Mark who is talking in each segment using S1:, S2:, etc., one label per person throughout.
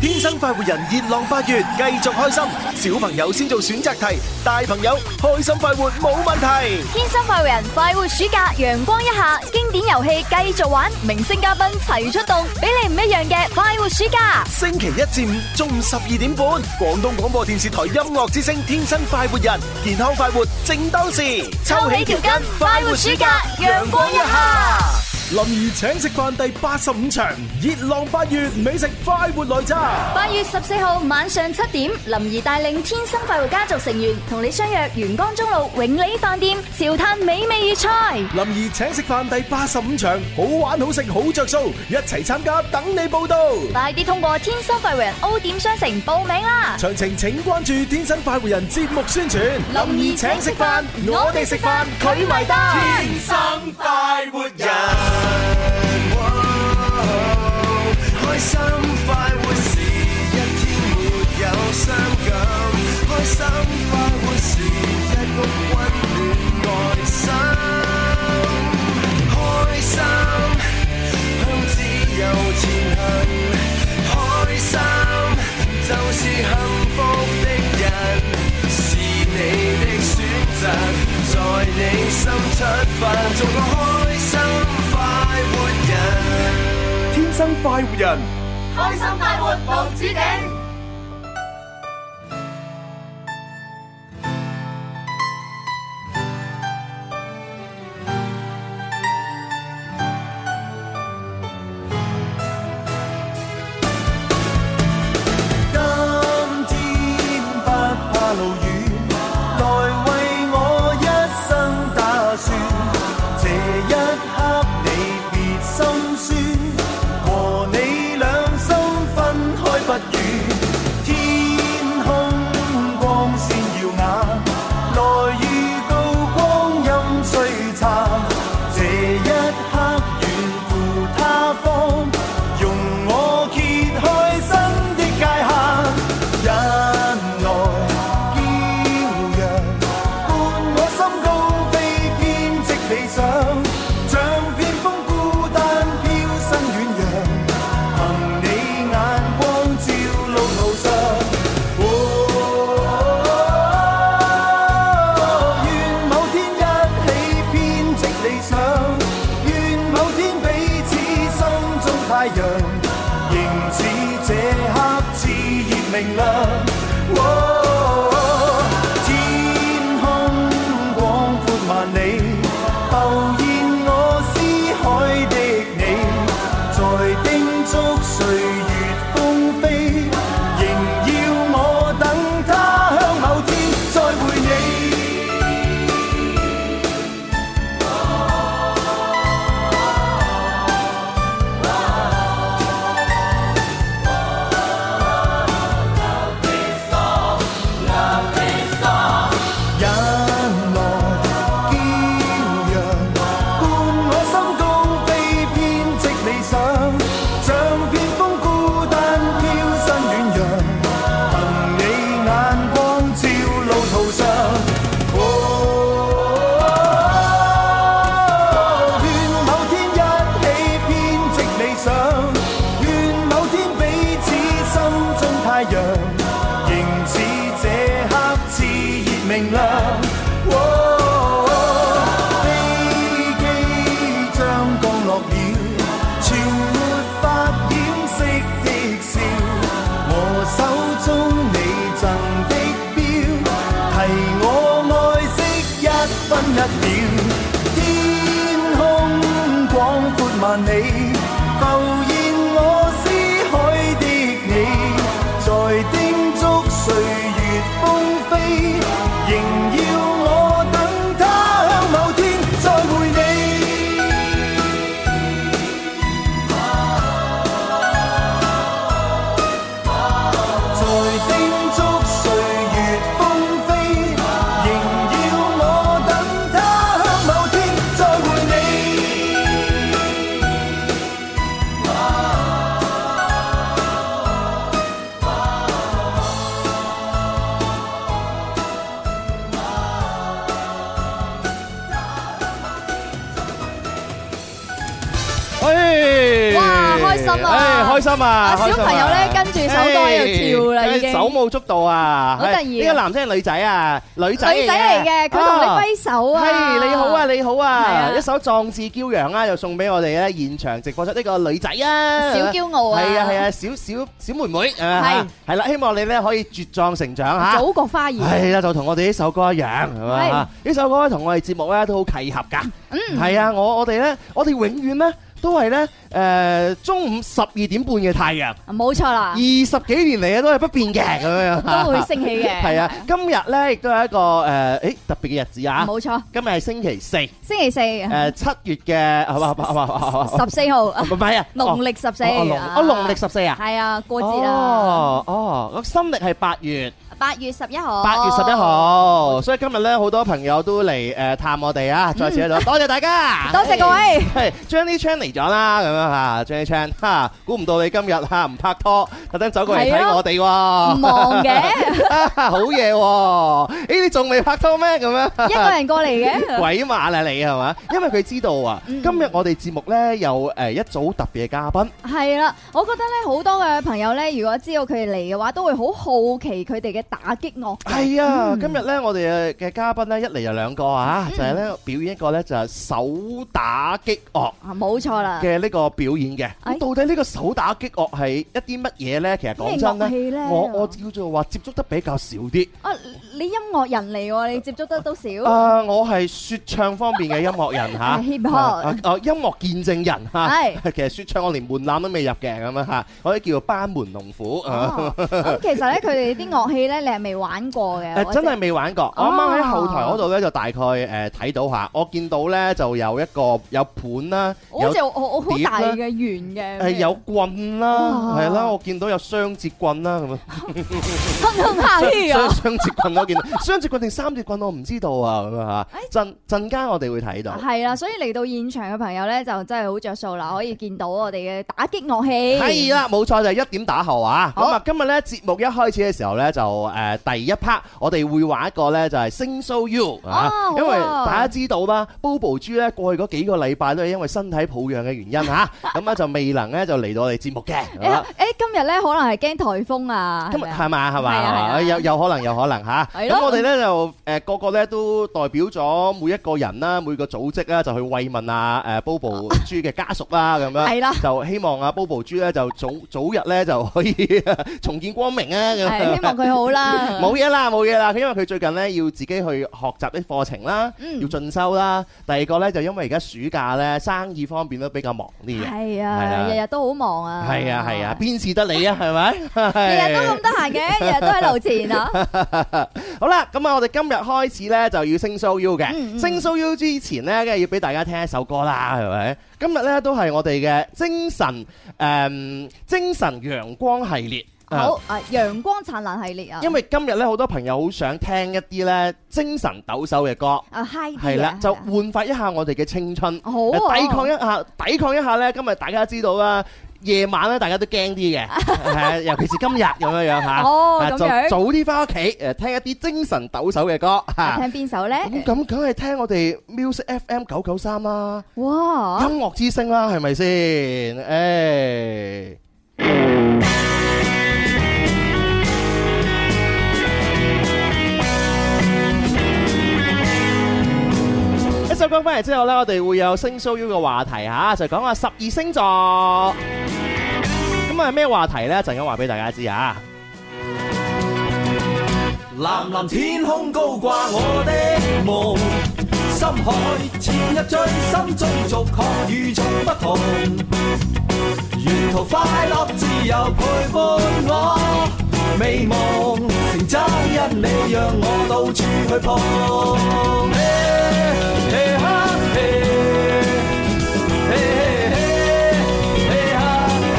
S1: 天生快活人熱浪八月繼續開心，小朋友先做選擇題，大朋友開心快活冇問題。
S2: 天生快活人，快活暑假，陽光一下，經典遊戲繼續玩，明星嘉賓齊出動，俾你唔一樣嘅快活暑假。
S1: 星期一至五中午十二點半，廣東廣播電視台音樂之聲《天生快活人》，健康快活正當時，
S2: 抽起條筋，快活暑假，陽光一下。
S3: 林兒請食飯第八十五場，熱浪八月，美食快活來揸。
S2: 八月十四號晚上七點，林怡帶領天生快活家族成員同你相約沿江中路永利飯店，潮嘆美味粵菜。
S3: 林兒請食飯第八十五場，好玩好食好着數，一齊參加，等你報到。
S2: 快啲通過天生快活人 O 點商城報名啦！
S3: 詳情請關注天生快活人節目宣傳。
S2: 林兒請食飯，我哋食飯，佢埋單。
S4: 天生快活人，開心快活是一天沒有傷感，開心快活是一屋溫暖愛心，開心向自由前行，開心就是幸福的人，是你的選擇，在你心出發，做個開心快活人。
S3: 天生快活人，
S5: 開心快活無止境。
S4: 今天不怕路遠，來為我一生打算。這一刻你別心酸，和你兩心分開不遠。天空光線耀眼，來預告光陰璀璨。這一刻遠赴他方。容我揭開新的界限，忍耐嬌弱，伴我心高飛編織理想，像片風孤單飄身遠揚，憑你眼光照路途上。哦願某天一起編織理想。願某天彼此心中太陽，仍似這刻熾熱明亮。哦天空廣闊萬里，浮現我思海的你，在叮囑歲月風飛，仍要我等他鄉某天再會你。天空廣闊萬里，浮現我思海的你，在叮囑歲月風飛，仍要我等他鄉某天再會你。哦
S6: 開心啊。
S7: 誒，開心啊，
S6: 啊，小
S7: 開心啊。哎
S6: 朋友呢，跟住手都喺度跳啦，
S7: 誒，
S6: 已經。
S7: 手舞足蹈啊，
S6: 好
S7: 係，
S6: 得意啊。
S7: 呢個男仔係女仔啊？女仔嚟嘅。
S6: 女仔嚟嘅，佢同你揮手啊。
S7: 係，你好啊，你好啊，
S6: 係啊。
S7: 一首《壯志驕陽》啊，又送俾我哋咧，現場直播室呢個女仔啊。
S6: 小驕傲啊。
S7: 係啊，係啊，小-小-小妹妹，係嘛？
S6: 係。
S7: 係啦，希望你咧可以茁壯成長嚇。
S6: 祖國花園。
S7: 係啦，就同我哋呢首歌一樣，係嘛？
S6: 係。
S7: 呢首歌同我哋節目咧都好契合㗎。係啊，我-我哋咧，我哋永遠咧都係咧，誒，中午12點半嘅太陽。
S6: 冇錯啦，
S7: 啊 二十幾年嚟啊，都係不變嘅，咁樣。
S6: 都會升起嘅。
S7: 係啊，今日咧亦都係一個，誒，咦，特別嘅日子啊。
S6: 冇錯，星期四，
S7: 今日係星期四，
S6: 嗯
S7: 誒，七月嘅，係嘛，係嘛，係嘛，係嘛，係嘛，
S6: 14號，啊，
S7: 唔係啊，
S6: 農曆
S7: 哦，
S6: 14
S7: 哦，農-
S6: 啊。
S7: 哦，農曆14啊？哦
S6: 係啊，過節啊，
S7: 哦，哦，咁新曆係八月，
S6: 8月11號。
S7: 8月11號，所以今日咧好多朋友都嚟，誒，探我哋啊，再次喺度， 多謝大家。
S6: 嗯多謝各位。
S7: 係 Jenny Chan 嚟咗啦，咁樣嚇 Jenny Chan 嚇，估唔到你今日嚇唔拍拖，特登走過嚟
S6: 係啊
S7: 睇我哋喎，
S6: 忙 嘅
S7: 啊，好嘢喎！誒，你仲未拍拖咩？咁樣
S6: 一個人過嚟嘅。
S7: 鬼馬啦你係嘛？因為佢知道啊，
S6: 嗯
S7: 今日我哋節目咧有誒一組特別嘅嘉賓，
S6: 係啦，我覺得咧好多嘅朋友咧，如果知道佢哋嚟嘅話，都會好好奇佢哋嘅打擊樂。
S7: 係
S6: 嗯
S7: 啊，今日咧我哋嘅嘉賓咧一嚟就兩個啊，就係咧表演一個咧就係手打擊樂。
S6: 啊，冇錯啦，
S7: 嘅呢個表演嘅，
S6: 哎
S7: 咁到底呢個手打擊樂係一啲乜嘢呢？其實講真
S6: 咩樂器呢
S7: 呢，我我叫做話接觸得比較少啲。
S6: 啊，你音樂人嚟喎，你接觸得都少。
S7: 啊，我係説唱方面嘅音樂人嚇，
S6: 哦 係 hip hop
S7: 啊啊音樂見證人
S6: 係
S7: 嚇。其實説唱我連門檻都未入嘅咁樣嚇，我可以叫做班門弄斧。啊
S6: 哦 咁其實咧，佢哋啲樂器咧，你係啊未玩過嘅？
S7: 誒
S6: 或者
S7: 真係未玩
S6: 哦
S7: 過，我啱啱喺後台嗰度呢，就大概誒睇到下，我見到呢就有一個有盤啦，
S6: 好
S7: 有
S6: 似好好好大嘅
S7: 碟
S6: 圓嘅，
S7: 誒 有棍啦，
S6: 哇
S7: 係啦，我見到有雙節棍啦咁樣。啊
S6: 哼哼下啲
S7: 雙
S6: 啊，
S7: 雙截棍我見到，雙截棍定三截棍我唔知道啊咁啊
S6: 哎
S7: 嚇。陣陣間我哋會睇到。
S6: 係啦，所以嚟到現場嘅朋友咧，就真係好着數啦，可以見到我哋嘅打擊樂器。
S7: 係啦，冇錯就係一點打後啊！咁
S6: 好
S7: 啊，今日咧節目一開始嘅時候咧，就誒第一 part 我哋會玩一個咧就係 Sing So You 啊
S6: 好啊，
S7: 因為大家知道啦，Bobo 豬咧過去嗰幾個禮拜都係因為身體抱恙嘅原 因嚇，咁啊就未能咧就嚟到我哋節目
S6: 誒
S7: 嘅。
S6: 誒，今日咧可能係驚颱風啊，
S7: 今日
S6: 咪啊
S7: 係嘛係
S6: 係啊係
S7: 嘛，
S6: 啊
S7: 有有可能有可能嚇。
S6: 係咯
S7: 咁我哋咧就誒個個咧都代表咗每一個人啦，每個組織啦，就去慰問啊誒 Bobo 豬嘅家屬啦，咁樣
S6: 係啦
S7: 就希望啊 Bobo 豬咧就早早日咧就可以 重見光明啊咁
S6: 係
S7: 樣
S6: 希。望佢好啦。
S7: 冇嘢啦，冇嘢啦。佢因為佢最近咧要自己去學習啲課程啦，
S6: 嗯
S7: 要進修啦。第二個咧就因為而家暑假咧生意方面都比較忙啲嘅。
S6: 係
S7: 係
S6: 啊，
S7: 啊
S6: 日日都好忙啊。
S7: 係啊係啊，，邊似得你啊？係 咪？
S6: 日日都咁得閒嘅，日日都喺樓前 啊。
S7: 好啦，咁啊，我哋今日開始咧就要升 show U
S6: 嗯
S7: 嘅，
S6: 嗯
S7: 升 show U 之前咧，梗係要俾大家聽一首歌啦，係咪？今日咧都係我哋嘅精神誒、嗯精神陽光系列。啊
S6: 好啊，陽光燦爛系列啊，
S7: 因為今日咧好多朋友好想聽一啲咧精神抖擻嘅歌，
S6: 啊 high 啲
S7: 係啦
S6: 啊，
S7: 就
S6: 係啊
S7: 焕發一下我哋嘅青春，
S6: 好啊
S7: 抵抗一下，抵抗一下咧。今日大家知道啦。夜晚咧，大家都驚 啲嘅，係啊尤其是今日咁樣樣嚇，
S6: 哦
S7: 啊
S6: 咁
S7: 就
S6: 樣
S7: 早啲翻屋企，誒聽一啲精神抖擻嘅歌嚇。
S6: 聽啊邊首咧？
S7: 啊咁咁梗係聽我哋 Music FM 九九三啦，
S6: 哇，
S7: 音樂之聲啦，係咪先？誒，一首歌翻嚟之後呢，我哋會有星 show U 嘅話題嚇，就講下十二星座。咁啊，咩話題呢？陣間話俾大家知啊！
S8: 藍藍天空高掛我的夢，深海潛入最深追逐，確與眾不同。沿途快樂自由陪伴我，美夢成真因你讓我到處去碰。嘿嘿哈嘿嘿嘿嘿嘿哈嘿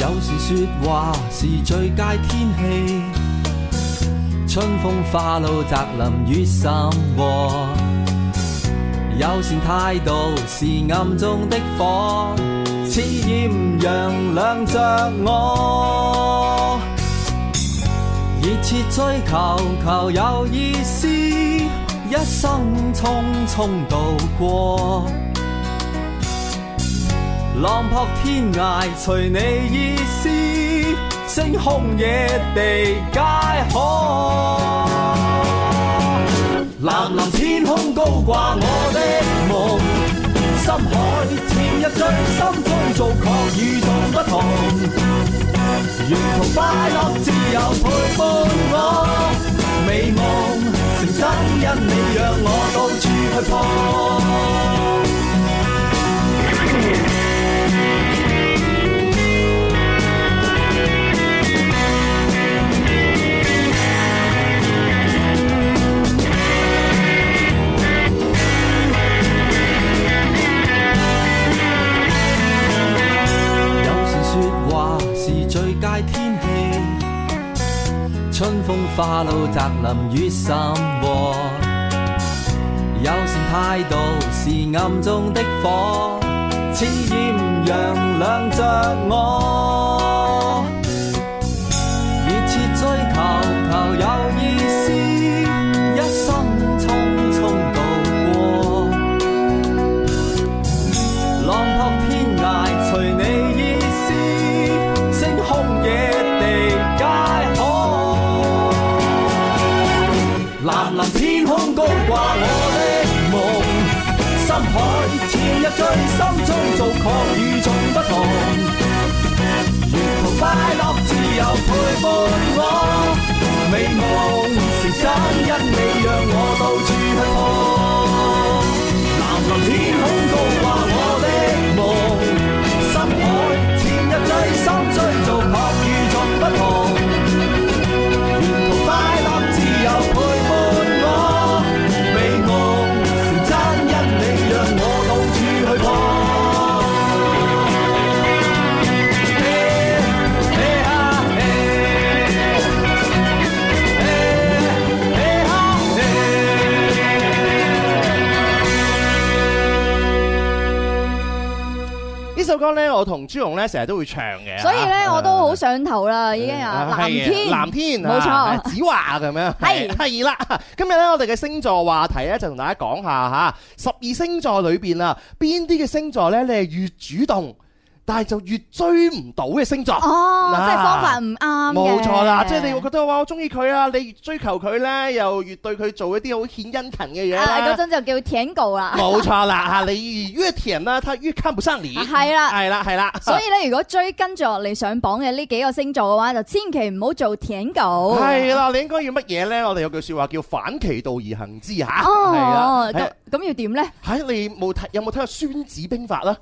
S8: 有時說話是最佳天氣，春風化露摘林與心和。友善態度是暗中的火，似豔陽亮着我。熱切追求，求有意思，一生匆匆度過。
S4: 浪撲天涯，隨你意思，星空野地皆可。藍藍天空高掛我的夢，深海潛入最心中，做確與眾不同。沿途快樂自由陪伴我，美夢成真，因你讓我到處去碰。有時說話是最佳天氣，春風化露摘林雨心和。友善態度是暗中的火，似豔陽亮着我。熱切追求求有意思，一生匆匆度過。浪撲天涯，隨你意思，星空野地皆可。藍藍天空高掛我的夢，深海潛入最深中，做確與眾不同。沿途快樂自由陪伴我，美夢成真，因你讓我到處去碰。藍藍天空高掛我的夢，深海潛入最深追逐，確與眾不同。沿途快樂自由陪伴我，美夢成真，因你讓我到處去碰。嘿嘿哈嘿嘿嘿哈嘿
S7: 呢首歌咧，我同朱紅咧成日都會唱嘅。
S6: 所以咧，
S7: 啊
S6: 我都好上頭啦，
S7: 哎
S6: 已經啊，
S7: 係
S6: 藍天，
S7: 藍天，
S6: 冇
S7: 啊
S6: 錯，
S7: 子華咁樣，
S6: 係
S7: 係啦。今日咧，我哋嘅星座話題咧，就同大家講下吓，十二星座裏邊啊，邊啲嘅星座咧，你係越主動，但係就越追唔到嘅星座。
S6: 哦，
S7: 嗱
S6: 即係方法唔啱嘅
S7: 啊冇錯啦，即係你會覺得哇，我中意佢啊，你越追求佢咧，又越對佢做一啲好獻殷勤嘅嘢
S6: 啊，嗰
S7: 啦。
S6: 陣就叫舔狗啦。
S7: 冇錯啦，吓你越甜啦，他越看不上你。
S6: 啊係啦
S7: 係啦，係啦。
S6: 所以咧，如果追跟住落嚟上榜嘅呢幾個星座嘅話，就千祈唔好做舔狗。
S7: 係啦，你應該要乜嘢咧？我哋有句说話叫反其道而行之吓，係啦
S6: 哦，，咁咁要點咧？
S7: 喺你冇睇有冇睇過《孫子兵法》啦？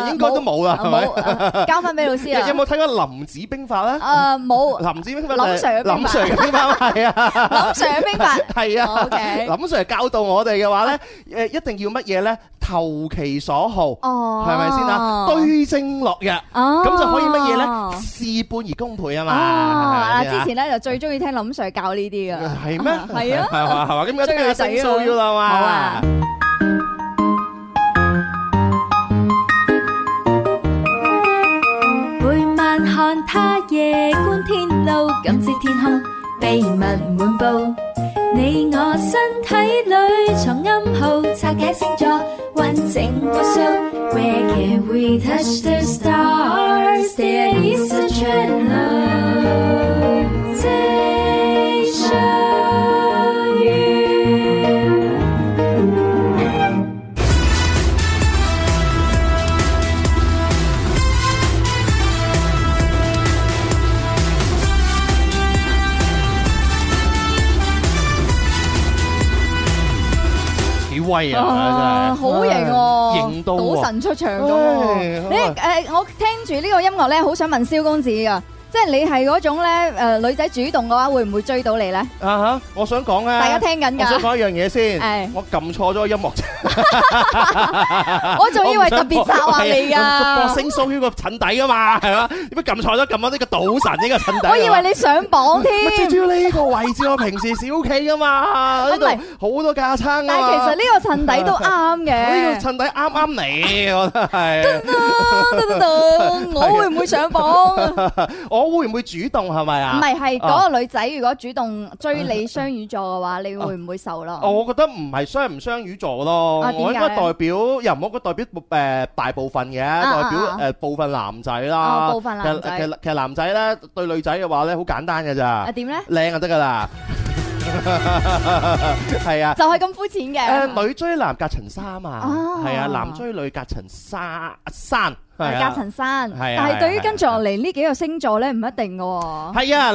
S6: 誒
S7: 應該都冇啊啦係咪
S6: 啊冇，啊交翻俾老師
S7: 有
S6: 啦。
S7: 有冇睇過《林子兵法》咧？
S6: 誒冇，
S7: 林子兵法就
S6: 林 Sir
S7: 係
S6: 嘅兵
S7: 林
S6: 法
S7: Sir 嘅兵法 係啊，
S6: 林 Sir 嘅兵法
S7: 係啊
S6: OK
S7: 林 Sir 教導我哋嘅話咧，誒一定要乜嘢咧？投其所好，
S6: 哦，
S7: 係咪先啊？對症落藥，
S6: 哦，
S7: 咁就可以乜嘢咧？事半而功倍啊
S6: 哦，
S7: 嘛！
S6: 嗱，之前咧就最中意聽林 Sir 教呢啲 噶。
S7: 係咩？
S6: 係啊
S7: 係嘛係嘛？咁而家聽下星數要啦嘛。
S6: 好啊
S9: 每晚看他夜觀天路，感知天空秘密滿布。你我身體裏藏暗號，拆解星座完整無數。Where can we touch the stars? There is a channel. they show you.
S7: 幾威
S6: 啊
S7: 啊！真係
S6: 好型喎，
S7: 型到喎
S6: 賭神出場咁
S7: 唉啊
S6: 喎。你誒，我聽住呢個音樂咧，好想問蕭公子噶，即係你係嗰種咧誒女仔主動嘅話，會唔會追到你咧？
S7: 啊嚇！我想講咧，
S6: 大家聽緊
S7: 我想
S6: 㗎，
S7: 講一樣嘢
S6: 係
S7: 先，我撳錯咗個音樂 掣，
S6: 我仲以為特別策劃你
S7: 我唔
S6: 㗎
S7: 想播，播星 show 呢個襯底啊嘛， 係嘛？點解撳錯咗撳啊咗呢個賭神呢個襯底 啊？
S6: 我以為你上榜
S7: 咪最
S6: 添。
S7: 主要呢個位置我平時小企噶嘛，呢度
S6: 咁咪
S7: 好多架撐啊嘛。
S6: 哦但係其實呢個襯底都啱
S7: 呢
S6: 嘅
S7: 個。襯底啱啱
S6: 啊
S7: 你，我覺得係。 啊
S6: 噔噔噔噔噔我會唔會上榜？
S7: 我 我會唔會主動係咪啊？
S6: 唔係，係
S7: 啊
S6: 嗰個女仔如果主動追你雙魚座嘅 話，你會唔會受咯？
S7: 我覺得唔係雙唔雙魚座咯，
S6: 啊
S7: 我應
S6: 點解
S7: 該
S6: 咧
S7: 代表又唔好講代表誒、呃大部分嘅，
S6: 啊
S7: 代表誒、
S6: 啊
S7: 呃部分男仔啦。
S6: 啊部分男仔
S7: 其實其實其實男仔咧對女仔嘅話咧好簡單嘅咋
S6: 啊，點咧？
S7: 靚就得 噶啦。係啊，
S6: 就係咁膚淺
S7: 誒、
S6: 嘅，
S7: 女追男隔層紗嘛
S6: 哦，
S7: 係啊，男追女隔層紗山，係啊
S6: 隔層山。
S7: 係啊
S6: 但係對於跟住
S7: 係啊
S6: 落嚟呢幾個星座咧，唔一定嘅喎。
S7: 係啊，嗱，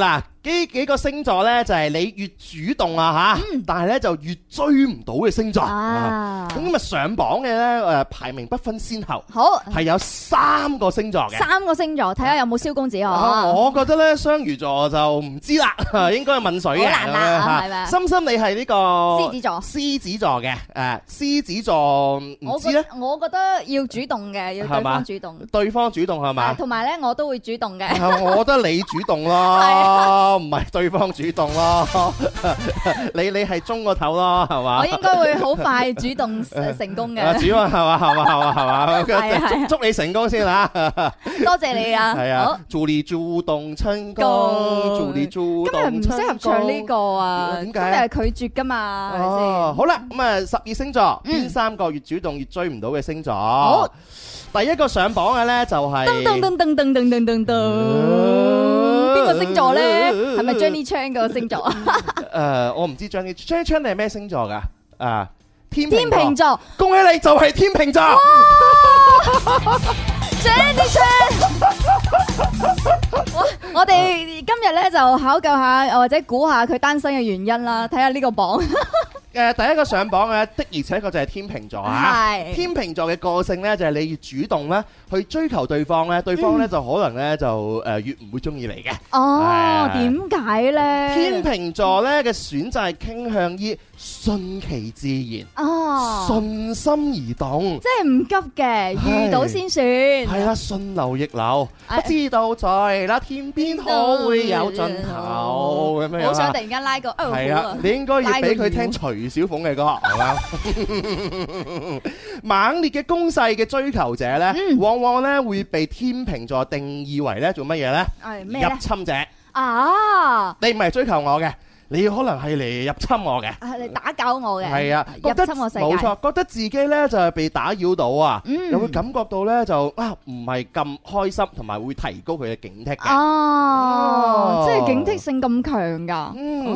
S7: 呢幾個星座呢，就係你越主動啊吓，但係呢就越追唔到嘅星座。啊
S6: 啊，
S7: 咁今日上榜嘅呢，誒呃排名不分先後，
S6: 好，
S7: 係有三個星座嘅。
S6: 啊三個星座，睇下有冇蕭公子
S7: 啊
S6: 哦。
S7: 我覺得呢，雙魚座就唔知啦， 應該係問水
S6: 好
S7: 嘅。
S6: 難啊
S7: 咁樣
S6: 係咪啊
S7: 深深你係呢個
S6: 獅子座
S7: 獅子座嘅，誒獅子座唔
S6: 我
S7: 知
S6: 覺
S7: 呢，
S6: 我覺得要主動嘅，要
S7: 係
S6: 對
S7: 嘛
S6: 方主動。
S7: 對方主動係
S6: 啊
S7: 嘛？
S6: 同埋咧，我都會主動嘅。
S7: 啊我覺得你主 動
S6: 啊
S7: 咯，唔係對方主動咯。 你你係中個頭咯，係嘛
S6: 我？應該會好快主動呃成功
S7: 啊，
S6: 嘅，
S7: 主啊，係嘛，係嘛，係嘛，
S6: 係啊
S7: 係嘛
S6: 係
S7: 祝，
S6: 啊
S7: 祝你成功先啊啦！
S6: 多謝你啊！
S7: 係
S6: 好
S7: 啊，，祝你主動成功，
S6: 功
S7: 祝你主
S6: 今日
S7: 動
S6: 唔適合唱呢個啊，
S7: 點
S6: 今
S7: 解
S6: 日
S7: 啊
S6: 係拒絕噶嘛，係
S7: 哦
S6: 咪，先？
S7: 好啦，咁啊，十二星座
S6: 嗯
S7: 邊三個越主動越追唔到嘅星座？
S6: 好，
S7: 第一個上榜嘅咧就係
S6: 噔噔噔噔噔噔噔噔，
S7: 呃
S6: 邊個星
S7: Ừ,
S6: 座咧？係咪 Jenny Chan 嗰個星座啊？
S7: 誒，呃我唔知張張張你係咩星座噶？啊，天
S6: 天秤
S7: 座，
S6: 座
S7: 恭喜你就係天秤座。
S6: ，Jenny Chan。我我哋今日咧就考究下，或者估下佢單身嘅原因啦，睇下呢個榜。
S7: 誒呃第一個上榜嘅的而且確就係天秤座啊！
S6: 係
S7: 天秤座嘅個性呢，就係你越主動咧去追求對方
S6: 嗯
S7: 呢，對方呢就可能呢就誒越唔會中意你嘅。
S6: 哦，
S7: 係
S6: 點解咧？
S7: 天秤座呢嘅選擇係傾向於順其自然、
S6: 哦，
S7: 順心而動，
S6: 即係唔急嘅，
S7: 係
S6: 遇到先算。
S7: 係啦，順流逆流，
S6: 哎
S7: 不知道在那天邊可會有盡頭咁樣樣啊
S6: 好想突然間拉個，哦
S7: 係
S6: 好
S7: 啊
S6: 啊，
S7: 你應該要俾佢聽
S6: 拉
S7: 徐小鳳嘅歌，係咪啊 猛烈嘅攻勢嘅追求者呢，
S6: 嗯
S7: 往往呢會被天秤座定義為呢做乜嘢呢？
S6: 係哎咩
S7: 入
S6: 咧？
S7: 侵者，
S6: 啊，
S7: 你唔係追求我嘅，你可能係嚟入侵我嘅。
S6: 係啊你打攪我嘅，
S7: 呃係啊，覺得
S6: 入侵我世界，
S7: 冇錯，覺得自己呢就係被打擾到啊，
S6: 嗯
S7: 又會感覺到呢就啊唔係咁開心，同埋會提高佢嘅警惕嘅。
S6: 哦
S7: 哦，
S6: 即係警惕性咁強噶，
S7: 嗯
S6: 哦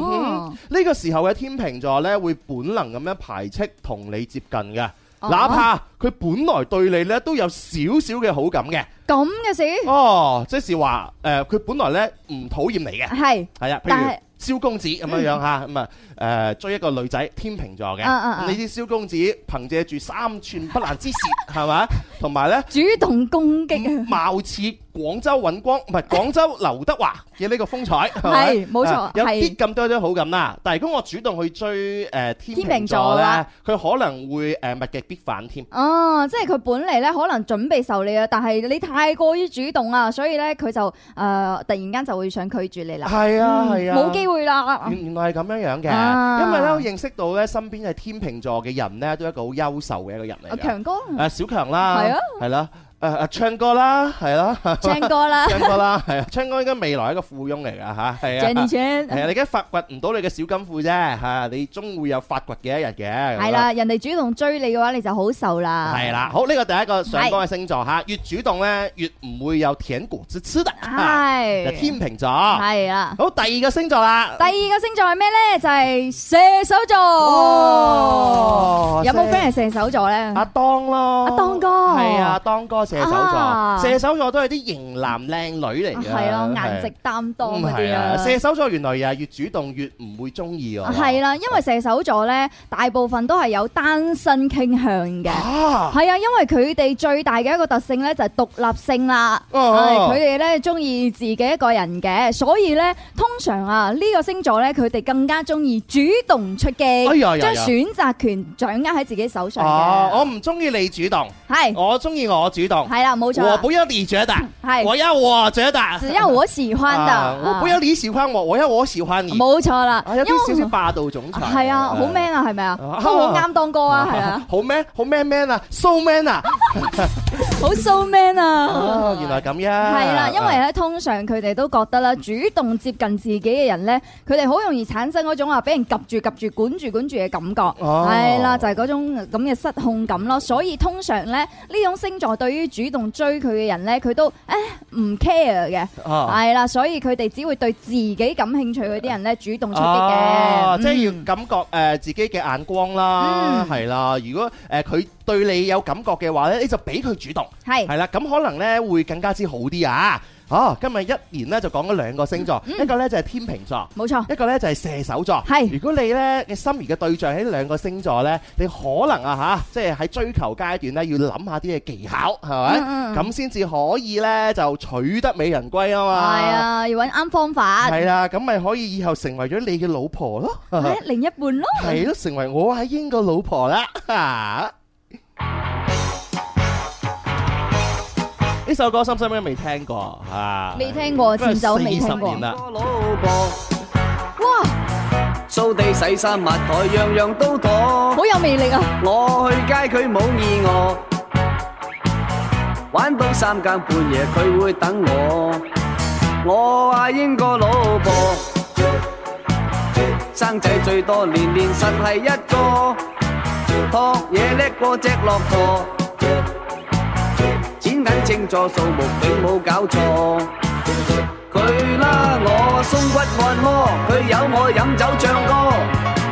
S7: 哼，呢個時候嘅天秤座呢，會本能咁樣排斥同你接近嘅，
S6: 哦
S7: 哪怕佢本來對你呢都有少少嘅好感嘅。
S6: 咁嘅事
S7: 哦，即是話誒，呃佢、本來呢唔討厭你嘅，
S6: 係
S7: 係啊，
S6: 但係嗯
S7: 譬如蕭公子咁樣樣嚇，咁啊誒追一個女仔，天秤座嘅，
S6: 啊啊啊
S7: 咁你知蕭公子憑借住三寸不爛之舌係嘛，同埋呢。
S6: 主動攻啊擊，
S7: 貌似廣州尹光唔係廣州劉德華嘅呢個 風采，
S6: 係冇錯
S7: 啊有
S6: 係
S7: 啲咁多都好感啦。但係如果我主動去追誒
S6: 天
S7: 天秤
S6: 秤
S7: 座
S6: 座
S7: 咧
S6: 啦，
S7: 佢可能會誒物極必反添。
S6: 哦，即係佢本嚟咧可能準備受你啊，但係你太過於主動啊，所以咧佢就誒呃突然間就會想拒絕你啦，
S7: 係啊係啊，
S6: 嗯冇機會 啦，
S7: 原原來係咁樣樣
S6: 啊
S7: 嘅，因為咧我認識到咧身邊係天秤座嘅人咧，都係一個好優秀嘅一個人嚟嘅。
S6: 強 哥
S7: 誒小強啦，
S6: 係啊，
S7: 係啦，誒誒唱歌啦，係啦，
S6: 唱歌啦
S7: 唱歌啦，係啊，唱歌應該未來一個富翁嚟㗎嚇，係啊。
S6: ，Jenny Chan
S7: 係啊，你而家發掘唔到你嘅小金庫啫，嚇，你終會有發掘嘅一日嘅。
S6: 係啦，，人哋主動追你嘅話，你就好受啦。
S7: 係啦，好呢個第一個上榜嘅星座嚇，越主動咧越唔會有舔果子吃的，
S6: 係
S7: 就天秤座。
S6: 係啦。
S7: 好，第二個星座啦，
S6: 第二個星座係咩咧？就係射手座
S7: 哦。
S6: 有冇
S7: 射
S6: friend 係射啊手座咧？
S7: 阿當咯，
S6: 阿當哥
S7: 係啊，當哥射手座，
S6: 啊
S7: 射手座都係啲型男靚女嚟嘅，
S6: 係啊，顏值擔當
S7: 嗯
S6: 嗰
S7: 係
S6: 啲
S7: 啊，
S6: 啊。
S7: 射手座原來又係越主動越唔會中意我，
S6: 哦係啦，因為射手座咧，大部分都係有單身傾向嘅。
S7: 啊，
S6: 係啊，因為佢哋最大嘅一個特性咧就係獨立性啦。
S7: 哦
S6: 係佢哋咧中意自己一個人嘅，所以咧通常啊呢個星座咧佢哋更加中意主動出
S7: 哎呀呀呀
S6: 擊，將選擇權掌握喺自己手上
S7: 哦，我
S6: 嘅。
S7: 唔中意你主動。
S6: 係
S7: 我中意我主動，动。
S6: 系啦，冇錯
S7: 我
S6: 啊，
S7: 不要你觉得，
S6: 係
S7: 我要我觉得，
S6: 只要我喜歡的，
S7: 啊我不要你喜欢我，我要我喜欢你。
S6: 冇錯啦，
S7: 啊，有
S6: 因為
S7: 啲少少霸道總裁。
S6: 係啊，好 man 啊，係咪啊？都好啱當歌啊，係啊，，
S7: 好 man，好 man man 啊，so man 啊，
S6: 好 so man
S7: 哦
S6: 啊，
S7: 原來咁樣。
S6: 係啦，因為咧，通常佢哋都覺得啦，主動接近自己嘅人咧，佢哋好容易產生嗰種話俾人及住及住、管住管住嘅感覺，
S7: 哦
S6: 係啦，就係嗰種咁嘅失控感咯。所以通常咧，呢種星座對於主動追佢嘅人咧，佢都誒唔 care 嘅，
S7: 啊
S6: 係啦，所以佢哋只會對自己感興趣嗰啲人咧主動出擊
S7: 哦
S6: 嘅，
S7: 即係
S6: 嗯
S7: 要感覺誒自己嘅眼光啦，
S6: 嗯
S7: 係啦。如果誒佢對你有感覺嘅話咧，你就俾佢主動。
S6: 係。
S7: 係啦，咁可能咧會更加之好啲啊！哦，今日一年咧就講咗兩個星座，一個咧就係天秤座。
S6: 冇錯，
S7: 一個咧就係射手座，
S6: 係
S7: 如果你咧嘅心儀嘅對象喺呢兩個星座咧，你可能啊吓，即係喺追求階段咧要諗下啲嘅技巧，係
S6: 嗯
S7: 咪？
S6: 嗯
S7: 咁先至可以咧就取得美人歸
S6: 係
S7: 啊嘛。，
S6: 啊，要揾啱方法，
S7: 係啊啦，咁咪可以以後成為咗你嘅老婆 咯。
S6: 係哎另一半咯，
S7: 係咯，成為我喺英國老婆 啦。呢首歌深深應未聽過啊？
S6: 未聽過前奏未聽過
S7: 40年啦。
S5: 老婆
S6: 哇，
S5: 掃地洗衫抹台，樣樣都妥。
S6: 好有魅力啊！
S5: 我去街佢冇意我，玩到三更半夜佢會等我。我阿英個老婆，生仔最多年年實係一個，托嘢叻過只駱駝，錢銀清楚數目並冇搞錯。佢拉我鬆骨按摩，佢有我飲酒唱歌，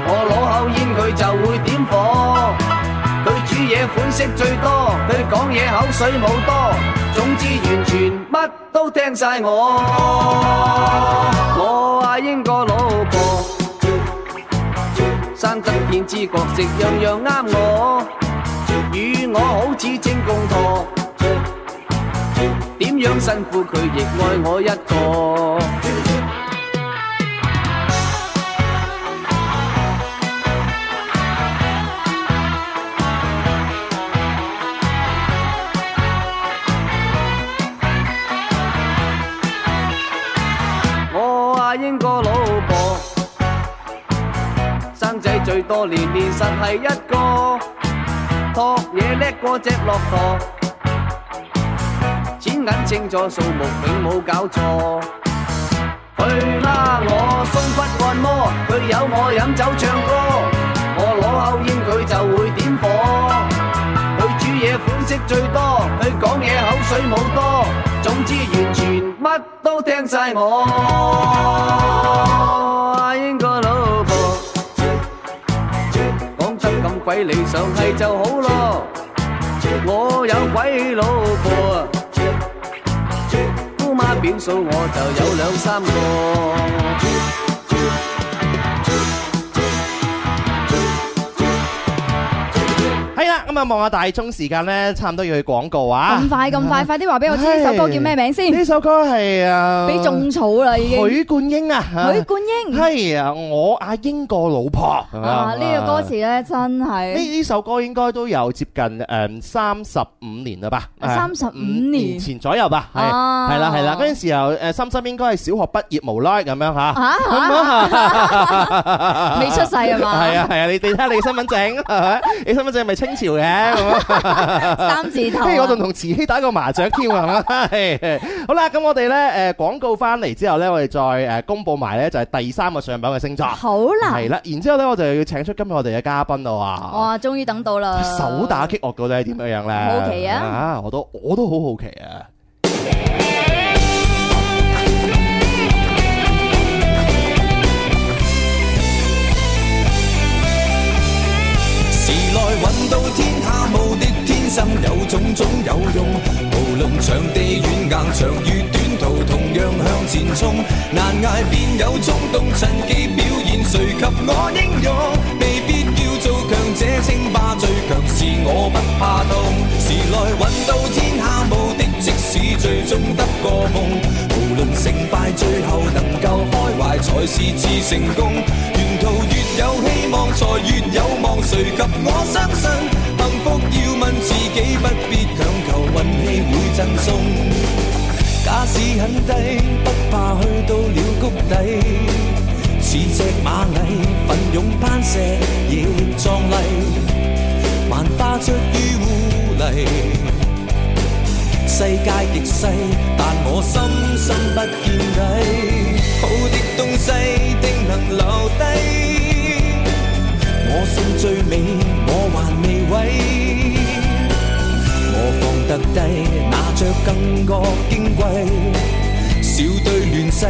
S5: 我攞口煙佢就會點火。佢煮嘢款式最多，佢講嘢口水冇多，總之完全乜都聽晒我。我阿英個老婆，生得見知覺食樣樣啱我，與我好似精工陀。點樣辛苦佢亦愛我一個。我阿英個老婆，生仔最多年年實係一個，托嘢叻過只駱駝。錢銀清楚數目並冇搞錯。去啦，我鬆骨按摩，佢有我飲酒唱歌，我攞口煙佢就會點火。佢煮嘢款式最多，佢講嘢口水冇多，總之完全乜都聽晒我。阿英個老婆講得咁鬼理想係就好咯，我有鬼老婆。姑媽表嫂我就有兩三個。
S7: 系啦，咁啊望下大鐘時間咧，差唔多要去廣告啊
S6: 咁。快咁快，快啲話俾我知呢首歌叫咩名先？
S7: 呢首歌係啊，
S6: 俾種草啦已經。
S7: 許冠英啊，
S6: 許冠英
S7: 係啊，我阿英個老婆
S6: 啊，呢個歌詞。咧真
S7: 呢
S6: 係
S7: 呢首歌應該都有接近誒三十五年啦吧，啊
S6: 35年
S7: 前左右吧，係
S6: 啊
S7: 係啦係啦，嗰陣時候誒心心應該係小學畢業無耐咁樣嚇，
S6: 啊
S7: 咁啊
S6: 未出世啊嘛
S7: 係啊係啊，你哋睇下你嘅身份證，係咪你身份證係咪清朝嘅咁啊？
S6: 三字頭
S7: 跟住我仲
S6: 啊。
S7: 同慈禧打過麻雀添係嘛？係好啦，咁我哋咧誒廣告翻嚟之後咧，我哋再誒公佈埋咧就係第三個上榜嘅星座，
S6: 好啦
S7: 係，啦，然之後咧我就要請出今日我哋嘅嘉賓啦哇！
S6: 哇，終於等到啦。
S7: 手打擊樂到底係點樣樣咧？
S6: 好奇啊
S7: 啊！我都我都好好奇啊！
S4: 時來運到天下無敵，天生有種種有用。無論長地遠硬，長與短途，同樣向前衝。難捱便有衝動，趁機表現，誰及我英勇？未必要做強者稱霸，最強是我不怕痛。時來運到天下無敵，即使最終得個夢。無論成敗，最後能夠開懷才是至成功。沿途越有希望，才越有望。誰及我相信，幸福要問自己，不必強求，
S2: 運氣會贈送。假使很低，不怕去到了谷底，似只螞蟻，奮勇攀石亦壯麗，萬花出於污泥。世界極細，但我深深不見底。好的東西定能留低，我信最美，我還未毀。我放得低，拿着更覺矜貴。笑對亂世，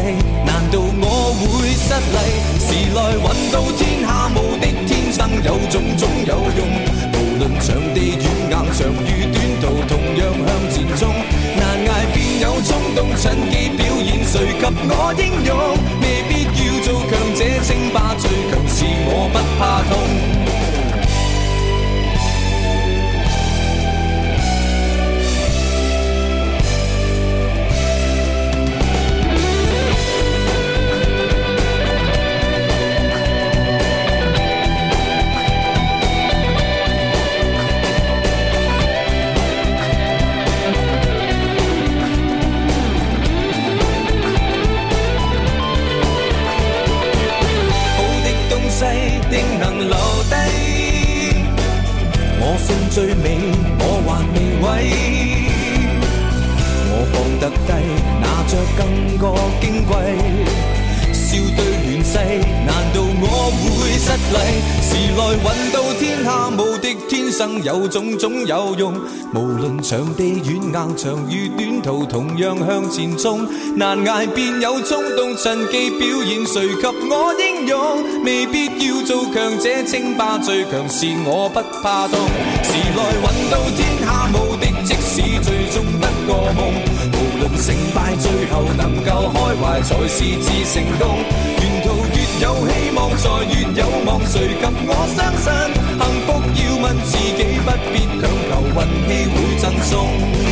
S2: 難道我會失禮？時來運到天下無敵，天生有種總有用。無論場地軟硬，長與短途，同樣向前衝。難捱便有衝動，趁機表現誰及我英勇？未必要做強者稱霸，最強是我不怕痛。好的東西定能留低。我信最美，我還未毀。我放得低，拿着更覺矜貴。笑對亂世，難道我會失禮？時來運到天下無敵，天生有種種有用。無論場地軟硬，長與短途，同樣向前衝。難捱便有衝動，趁機表現誰及我英勇？未必要做強者稱霸，最強是我不怕痛。時來運到天下無敵，即使最終得個夢。無論成敗，最後能夠開懷才是至成功。沿途越有希望，才越有望。誰及我相信，幸福要問自己，不必強求，運氣會贈送。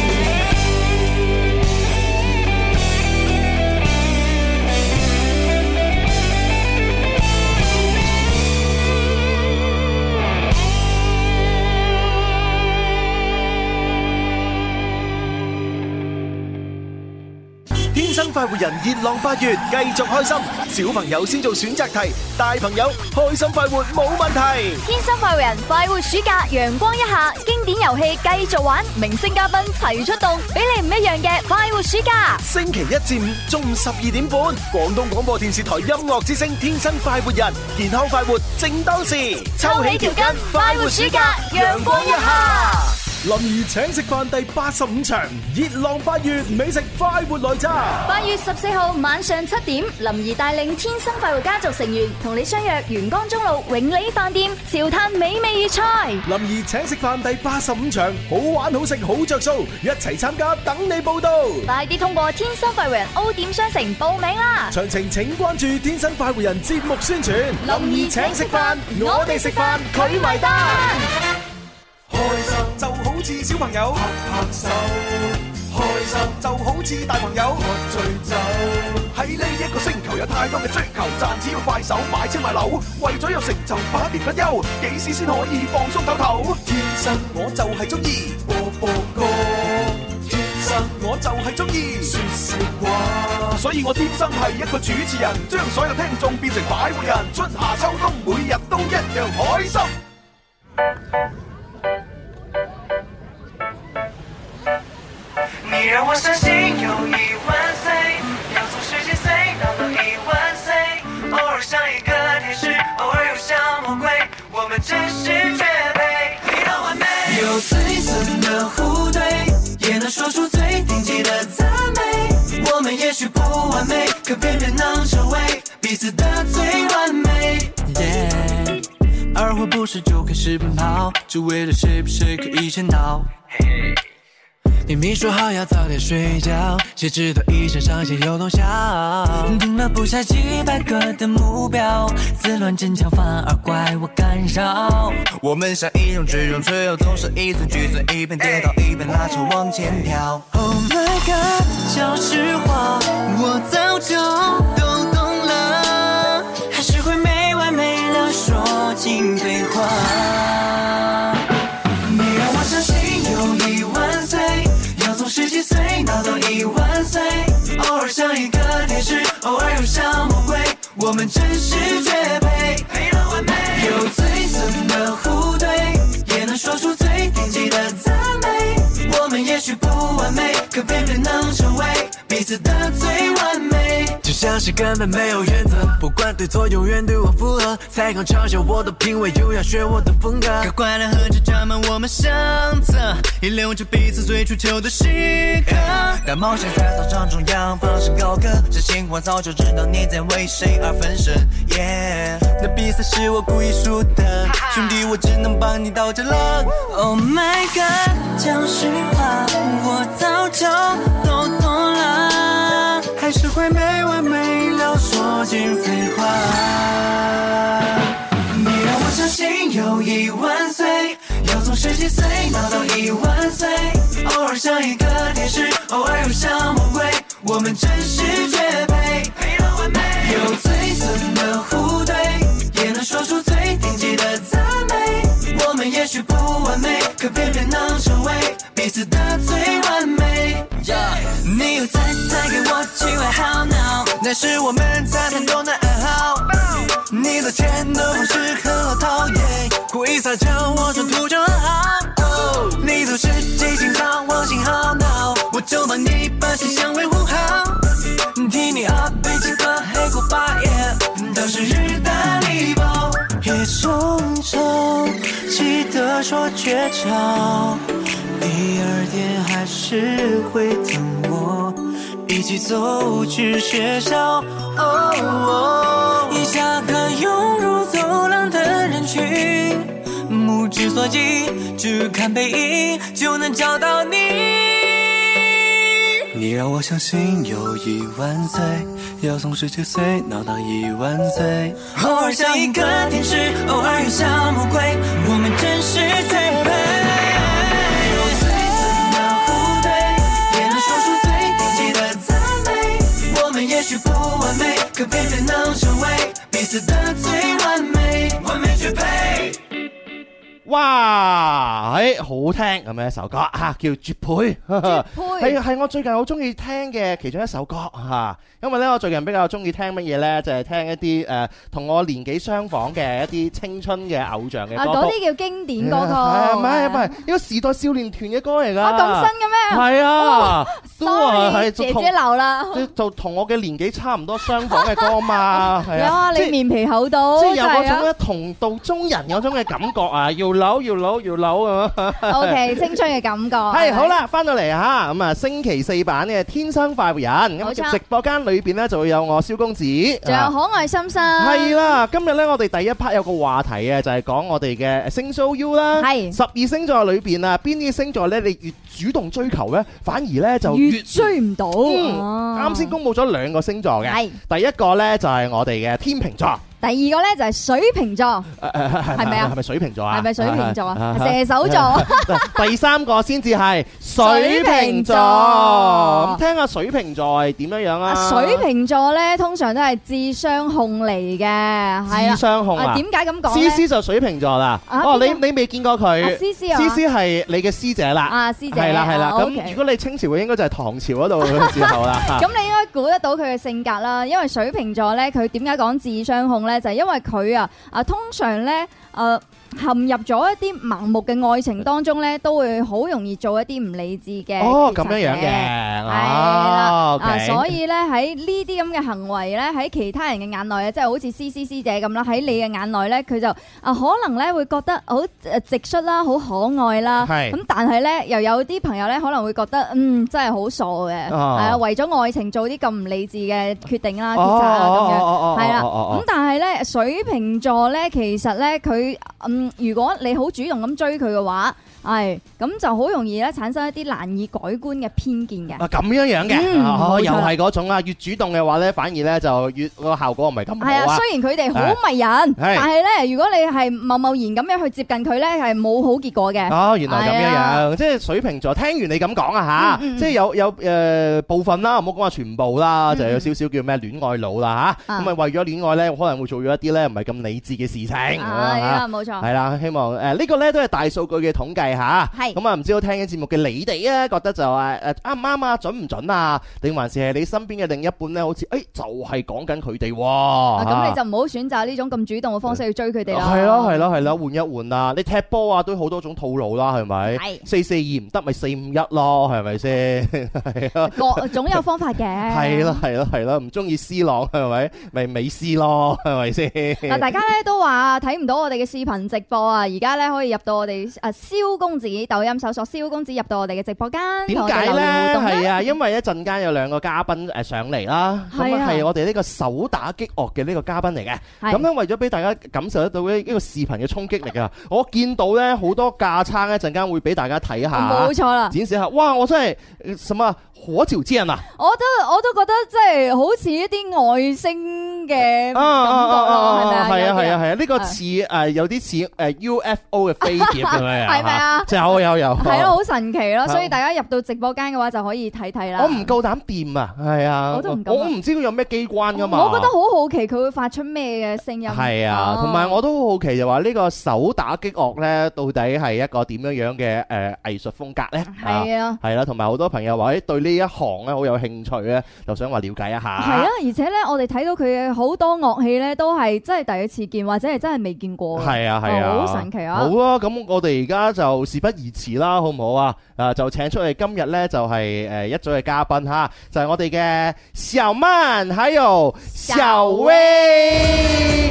S1: 天生快活人熱浪八月繼續開心，小朋友先做選擇題，大朋友開心快活冇問題。
S6: 天生快活人快活暑假，陽光一下，經典遊戲繼續玩，明星嘉賓齊出動，俾你唔一樣嘅快活暑假。
S1: 星期一至五中午十二點半，廣東廣播電視台音樂之聲《天生快活人》，健康快活正當時，
S6: 抽起條筋，快活暑假，陽光一下。
S10: 林怡請食飯第八十五場，熱浪八月，美食快活來揸。
S6: 八月十四號晚上七點，林怡帶領天生快活家族成員同你相約沿江中路永利飯店，潮嘆美味粵菜。
S10: 林怡請食飯第八十五場，好玩好食好着數，一齊參加，等你報到。
S6: 快啲通過天生快活人 O 點商城報名啦！
S10: 詳情請關注《天生快活人》節目宣傳。
S6: 林怡請食飯我哋食飯佢埋單
S2: 開心就好似小朋友拍拍手，開心就好似大朋友喝醉酒。喺呢一個星球有太多嘅追求，賺錢要快手買車買樓，為咗有成就百年不休，幾時先可以放鬆唞唞？天生我就係中意播播歌，天生我就係中意説笑話，所以我天生係一個主持人，將所有聽眾變成快活人，春夏秋冬每日都一樣開心。
S11: 你让我相信有一万岁，要从十几岁到了一万岁，偶尔像一个天使，偶尔又像魔鬼，我们真是绝配，你的完美。有自尊的互怼，也能说出最顶级的赞美。我们也许不完美，可偏偏能成为彼此的最完美。Yeah，二话不说就开始奔跑，只为了谁比谁可以先到。明明说好要早点睡觉，谁知道一身上线又通宵。定了啊不下几百个的目标，自乱阵脚反而怪我干扰。我们像一种追中追友，总是一寸举寸，一边跌倒一边拉扯往前跳。Oh my god，小实话，我早就都懂了，还是会没完没了说尽对话。你让我相信有一万岁，尔像一个天使，偶尔又像魔鬼，我们真是绝配，配到完美。有最深的互怼，也能说出最顶级的赞美。我们也许不完美，可偏偏能成为彼此的最完美。就像是根本没有原则，不管对错，永远对我附和。才敢嘲笑我的品味，又要学我的风格。可快乐和着沾满我们相册， 遗留着彼此最初求的时刻。但冒险在操场中央放声高歌，真心话早就知道你在为谁而分身。Yeah，那比赛是我故意输的，兄弟，我只能帮你到这了。Oh my god，讲实话，我早就都懂了，还是会没完没了说尽废话。你让我相信友谊万岁，要从十七岁闹到一万岁，偶尔像一个天使，偶尔又像魔鬼，我们真是绝配，配到完美。有最损的互怼，也能说出最顶级的赞美。我们也许不完美，可偏偏能成为彼此的最完美。你又再带给我机会好恼，那是我们在谈中的暗号。你的钱的方式很好讨厌，故意撒娇我中途就好。哦你总是记性好，忘性好恼，我就把你把形象维护好。替你啊喝杯鸡汤，黑锅巴耶，当生日大礼包。也终究记得说绝招，第二天还是会等我，一起走去学校。哦哦，一下课涌入走廊的人群，目之所及，只看背影就能找到你。你让我相信友谊万岁，要从十七岁闹到一万岁。偶尔像一个天使，偶尔又像魔鬼，我们真是绝配。有最自的互怼，也能说出最顶级的赞美。我们也许不完美，可偏偏能成为彼此的最完美，完美绝配。
S7: 哇，诶、好聽咁樣一首歌啊，叫《絕配》，
S6: 配
S7: 係係我最近好中意聽嘅其中一首歌吓、啊因為咧我最近比較中意聽乜嘢咧，就係聽一啲诶同我年紀相仿嘅一啲青春嘅偶像嘅
S6: 啊，
S7: 歌
S6: 嗰
S7: 曲。
S6: 啲叫經典歌曲。
S7: 係唔係唔係，呢個時代少年團嘅歌嚟㗎。
S6: 啊，咁 新嘅咩？
S7: 係啊，都話
S6: 哦 Sorry，
S7: 係
S6: 姐
S7: 同
S6: 姐流啦。
S7: 就就同我嘅年紀差唔多相仿嘅歌 嘛，係
S6: 有啊，
S7: 即
S6: 你
S7: 係
S6: 面皮厚到
S7: 即係有
S6: 真係
S7: 嗰
S6: 啊
S7: 種咧同道中人有種嘅感覺啊，要扭要扭要扭咁樣。
S6: O K，青春嘅感覺。
S7: 係好，啦，翻到嚟吓，咁啊星期四版嘅《天生快活人》，
S6: 冇
S7: 咁
S6: 錯
S7: 直播間裏边咧就會有我蕭公子，
S6: 仲有
S7: 啊
S6: 可愛心心。
S7: 係啦，今日咧我哋第一 part 有個話題嘅，就係講我哋嘅星 show U 啦，
S6: 係
S7: 十二星座裏边啊，邊啲星座咧你越主動追求咧，反而咧就
S6: 越追唔到。
S7: Ừ. 嗯
S6: 哦
S7: 啱先公布咗兩個星座嘅
S6: 係，
S7: 第一個咧就係我哋嘅天秤座，
S6: 第二個咧就係水瓶座，
S7: 係
S6: 咪啊
S7: 係咪水瓶座啊？
S6: 係咪水瓶座啊？射手座。
S7: 第三個先至係水瓶座，
S6: 水瓶座
S7: 咁聽下水瓶座係點樣樣啊？
S6: 水瓶座咧，通常都係智商控嚟嘅，係啦
S7: 智。商控
S6: 啊，
S7: 啊
S6: 點解咁講
S7: C
S6: 咧？
S7: C 就水瓶座啦，
S6: 啊
S7: 哦，你
S6: 邊個
S7: 你未見過佢
S6: 啊，C C 啊
S7: ，C C 係你嘅師姐啦，
S6: 啊，師姐
S7: 係啦係啦，
S6: 啊
S7: 咁
S6: ，OK
S7: 如果你清朝嘅應該就係唐朝嗰度嘅時候啦，嚇
S6: 咁你應該估得到佢嘅性格啦，因為水瓶座咧，佢點解講智商控咧，就係、因為佢啊啊通常咧誒、呃陷入咗一啲盲目嘅愛情當中咧，都會好容易做一啲唔理智嘅
S7: 哦
S6: 決策
S7: 咁樣樣嘅，
S6: 係
S7: 哦
S6: 啦，啊
S7: OK
S6: 所以咧喺呢啲咁嘅行為咧，喺其他人嘅眼內啊，即係好似 C C C 姐咁啦，喺你嘅眼內咧，佢就啊可能咧會覺得好誒直率啦，好可愛啦，
S7: 係
S6: 啊咁但係咧又有啲朋友咧可能會覺得嗯真係好傻嘅，係
S7: 哦
S6: 啊為咗愛情做啲咁唔理智嘅決定啦、
S7: 哦
S6: 抉擇啦
S7: 哦
S6: 啊咁樣
S7: 哦哦哦，
S6: 係啦。
S7: 哦哦
S6: 咁但係咧水瓶座咧，其實咧佢嗯，如果你好主動咁追佢嘅話，係咁就好容易咧產生一啲難以改觀嘅偏見嘅。
S7: 啊咁樣樣嘅，
S6: 嗯冇
S7: 哦
S6: 錯
S7: 又係嗰種啊，越主動嘅話咧，反而咧就越個效果唔係咁
S6: 係
S7: 好
S6: 啊，
S7: 啊。
S6: 雖然佢哋好迷人，但係咧，如果你係貿貿然咁樣去接近佢咧，係冇好結果嘅。
S7: 哦，原來咁樣
S6: 係
S7: 樣，
S6: 啊
S7: 即係水瓶座。聽完你咁講啊
S6: 嗯嗯
S7: 嚇，即係有有誒部分啦，唔好講話全部啦，
S6: 嗯
S7: 就有少少叫咩戀愛腦啦嚇。
S6: 啊
S7: 咁啊為咗戀愛咧，可能會做咗一啲呢唔係咁理智嘅事情。咁樣
S6: 啊，
S7: 嚇
S6: 冇錯。
S7: 係啦，希望呃誒呢個咧都係大數據嘅統計嚇。
S6: 係
S7: 咁啊，唔知道聽緊節目嘅你哋啊，覺得就誒誒啱唔啱啊，準唔準啊？定還是係你身邊嘅另一半咧，好似誒就係講緊佢哋喎。
S6: 啊咁你
S7: 嚇
S6: 就唔好選擇呢種咁主動嘅方式去追佢哋啦。
S7: 係咯係咯係咯，換一換啊！你踢波啊，都好多種套路啦，係咪？
S6: 係
S7: 四四二唔得，咪四五一咯，係咪先？係咯。
S6: 各總有方法嘅。
S7: 係咯。係咯係咯，唔中意 C 朗係咪？咪美斯咯，係咪先？
S6: 嗱，大家咧都話睇唔到我哋嘅視頻直播啊，而家咧可以入到我哋啊蕭公子抖音搜索蕭公子入到我哋嘅直播間，
S7: 點
S6: 同我哋
S7: 解
S6: 留言
S7: 呢？
S6: 互動
S7: 係
S6: 啦。
S7: 啊，因為一陣間有兩個嘉賓誒上嚟啦，咁
S6: 係
S7: 啊
S6: 啊
S7: 係我哋呢個手打擊樂嘅呢個嘉賓嚟嘅。
S6: 係
S7: 咁咧為咗俾大家感受得到呢呢個視頻嘅衝擊力啊，我見到呢好多架撐一陣間會俾大家睇下
S6: 冇。啊錯啦，
S7: 展示下，哇！我真係呃什麼火朝之人啊！
S6: 我都我都覺得即係好似一啲外星嘅感覺
S7: 啊啊啊啊
S6: 咯，係咪
S7: 啊！
S6: 啊？
S7: 係啊
S6: 有啲
S7: 係啊
S6: 人
S7: 係啊！呢個
S6: 啊
S7: 似誒有啲似呃誒 UFO 嘅飛碟咁樣 啊！
S6: 係咪啊
S7: 有有有！
S6: 係咯，好神奇咯，
S7: 啊
S6: 所以大家入到直播間嘅話就可以睇睇啦。
S7: 我唔夠膽掂啊！係啊！
S6: 我都唔敢啊
S7: 我唔知佢有咩機關噶嘛。
S6: 我覺得好好奇佢會發出咩嘅聲音。
S7: 係啊，同埋我都好好奇就話呢個手打擊樂呢，到底係一個點樣樣嘅誒藝術風格呢？
S6: 係啊。
S7: 係啦，同埋好多朋友話誒對呢一行咧好有興趣咧，就想話了解一下。
S6: 係啊，而且咧，我哋睇到佢嘅好多樂器咧，都係真係第一次見，或者係真係未見過。
S7: 係啊，係啊，
S6: 哦好神奇啊
S7: 好啊，咁我哋而家就事不宜遲啦，好唔好啊？啊，就請出嚟今日呢，就係誒一組嘅嘉賓哈，就係我哋嘅小曼，還有小薇。
S6: 哎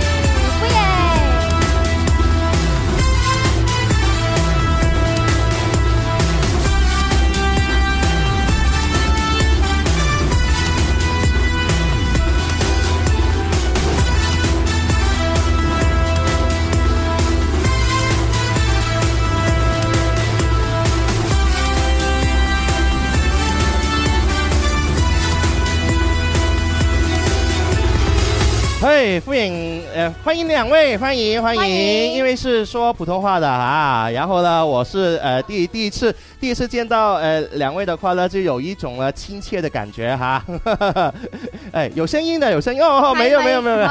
S7: 嘿，傅颖，呃，欢迎两位，欢迎欢
S6: 欢
S7: 迎，
S6: 迎
S7: 因为是说普通话的啊，然后呢，我是呃第第一次第一次见到呃两位的话呢，就有一种呢亲切的感觉哈， 哎，有声音的，有声音哦，哦没有没有没有 没有，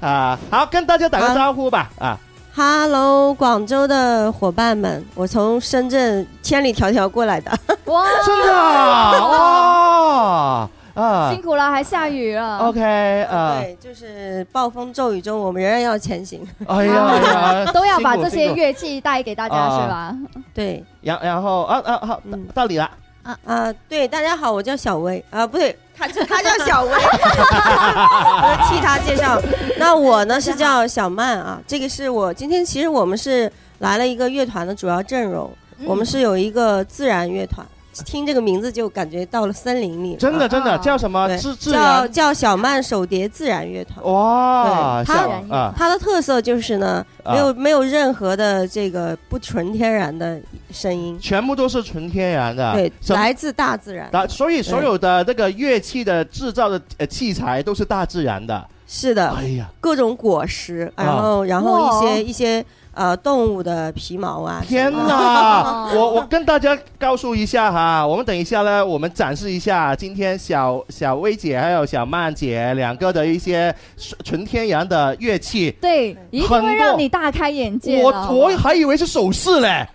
S7: 啊，好，跟大家打个招呼吧，啊，
S12: Hello，广州的伙伴们，我从深圳千里迢迢过来的。
S6: 哇，
S7: 真的啊，哇，啊
S6: 辛苦啦，还下雨啦。
S7: ，OK，啊，
S12: 对，就是暴风骤雨中，我们仍然要前行。
S7: 哎呀哎呀，
S6: 都要把
S7: 辛苦
S6: 这
S7: 辛
S6: 些
S7: 苦
S6: 乐器带给大家，
S7: 啊
S6: 是吧？
S12: 对
S7: 然然后啊啊好
S12: 嗯，
S7: 到你了。
S12: 啊啊、对，大家好，我叫小薇啊、不对，她她叫小薇，我呃替她介绍。那我呢是叫小曼啊，这个是我今天其实我们是来了一个乐团的主要阵容，我们是有一个自然乐团，听这个名字就感觉到了森林里了啊，
S7: 真的真的
S6: 啊
S7: 叫什么
S12: 对
S7: 自自
S12: 叫
S7: 然哦
S12: 叫小曼手碟自然乐团。
S7: 哇，
S12: 对
S7: 小
S6: 它
S7: 啊
S12: 它的特色就是呢，
S7: 啊
S12: 没有、没有任何的这个不纯天然的声音，
S7: 全部都是纯天然的，
S12: 对，
S7: 啊什么
S12: 来自大自然。
S7: 啊，所以所有的这个乐器的制造的呃器材都是大自然的。
S12: 是的，
S7: 哎呀，
S12: 各种果实，
S7: 啊
S12: 然后然后一
S6: 哇
S12: 些一些呃动物的皮毛啊。
S7: 天哪！我我跟大家告诉一下哈，我们等一下呢，我们展示一下今天小小薇姐还有小曼姐两个的一些纯纯天然的乐器。
S6: 对，一定
S7: 很多
S6: 会让你大开眼界的。
S7: 我我还以为是首饰嘞，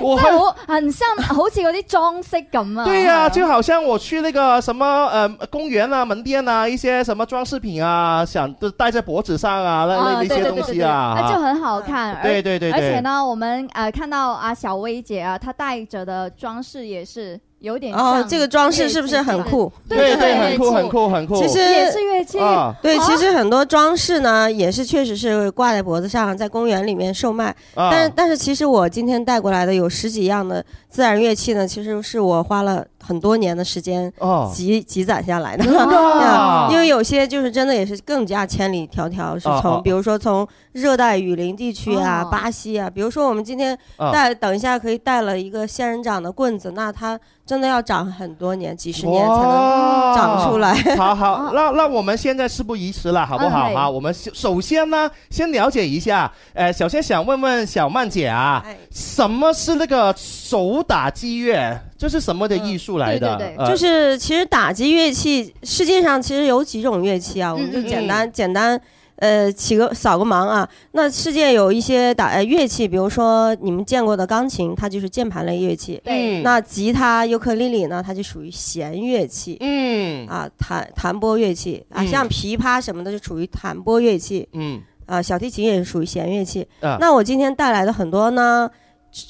S7: 我
S6: 啊真
S7: 还
S6: 係好，很像，好似嗰啲裝飾咁啊。
S7: 对呀、
S6: 係
S7: 就好像我去那个什么呃公园啊、门店啊，一些什么装饰品啊，想都戴在脖子上啊，那那
S6: 啊，
S7: 那
S6: 对对
S7: 些
S6: 对
S7: 东
S6: 对对
S7: 西
S6: 对，啊就
S7: 啊，
S6: 啊很好看。而
S7: 对对对
S6: 而且
S7: 对，
S6: 呢，我们呃看到啊，小薇姐啊，她戴着的装饰也是有点
S12: 哦
S6: 像，
S12: 这个装饰是不是很酷？
S7: 对
S6: 对
S7: 对，
S6: 对
S7: 很酷
S6: 对
S7: 很酷很酷，
S12: 其
S6: 也
S12: 实
S6: 是乐器。
S7: 啊
S12: 对，
S6: 啊
S12: 其实很多装饰呢，也是确实是挂在脖子上，在公园里面售卖。
S7: 啊，
S12: 但但是其实我今天带过来的有十几样的自然乐器呢，其实是我花了很多年的时间
S7: 哦，
S12: 积积攒下来的。
S7: 真的啊，
S12: 因为有些就是真的也是更加千里迢迢，是
S7: 哦哦
S12: 从比如说从热带雨林地区啊、
S6: 哦
S12: 巴西啊，比如说我们今天
S7: 啊
S12: 带等一下可以带了一个仙人掌的棍子，那它真的要长很多年、几十年才能
S7: 哇
S12: 长出。 来。
S7: 好好，那那我们现在事不宜迟了，好不好
S6: 哎
S7: 啊？我们首首先呢，先了解一下，呃，首先想问问小曼姐啊，
S12: 哎，
S7: 什么是那个手打击乐？这是什么的艺术来的？呃
S12: 就是其实打击乐器，世界上其实有几种乐器啊，我们就简单简单。呃，起个扫个盲啊！那世界有一些打呃乐器，比如说你们见过的钢琴，它就是键盘类乐器。
S7: 对嗯
S12: 那吉他、尤克里里呢，它就属于弦乐器。
S7: 嗯。
S12: 啊，弹弹拨乐器啊，
S7: 嗯
S12: 像琵琶什么的就属于弹拨乐器。
S7: 嗯。
S12: 啊，小提琴也是属于弦乐器。
S7: 啊
S12: 那我今天带来的很多呢，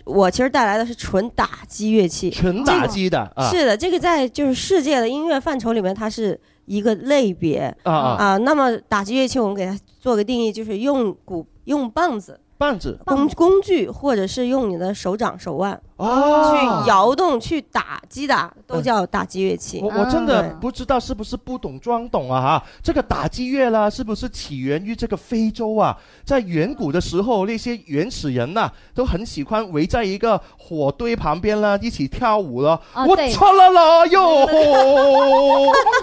S12: 我其实带来的是纯打击乐器。
S7: 纯打击的，啊
S12: 是的，这个在就是世界的音乐范畴里面，它是一个类别
S7: 啊啊
S12: 那么打击乐器，我们给它做个定义，就是用鼓、用棒子、
S7: 棒子、
S12: 工工具，或者是用你的手掌、手腕
S7: 哦
S12: 去摇动、去打、击打，
S7: 嗯
S12: 都叫打击乐器。
S7: 我我真的
S12: 对
S7: 不知道是不是不懂装懂啊哈！这个打击乐啦，是不是起源于这个非洲啊？在远古的时候，那些原始人呐、都很喜欢围在一个火堆旁边啦，一起跳舞了。
S12: 哦
S13: 啊
S7: 我
S13: 对
S7: 操啦啦哟吼！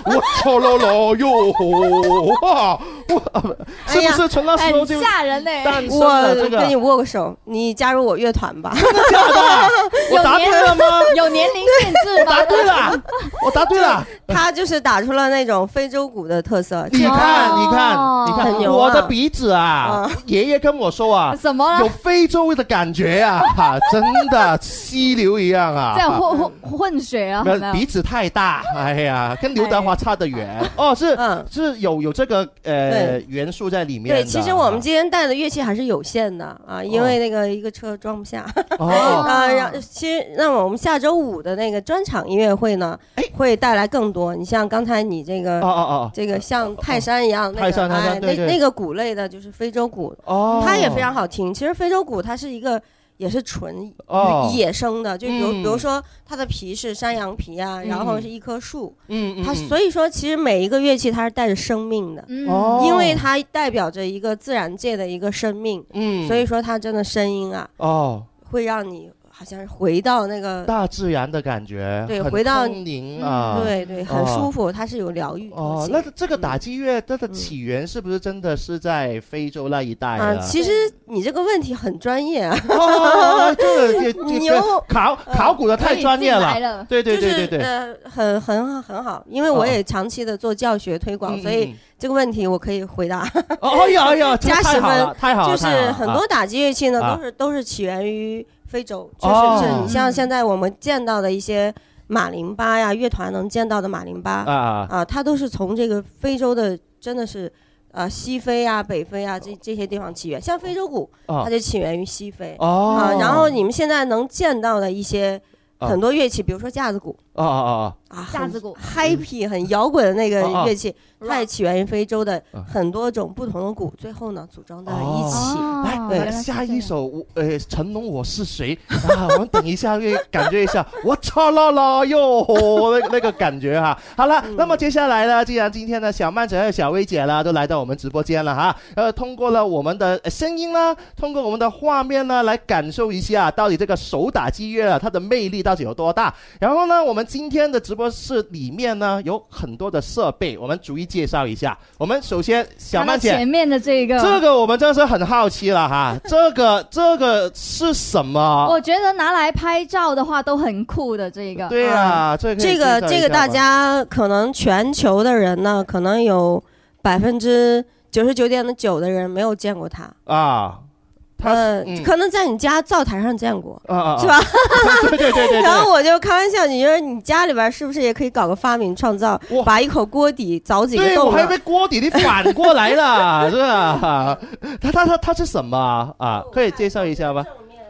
S7: 我操啦啦哟吼！哇，我啊不是不是从那时候
S12: 哎
S7: 就诞生
S12: 我哎
S7: 了这个？
S12: 跟你握个手，你加入我乐团 吧。真
S7: 的假的我答对了吗？我答对了，我答对了。
S12: 他就是打出了那种非洲鼓的特色。
S7: 你看，你看，你
S12: 哦很
S7: 看，
S12: 牛啊嗯
S7: 我的鼻子啊！爷爷跟我说啊，
S6: 什么了
S7: 有非洲的感觉啊， 哈，真的溪流一样啊，
S6: 即係
S7: 哈
S6: 混混混血啊，
S7: 没
S6: 係
S7: 有
S6: 咪啊
S7: 鼻子太大，哎呀，跟刘德华差得远。哦，是是有有这个呃
S12: 对
S7: 元素在里面的。
S12: 嗯对，其实我们今天带的乐器还是有限的啊，因为那个一个车装不下。
S7: 哦
S12: 呃，然后其实那么我们下周五的那个专场音乐会呢，会带来更多。你像刚才你这个，
S7: 哎哦哦哦
S12: 这个像泰山一样，那
S7: 泰
S12: 个
S7: 山泰山
S12: 哎
S7: 对对
S12: 那那个鼓类的就是非洲鼓，
S7: 哦
S12: 它也非常好听。其实非洲鼓它是一个。也是纯
S7: 哦
S12: 野生的，就比如、比
S7: 嗯
S12: 如说它的皮是山羊皮啊，然后
S7: 嗯
S12: 是一棵树，
S7: 嗯嗯
S12: 它
S7: 嗯
S12: 所以说其实每一个乐器它是带着生命的，
S7: 哦
S12: 因为它代表着一个自然界的一个生命，
S7: 嗯
S12: 所以说它真的声音啊，
S7: 哦，
S12: 会让你好像是回到那个
S7: 大自然的感觉，
S12: 对，
S7: 很
S12: 回到
S7: 空灵啊，
S12: 嗯对对，很舒
S7: 哦
S12: 服，它是有疗愈
S7: 哦，那这个打击乐它的
S12: 嗯
S7: 起源是不是真的是在非洲那一带
S12: 啊
S7: 啊？。
S12: 其实你这个问题很专业啊，
S7: 哦，这个这这
S12: 你又
S7: 这考考古的太专业
S12: 呃可以进来
S7: 了
S12: 了，
S7: 对对对
S12: 就
S7: 对
S12: 是
S7: 对，
S12: 呃，很很很好，因为我也长期的做教学推广，
S7: 嗯
S12: 所
S7: 嗯
S12: 以
S7: 嗯
S12: 这个问题我可以回答。
S7: 哦哎呀哎呀这
S12: 加
S7: 太
S12: 十
S7: 好了
S12: 分，
S7: 太好了
S12: 就是
S7: 啊太好了
S12: 很多打击乐器呢，
S7: 啊
S12: 都是都是起源于非洲，就
S7: 哦
S12: 是是你
S6: 嗯
S12: 像现在我们见到的一些马林巴呀，乐团能见到的马林巴
S7: 啊
S12: 啊，它都是从这个非洲的，真的是。啊，西非啊，北非啊，这这些地方起源，像非洲鼓，
S7: 哦
S12: 它就起源于西非
S7: 哦
S12: 啊。然后你们现在能见到的一些
S7: 啊
S12: 很多乐器，比如说架子鼓，
S7: 哦哦哦
S12: 啊，
S6: 架
S12: 很
S6: 子鼓
S12: happy 很摇滚的那个
S7: 哦哦
S12: 乐器，它也起源于非洲的
S7: 啊
S12: 很多种不同的鼓，最后呢组装到了一起
S7: 哦。来，
S12: 对
S7: 来，下一首我呃，成龙我是谁 啊？我们等一下会感觉一下，我操啦啦哟， 那那个感觉哈。好了，那么接下来呢，既然今天呢，小曼姐还有小薇姐啦都来到我们直播间了哈，呃，通过了我们的呃声音啦，通过我们的画面呢，来感受一下到底这个手打击乐啊，它的魅力到底有多大。然后呢，我们今天的直播室里面呢，有很多的设备，我们逐一介绍一下。我们首先，小
S6: 看到
S7: 曼姐
S6: 前。面的这个，
S7: 这个我们真的是很好奇 了哈，这个这个是什么？
S6: 我觉得拿来拍照的话都很酷的这个。
S7: 对啊，这个
S12: 这个这个大家可能全球的人呢，可能有百分之九十九点九的人没有见过它。
S7: 啊，它
S12: 呃，
S7: 嗯
S12: 可能在你家灶台上见过，
S7: 啊啊
S12: 是吧？
S7: 对对对对。
S12: 然后我就开玩笑，你说你家里边是不是也可以搞个发明创造，把一口锅底凿几个啊
S7: 对，我
S12: 洞
S7: 还以
S12: 呢？
S7: 为锅底你反过来 了，是吧？它它它它是什么啊啊？可以介绍一下吗？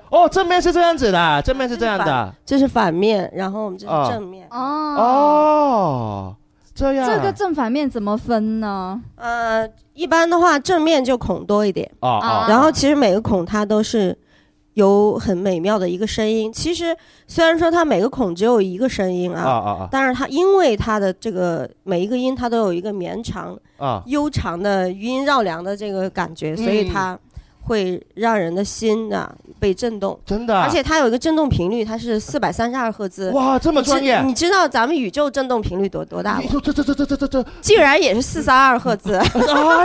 S7: 哦，正面是这样子的，正面是这样的。
S12: 这是反面，然后我们这
S7: 啊
S12: 是正面。
S6: 哦，
S7: 哦，这样。
S6: 这个正反面怎么分呢？
S12: 呃，一般的话正面就孔多一点，
S7: 哦哦
S12: 然后其实每个孔它都是有很美妙的一个声音。其实虽然说它每个孔只有一个声音啊，
S7: 啊啊啊
S12: 但是它因为它的这个每一个音它都有一个绵长、
S7: 啊嗯
S12: 悠长的余音绕梁的这个感觉，所以它。会让人的心呐、被震动。
S7: 真的啊
S12: 而且它有一个震动频率，它是四百三十二赫兹。
S7: 哇这么
S12: 你知
S7: 专业
S12: 你知道咱们宇宙震动频率多多大吗？
S7: 这这这这这这这，
S12: 竟然也是四三二赫 兹。
S7: 哎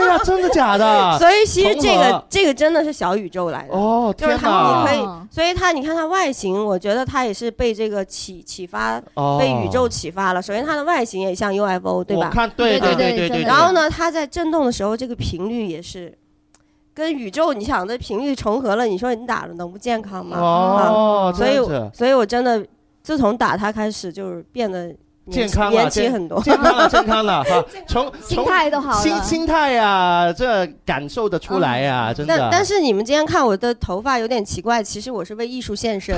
S7: 呀，真的假的？
S12: 所以其实这
S7: 重
S12: 个
S7: 合
S12: 这个真的是小宇宙来的
S7: 哦
S12: 就是
S7: 天
S12: 它
S7: 哪
S12: 你可以，所以它你看它外形，我觉得它也是被这个启启发，
S7: 哦
S12: 被宇宙启发了。首先它的外形也像 UFO，对吧？
S7: 我看对对对对对对对对
S12: 然后呢，它在震动的时候，这个频率也是。跟宇宙你想的频率重合了，你说你打了能不健康吗？啊
S7: 哦
S12: 所以
S7: 这样
S12: 我
S7: 子
S12: 所以我真的自从打它开始，就是变得年
S7: 健
S12: 轻
S7: 康了，
S12: 年轻
S7: 健
S12: 很多，
S7: 健康了，啊健 康了哈。从
S12: 心态都好了
S7: 心心态呀，这感受得出来呀，真的
S12: 但。嗯但是你们今天看我的头发有点奇怪，其实我是为艺术献 身，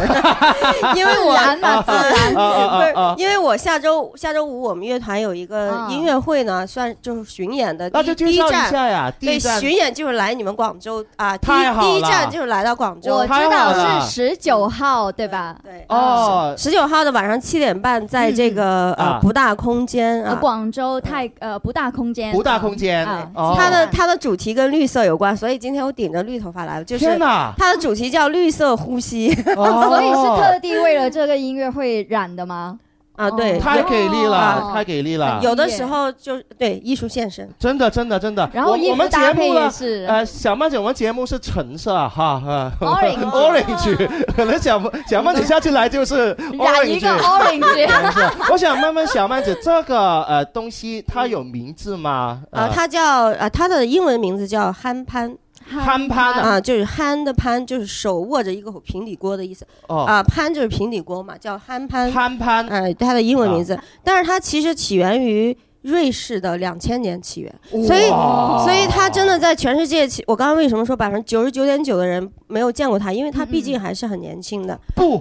S12: 因为我
S7: 自然 嘛自然啊啊啊啊啊啊
S12: 不是因为我下周下周五我们乐团有一个音乐会呢，算就是巡演的第
S7: 那就介绍一
S12: 第
S7: 下呀第一
S12: 对，
S7: 站
S12: 巡演就是来你们广州啊，第
S7: 太好
S12: 一
S7: 了
S12: 第一站就是来到广州，
S6: 我知道是十九号，对吧？
S12: 对
S7: 哦，
S12: 十九号的晚上七点半，在这个
S7: 啊
S12: 呃不大空间
S6: 呃
S12: 啊，
S6: 广州太呃不大空间，
S7: 嗯不大空间
S6: 啊，
S7: 哦
S12: 它的它的主题跟绿色有关，所以今天我顶着绿头发来了，就是
S7: 天哪哦
S12: 它的主题叫绿色呼吸，
S6: 所以是特地为了这个音乐会染的吗？
S12: 啊，对，
S7: 太给力了
S12: 哦，
S7: 太给力了。
S12: 有的时候就是对艺术献身，
S7: 真的，真的，真的。
S12: 然后
S7: 我
S12: 衣服
S7: 我们节
S12: 搭配
S7: 目
S12: 也
S7: 呢
S12: 是，
S7: 呃，小曼姐，我们节目是橙色啊哈哈
S6: Orange
S7: orange，可能小小曼姐下次来就是
S6: 染一
S7: orange
S6: 个 orange
S7: 橙色我想问问小曼姐，这个呃东西它有名字吗？呃
S12: 啊，它叫啊，它的英文名字叫憨潘。
S7: 憨潘啊
S12: 啊，就是憨的潘，就是手握着一口平底锅的意思。
S7: 哦
S12: 啊，潘就是平底锅嘛，叫憨
S6: 嗯
S12: 潘。
S7: 憨潘，
S12: 哎，它的英文名字，
S7: 啊
S12: 但是它其实起源于瑞士的两千年起源，所以
S13: 哇
S12: 所以它真的在全世界起，我刚刚为什么说百分之九十九点九的人没有见过它，因为它毕竟还是很年轻的。
S7: 不，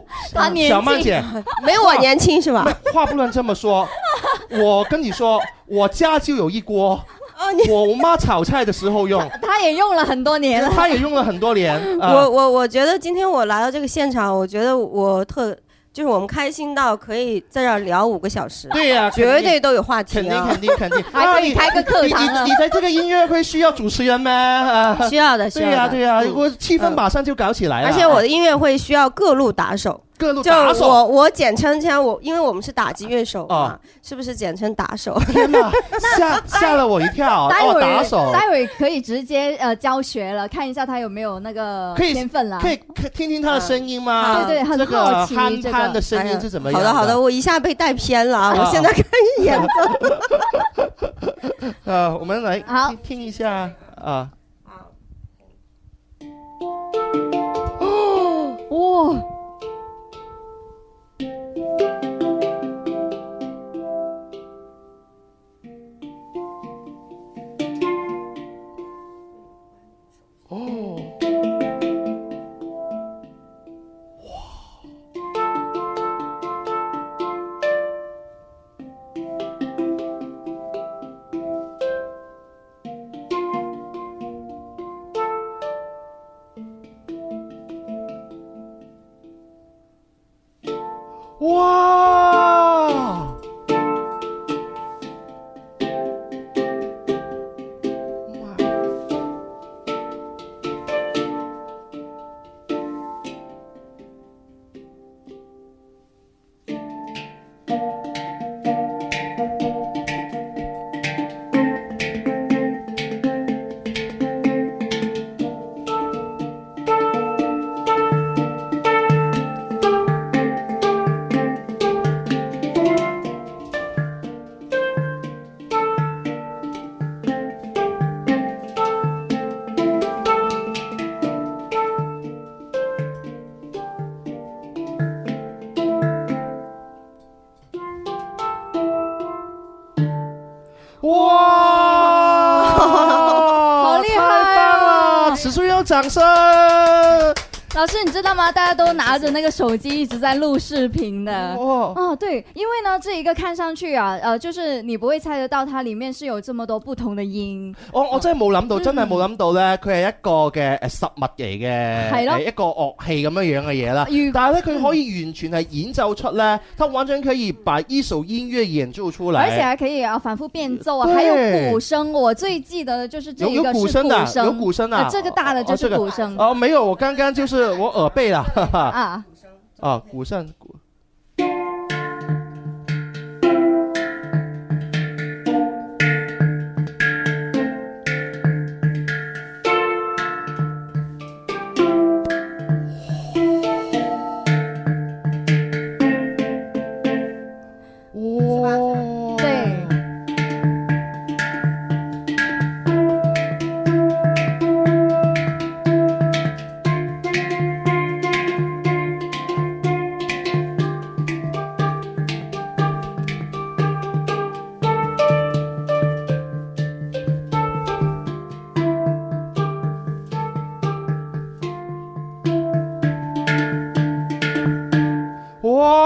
S12: 他
S7: 啊
S12: 年轻
S7: 小曼姐
S12: 没有我年轻是吧？
S7: 话不能这 么说，我跟你说，我家就有一锅，我妈炒菜的 时候用，
S6: 他哦也用了很多年了，
S7: 她也用了很多年。啊
S12: 我我我觉得今天我来到这个现场，我觉得我特就是我们开心到可以在这儿聊五个小时，
S7: 对呀肯定
S12: 绝对都有话题、啊，
S7: 肯定 肯定肯定，
S12: 还可以
S7: 啊
S12: 开个课
S7: 你
S12: 堂
S7: 你
S12: 了
S7: 你你在这个音乐会需要主 持人吗？啊
S12: 需要的需
S7: 对
S12: 要
S7: 呀
S12: 的
S7: 对呀，哎
S12: 嗯
S7: 我气氛马上就搞起来了。
S12: 而且我的音乐会需要各路打手，
S7: 各路
S12: 就
S7: 打手哦
S12: 我我简称称我，因为我们是打击乐手嘛，是不是简称打手？
S7: 天哪，吓吓了我一跳，
S6: 待会
S7: 让我
S6: 儿
S7: 打手。
S6: 待会儿可以直接呃教学了，看一下他有没有那个
S7: 可以
S6: 天分啦。啊
S7: 可以可听听他的声音吗？
S6: 对对很
S7: 这个
S6: 好奇
S7: 憨
S6: 这
S7: 憨
S6: 个
S7: 的哦声
S12: 哎呀
S7: 音是怎么
S12: 好
S7: 样？
S12: 的好的，，我一下被带偏了啊！我现在开始演奏。
S7: 呃，我们来
S6: 好
S7: 听听一下啊。
S6: 哇，
S7: 哦，哇！哇， 好
S6: 厉害啊
S7: 太棒了！此处要掌声。
S6: 老师，你知道吗？大家都拿着那个手机一直在录视频的。
S7: 哦
S6: 哦，对，因为呢，这一个看上去啊，呃，就是你不会猜得到它里面是有这么多不同的音。
S7: 我我真係冇諗到，真係
S6: 嗯
S7: 冇諗到咧，佢係一個嘅誒實物嚟嘅，呃
S6: 係咯
S7: 誒一個樂器咁樣樣嘅嘢啦
S6: 如。嗯
S7: 但係咧，佢可以完全係演奏出咧，他完全可以把一首音樂演奏出
S6: 而且
S7: 來。
S6: 还可以啊，反复变奏啊，
S7: 对
S6: 还有鼓声。我最记得的就是这
S7: 有
S6: 一
S7: 有
S6: 个是
S7: 鼓声的，有鼓声的
S6: 呃，这个大的
S7: 哦
S6: 就是
S7: 这个
S6: 鼓声
S7: 哦，没有，我刚刚就是我耳背了，哈哈。
S6: 啊。
S7: 哦，鼓声，鼓
S6: 对，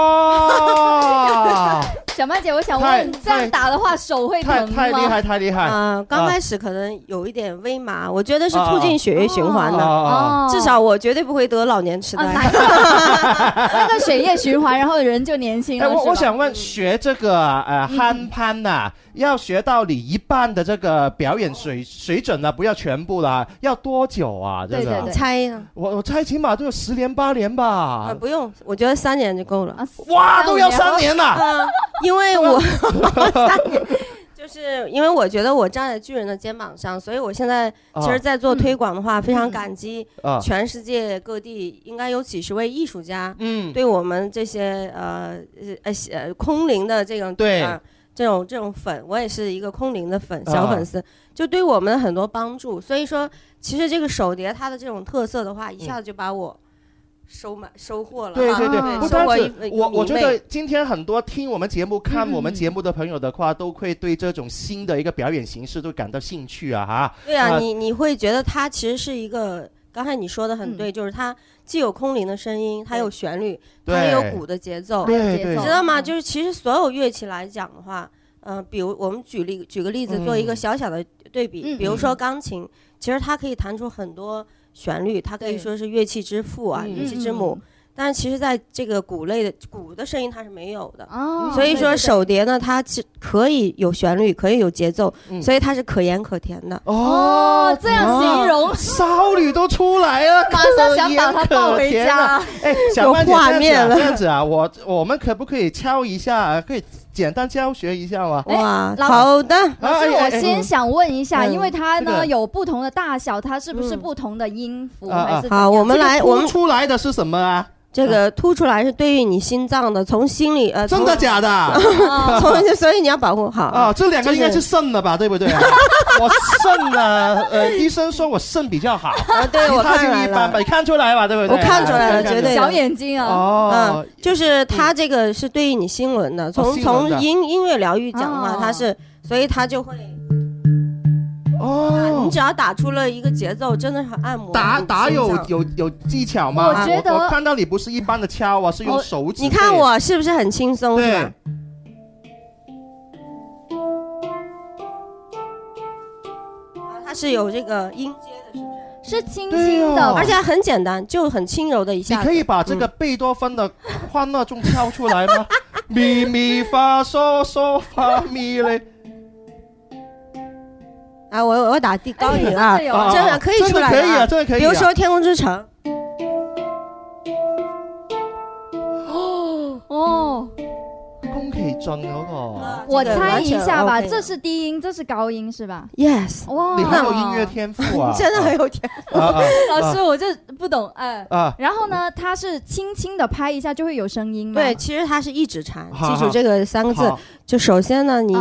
S7: 哇！
S6: 小曼姐，我想
S7: 太
S6: 问，这样
S7: 太
S6: 打的话手会
S7: 太
S6: 疼
S7: 太厉害，
S6: 吗？
S7: 太厉害！
S12: 啊，刚开始可能有一点微麻，我觉得是促进血液循环的，
S7: 啊哦，
S6: 哦
S12: 至少我绝对不会得老年痴
S6: 啊，
S12: 呆。
S6: 难怪那个血液循环，然后人就年轻
S7: 哎，
S6: 了。是
S7: 我
S6: 吧嗯
S7: 我想问，学这个呃憨潘呐、要学到你一半的这个表演水水准呢、不要全部啦，要多久啊？这
S6: 对
S7: 个
S6: 对对
S12: 猜呢？
S7: 我我猜起码都有十年八年
S12: 啊，
S7: 吧。
S12: 不用，我觉得三年就够了。
S6: 啊，
S7: 哇，
S6: 呃三
S7: 都要
S6: 年
S7: 三年啊了。
S12: 嗯，因为我三年就是因为我觉得我站在巨人的肩膀上，所以我现在其实，在
S7: 嗯
S12: 做推广的话，非常感激
S6: 哦
S7: 啊，
S12: 全世界各地应该有几十位艺术家
S7: 嗯，
S12: 对我们这些呃呃呃喜呃空灵的这种
S7: 对
S12: 啊这种这种粉，我也是一个空灵的粉
S7: 啊
S12: 小粉丝，就对我们很多帮助。所以说，其实这个手碟它的这种特色的话，一下子就把我收买收获了哈。
S7: 嗯对对对，
S6: 啊
S7: 不
S12: 收
S7: 单
S12: 获
S7: 止
S12: 一
S7: 我，我觉。
S12: 一个迷
S7: 得
S12: 妹
S7: 今天很多听我们节目、看我们
S6: 嗯
S7: 节目的朋友的话，都会对这种新的一个表演形式都感到兴趣啊！哈，
S12: 对啊，
S7: 啊
S12: 你你会觉得它其实是一个，刚才你说的很对，就是它既有空灵的声音，它有旋律，它
S7: 嗯对
S12: 也有鼓的节奏，你
S7: 对
S6: 节
S7: 对哦
S6: 奏
S12: 知道吗？
S6: 嗯
S12: 就是其实所有乐器来讲的话，嗯、比如我们举例举个例子，做一个
S7: 嗯
S12: 小小的对比，
S6: 嗯
S12: 比如说钢琴，其实它可以弹出很多旋律，它可以
S6: 对
S12: 说是乐器之父啊，
S7: 嗯
S12: 乐器之母。但是其实在这个鼓类的鼓的声音它是没有的，
S6: 哦，
S12: 所以说
S6: 对
S12: 手碟呢，它是可以有旋律，可以有节奏，
S7: 嗯
S12: 所以它是可盐可甜的。
S6: 哦，这样形容，
S7: 少啊女都出来了，
S6: 马上 想把她抱回
S7: 可怜啊。
S6: 家。
S7: 哎，小曼姐
S12: 有画面了
S7: 这样子啊，这样子啊我我们可不可以敲一下？可以简单教学一下吗？
S6: 哎
S12: 哇，
S6: 老
S12: 好的，
S6: 老师，
S7: 哎哎
S6: 我
S7: 哎
S6: 先想问一下，
S12: 嗯
S6: 因为它
S7: 这
S6: 呢
S7: 个
S6: 有不同的大小，它是不是
S12: 嗯
S6: 不同的音符？
S7: 啊啊
S6: 还是
S12: 好，我们来，我
S7: 凸
S12: 们
S7: 出来的是什么啊？
S6: 嗯
S12: 这个凸出来是对于你心脏的，从心里呃，
S7: 真的假的？
S6: 啊
S12: 从从所以你要保护好
S6: 哦
S7: 啊，。这两个
S12: 就是
S7: 应该是肾了吧，对不对 啊？我肾呢，呃，医生说我肾比较好，
S12: 啊，对，
S7: 其
S12: 我
S7: 他
S12: 看
S7: 就
S12: 出来
S7: 一般吧，
S12: 了，
S7: 你看出来吧，对不对？
S12: 我看出来了
S7: 啊
S12: 绝对
S6: 小眼睛啊，
S7: 哦
S12: 嗯，，就是它这个是对于你心轮的，从
S7: 心轮的
S12: 从音音乐疗愈讲的话
S6: 哦，
S12: 它是，所以它就会，你嗯
S7: 哦，
S12: 只要打出了一个节奏，真的是按摩
S7: 打
S12: 你
S7: 打
S12: 心
S7: 有
S12: 脏
S7: 有有技巧吗？
S6: 我觉得
S7: 我看到你不是一般的敲啊，是用
S12: 我
S7: 手指。
S12: 你看我是不是很轻松？是吧
S7: 对，
S12: 啊它是有这个音阶的，是不是？
S6: 是轻
S7: 对
S6: 轻
S7: 哦
S6: 的，
S12: 而且很简单，就很轻柔的一
S7: 你
S12: 下子。嗯
S7: 可以把这个贝多芬的欢乐颂敲出来 吗？咪咪发嗦嗦发咪 嘞，
S12: 啊，我我打地高音啊
S6: 哎真的，有
S12: 真的可以出来
S7: 真的可以
S12: 啊
S7: 啊，真的可以啊。
S12: 比如说《天空之城》，
S6: 哦，
S7: 宫崎骏嗰
S12: 嗯
S7: 个，
S6: 我猜一下吧，这
S12: 是
S6: 是低音，这是高音是吧？
S12: yes，
S6: 哇，
S7: 你很有音乐天赋啊！
S12: 真的很有天。
S7: 啊啊
S6: 老师，我就不懂，哎。
S7: 啊啊！
S6: 然后呢，它是轻轻的拍一下就会有声音吗？
S12: 对，，其实它是一指禅，
S7: 好
S12: 记住这个三个字
S7: 好。
S12: 就首先呢，你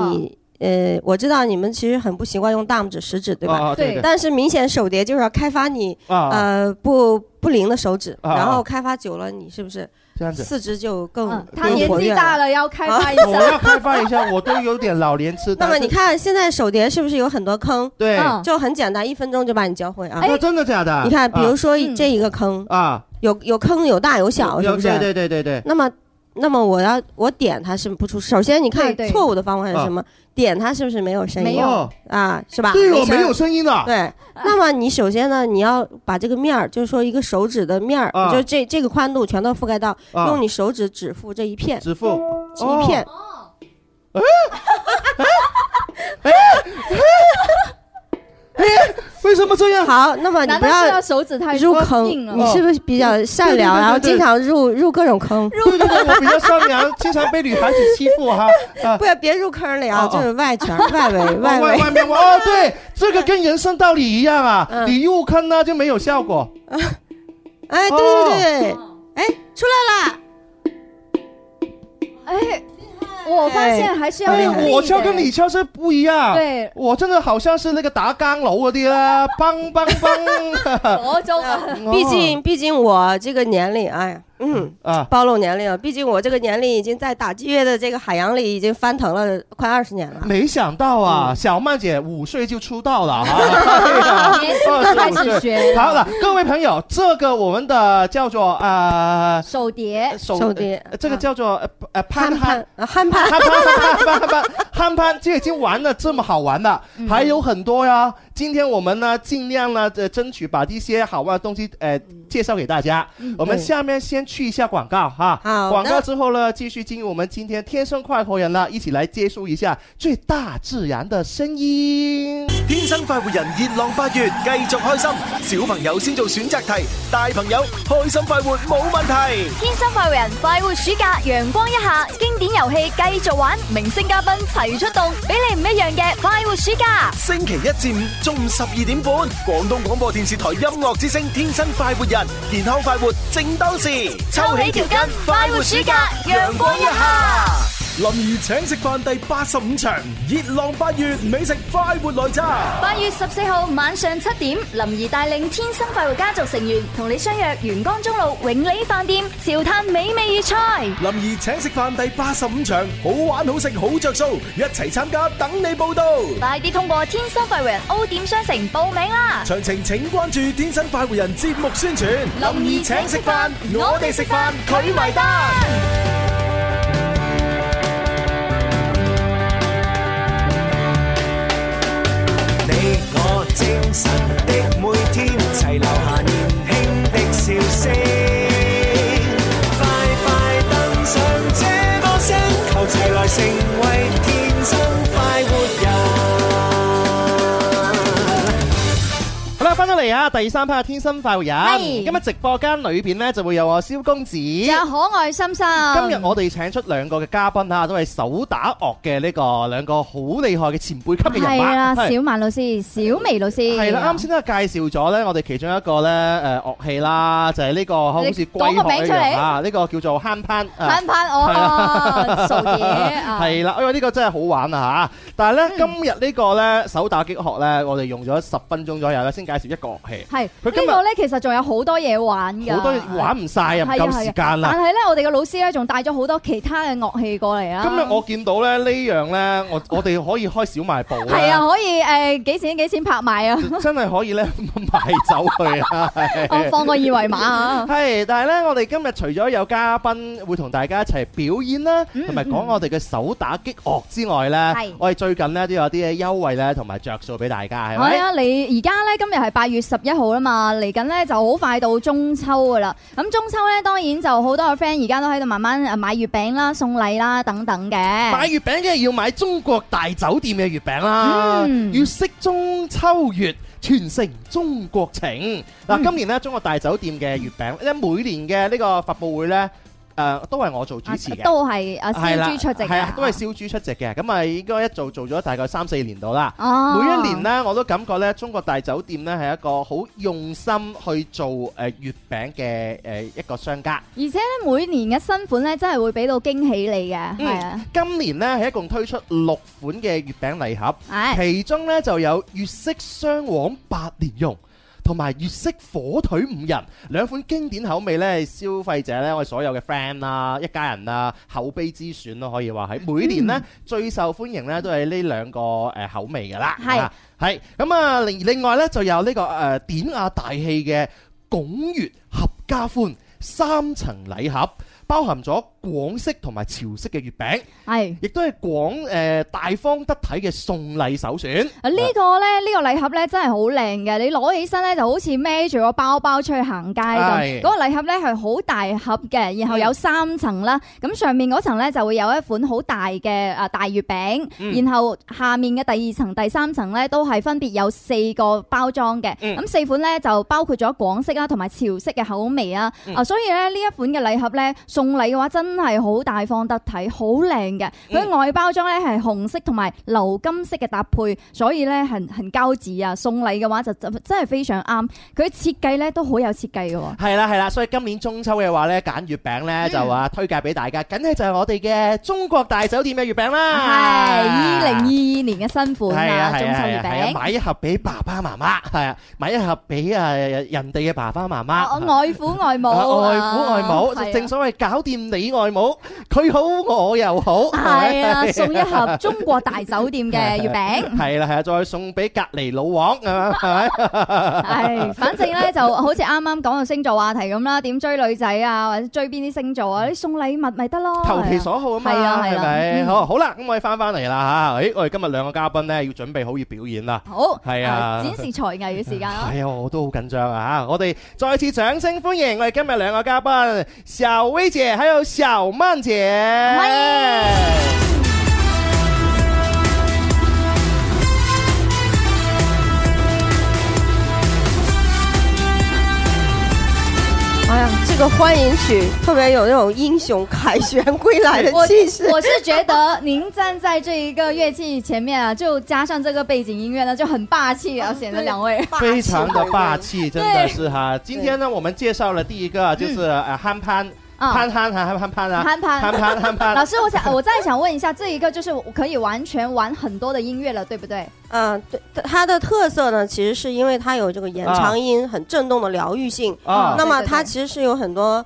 S6: 嗯
S12: 呃，我知道你们其实很不习惯用大拇指、食指，对吧？
S7: 啊啊对
S6: 对
S12: 但是明显手碟就是要开发你
S7: 啊啊，
S12: 呃不不灵的手指，
S7: 啊啊
S12: 然后开发久了，你是不是
S7: 这样子。
S12: 四肢就更
S6: 嗯，他
S12: 更
S6: 年
S12: 活
S6: 纪
S12: 跃
S6: 大
S12: 了？啊
S6: 了要开 发一
S7: 我
S6: 下，
S7: 要开发一下，我都有点老年痴呆。
S12: 那么你看现在手碟是不是有很多坑？
S7: 对，
S6: 嗯，哎
S12: 就很简单，一分钟就把你教会啊。
S7: 那真的假的？
S12: 你看，比如说
S6: 嗯
S12: 这一个坑，
S7: 啊
S12: 有有坑有大有小，是
S7: 有
S12: 不是？
S7: 对对对对对，
S12: 那么，那么我要我点它是不出。首先，你看
S6: 对对
S12: 错误的方法是什么？点它是不是没有声音？
S6: 没
S7: 有
S12: 啊，是吧？
S7: 啊哦对我
S12: 声
S7: 没有。声音的，
S12: 对，那么你首先呢，你要把这个面儿，就是说一个手指的面儿，
S7: 啊
S12: 就这这个宽度全都覆盖到，
S7: 啊
S12: 用你手指指腹这一片，
S7: 指腹哦
S12: 这一片，
S7: 哎，为什么这样？
S12: 好，那么你
S6: 难
S12: 不
S6: 道是要
S12: 要
S6: 手指太
S12: 入坑，
S6: 硬了？
S12: 你是不是比较善良，
S7: 对对对对
S12: 然后
S7: 对哦
S12: 经常入入各种坑？
S7: 对 对对，我比较善良，经常被女孩子欺负哈。啊，
S12: 不要别入坑里啊
S7: 哦，哦
S12: 就是外圈、外围、
S7: 外
S12: 外围。
S7: 外面哦，对，这个跟人生道理一样啊，
S12: 嗯
S7: 你入坑呢就没有效果。
S12: 哎，对
S7: 哦
S12: 对对，哎，出来啦！
S6: 哎，我发现还是要
S7: 哎
S6: 用力，的
S7: 我敲跟你敲是不一样。。
S6: 对，
S7: 我真的好像是那个打钢楼嗰 啲啦，梆梆梆。
S6: 我就
S7: 哦
S12: 毕竟，毕竟我这个年龄，哎呀，嗯，
S7: 啊，
S12: 暴露年龄了。毕竟我这个年龄已经在打击乐的这个海洋里已经翻腾了快二十年了。
S7: 没想到
S6: 嗯
S7: 啊，小曼姐五岁就出 道了哈，哎呀
S6: 年轻开始学
S7: 好了，各位朋友，这个我们的叫做呃
S6: 手碟，
S7: 手
S12: 手碟啊
S7: 呃这个叫做呃呃攀
S12: 憨潘。，
S7: 憨
S12: 啊憨
S7: 憨潘憨潘憨潘
S12: 潘，
S7: 憨潘憨潘，这已经玩的这么好玩了，还有很多呀。今天我们呢，尽量呢，呃，争取把一些好玩的东西，呃，介绍给大家。我们下面先去一下广告哈，
S12: 好
S7: 广告
S12: 的
S7: 之后呢，继续进入我们今天天生快活人了，一起来接触一下最大自然的声音。
S1: 天生快活人，熱浪八月繼續開心。小朋友先做選擇題，大朋友開心快活冇問題。
S2: 天生快活人，快活暑假，陽光一下，經典遊戲繼續玩，明星嘉賓齊出動，俾你唔一樣嘅快活暑假。
S1: 星期一至五中午十二點半，廣東廣播電視台音樂之聲《天生快活人》，健康快活正當時，
S2: 抽起條筋，快活暑假，陽光一下。
S3: 林儿请食饭第八十五场，热浪八月，美食快活来揸。
S2: 八月十四號晚上七點，林怡帶領天生快活家族成員同你相約元江中路永利飯店，潮嘆美味粵菜。
S3: 林儿请食饭第八十五场，好玩好食好着数，一齐参加，等你报道。
S2: 快啲通過天生快活人 O 點商城報名啦！
S3: 详情请关注《天生快活人》节目宣传。
S2: 林兒請食飯我哋食飯佢埋單。
S4: 你我精神的每天，齊留下年輕的笑聲。快快登上這歌聲，求齊來成為天生快活人。
S7: 好啦，翻到嚟啊，第三 part 嘅天生快活人，
S6: 係
S7: 咁啊直播間裏邊呢，就會有我蕭公子。
S6: 有可愛心心。
S7: 今日我哋請出兩個嘅嘉賓啊，都係手打樂嘅呢個兩個好厲害嘅前輩級嘅人
S6: 係
S7: 物。
S6: 啦，
S7: 係
S6: 小曼啊老師、小薇老師，
S7: 係
S6: 係
S7: 啦，啱先都係介紹咗咧，我哋其中一個咧誒樂器啦，就係呢個好似
S6: 你
S7: 龜
S6: 講個
S7: 殼
S6: 名
S7: 一
S6: 出
S7: 樣
S6: 嚟
S7: 啊，呢個叫做慳攀啊
S6: 攀。攀哦，傻嘢啊，嗯
S7: 係啦，因哎為呢個真係好玩啊嚇！但係咧，今日呢個咧手打擊學咧，我哋用咗十分鐘左右咧，先介紹一個樂器，
S6: 係呢
S7: 佢今日
S6: 個咧，其實仲有好多嘢玩㗎，
S7: 好多嘢玩唔晒啊，唔
S6: 哎係啊
S7: 夠時間啦
S6: 但。係咧，我哋嘅老師咧仲帶咗好多其他嘅樂器過嚟啦。啊
S7: 今日我見到咧呢樣咧，我我哋可以開小賣部呢
S6: 係啊，可以誒幾錢幾錢拍賣 啊？
S7: 真係可以咧賣走 佢啊！
S6: 我哦放個二維碼啊！
S7: 係，但係咧，我哋今日除咗有嘉賓會同大家一齊表演啦，同埋講我哋嘅手打擊樂之外咧
S6: 嗯係，
S7: 我哋最近咧都有啲嘅優惠咧，同埋着數俾大家， 係
S6: 係
S7: 咪？
S6: 啊，你而家咧今日係八月十一號啦嘛，嚟緊咧就好快到中秋噶啦。咁中秋咧當然就好多嘅 friend 而家都喺度慢慢誒買月餅啦、送禮啦等等嘅。
S7: 買月餅嘅要買中國大酒店嘅月餅啦，
S6: 嗯
S7: 要惜中秋月。傳承中國情
S6: 嗯
S7: 嗱，今年咧中國大酒店嘅月餅，因為每年嘅呢個發佈會咧，誒、都係我做主
S6: 啊
S7: 持嘅，
S6: 都係啊，
S7: 係
S6: 燒
S7: 啦
S6: 豬出席㗎
S7: 係啊，都係燒豬出席嘅，咁啊應該一做做咗大概三四年度啦。
S6: 哦，
S7: 每一年呢，我都感覺呢中國大酒店呢係一個好用心去做誒、呃月餅嘅誒一個商家。
S6: 而且咧每年嘅新款咧真係會俾到驚喜你嘅，係啊，
S7: 今年呢係一共推出六款嘅月餅禮盒，
S6: 係
S7: 其中呢就有粵式雙黃八連蓉。同埋粵式火腿五仁兩款經典口味呢，消費者呢，我哋所有嘅 friend 啦、一家人啦，口碑之選咯，可以話係每年呢、最受歡迎呢，都係呢兩個誒口味㗎啦。
S6: 係
S7: 啊係咁啊，另另外呢，就有呢、個誒、呃典雅大氣嘅拱月合加寬三層禮盒，包含咗廣式同埋潮式嘅月餅，
S6: 係。
S7: 亦都係廣誒大方得體嘅送禮首選。
S6: 啊呢個咧，呢個禮盒咧真係好靚嘅，你攞起身咧就好似孭住個包包出去行街
S7: 係
S6: 咁。嗰個禮盒咧係好大盒嘅，然後有三層啦。咁上面嗰層咧就會有一款好大嘅啊大月餅，
S7: 嗯
S6: 然後下面嘅第二層、第三層咧都係分別有四個包裝嘅。
S7: 嗯
S6: 咁四款咧就包括咗廣式啦同埋潮式嘅口味啊。
S7: 嗯
S6: 啊，所以咧呢一款嘅禮盒咧送禮嘅話真係好大方得體，好靚嘅。
S7: 嗯
S6: 佢外包裝咧係紅色同埋鎏金色嘅搭配，所以咧很很交趾啊！送禮嘅話就就真係非常啱。佢設計咧都好有設計嘅喎。
S7: 係啦係啦，所以今年中秋嘅話咧，揀月餅咧就話推介俾大家，梗係就係我哋嘅中國大酒店嘅月餅
S6: 係
S7: 啦。
S6: 二零二二年嘅新
S7: 係
S6: 款
S7: 啊
S6: 啊，
S7: 係
S6: 中
S7: 啊
S6: 秋
S7: 係
S6: 月
S7: 啊係啊，
S6: 餅。
S7: 買一盒俾爸爸媽媽，係啊，買一盒俾誒人哋嘅爸爸媽媽。
S6: 我外父外母
S7: 啊
S6: 啊，
S7: 外父外母，
S6: 係啊
S7: 正所謂搞掂你外母，佢好我又好。
S6: 係啊，送一盒中國大酒店 嘅月餅。
S7: 係啦係啊，再送俾隔離老王係嘛係咪？
S6: 唉，反正咧就好似啱啱講到星座話題咁啦，點追女仔啊，或者追邊啲星座啊，
S7: 嗯
S6: 你送禮物咪得咯。
S7: 投其所好啊嘛，
S6: 係啊係
S7: 係
S6: 啊
S7: 咪？
S6: 嗯
S7: 好好啦，咁我哋翻翻嚟啦嚇，誒，我哋今日兩個嘉賓咧要準備好要表演啦。
S6: 好，
S7: 係啊
S6: 展示才藝嘅時間 啊。
S7: 係啊，我都好緊張啊嚇！我哋再次掌聲歡迎我哋今日兩個嘉賓，小薇姐還有小曼姐。
S6: 歡
S12: 哎呀，这个欢迎曲特别有那种英雄凯旋归
S7: 哎
S12: 来的
S6: 我
S12: 气势。
S6: 我是觉得您站在这一个乐器前面啊，就加上这个背景音乐呢，就很霸气 啊，显得两位。
S7: 非常的霸气，真的是哈！今天呢，我们介绍了第一个就是呃憨潘，
S6: 啊
S7: 憨憨憨憨潘啊，
S6: 憨潘
S7: 憨潘憨
S6: 老
S7: 潘。
S6: 师，我想我再想问一下，这一个就是我可以完全玩很多的音乐了，对不对？
S12: 嗯、对，它的特色呢，其实是因为它有这个延长音，很震动的疗愈性。
S7: 啊
S12: 那么
S6: 对对对
S12: 它其实是有很多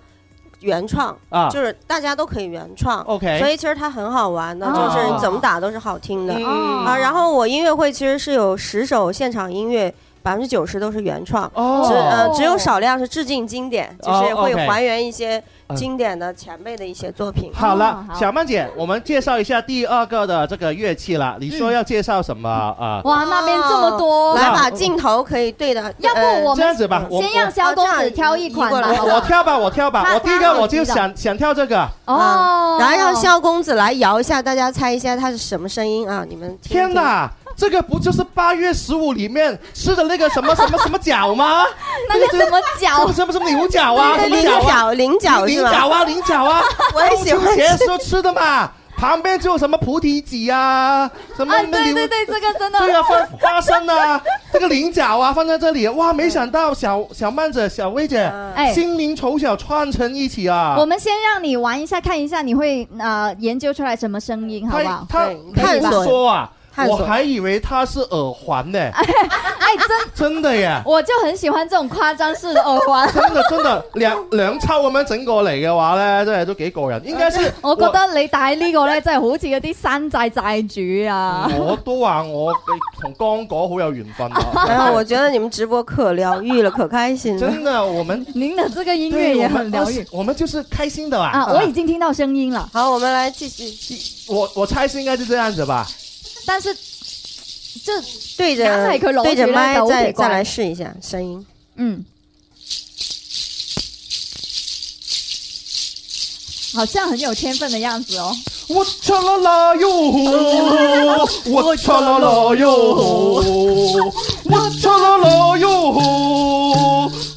S12: 原创，
S7: 啊哦哎
S12: 就是大家都可以原创。
S7: ，OK，
S12: 所以其实它很好玩的，
S6: 哦
S12: 就是你怎么打都是好听的、
S7: 嗯
S12: 啊。然后我音乐会其实是有十首现场音乐，百分之九十都是原创，只呃
S7: 哦，
S12: 只有少量是致敬经典，就是
S7: 哦
S12: 会
S7: ，OK 嗯
S12: 还原一些经典的前辈的一些作品。
S7: 好了
S6: 哦，好
S7: 小曼姐，我们介绍一下第二个的这个乐器
S6: 嗯
S7: 了。你说要介绍什么啊？
S6: 哇，那边这么多，
S12: 来把镜头可以对的，
S6: 要
S12: 呃
S6: 不我
S7: 这
S6: 们
S7: 样子吧，我
S6: 先让小公子挑一款
S12: 我
S6: 吧
S12: 我
S6: 好不
S7: 我我
S6: 好。
S7: 挑吧，我挑吧。
S6: 他
S7: 我第一
S6: 他
S7: 个
S6: 会
S7: 我就
S6: 知道
S7: 想想挑这个。
S6: 哦，
S12: 然后让萧公子来摇一下，大家猜一下它是什么声音啊？你们听一
S7: 天
S12: 听！
S7: 哪，这个不就是八月十五里面吃的那个什么什么什么饺吗？
S6: 那个怎么
S7: 什么
S6: 讲？
S7: 什么什么牛角啊？什么
S12: 菱
S7: 饺啊？
S12: 角，菱角
S7: 菱
S12: 是
S7: 角
S12: 吧？
S7: 啊，菱 角啊！
S12: 我也喜欢
S7: 中秋节时候吃的嘛，旁边就有什么菩提子啊，什么
S6: 啊，
S7: 那
S6: 对
S7: 牛
S6: 对对，这个真的。
S7: 对啊，放花 生啊，这个菱角啊放在这里，
S12: 嗯
S7: 哇，没想到小小曼姐、小薇姐
S6: 哎
S7: 心灵丑小串成一起啊
S6: 我！们先让你玩一下，看一下你会呃研究出来什么声音，好不
S7: 她
S6: 好？
S7: 她
S12: 对
S7: 她
S12: 探索
S7: 说啊，
S12: 探
S7: 我
S12: 索
S7: 还以为她是耳环呢，
S6: 哎，真，
S7: 真的耶！。
S6: 我就很喜欢这种夸张式的耳环
S7: 真的真的兩兩抽咁樣整過嚟嘅話咧，真係都幾過癮。應該是
S6: 我覺得你戴呢個咧，真係好似嗰啲山寨債主啊！
S7: 我我都話我同剛果好有緣分啊！
S12: 然后哎我觉得你们直播可疗愈了，可开心了。
S7: 真的，我們
S6: 您的这个音
S7: 對
S6: 樂也
S7: 我
S6: 很
S7: 們
S6: 療愈
S7: 我們就是開心的啦。
S6: 啊！我已經聽到聲音了，
S12: 好，我们来继续
S7: 我我猜是應該是這樣子吧。
S6: 但是这
S12: 对
S6: 刚才
S12: 着
S6: 可楼
S12: 对着
S6: 觉得
S12: 麦
S6: 都
S12: 再
S6: 得关
S12: 再来试一下声音。
S6: 嗯，好像很有天分的样子哦。
S7: 我tra 啦啦哟， 我 tra 啦啦哟，我 tra 啦啦哟，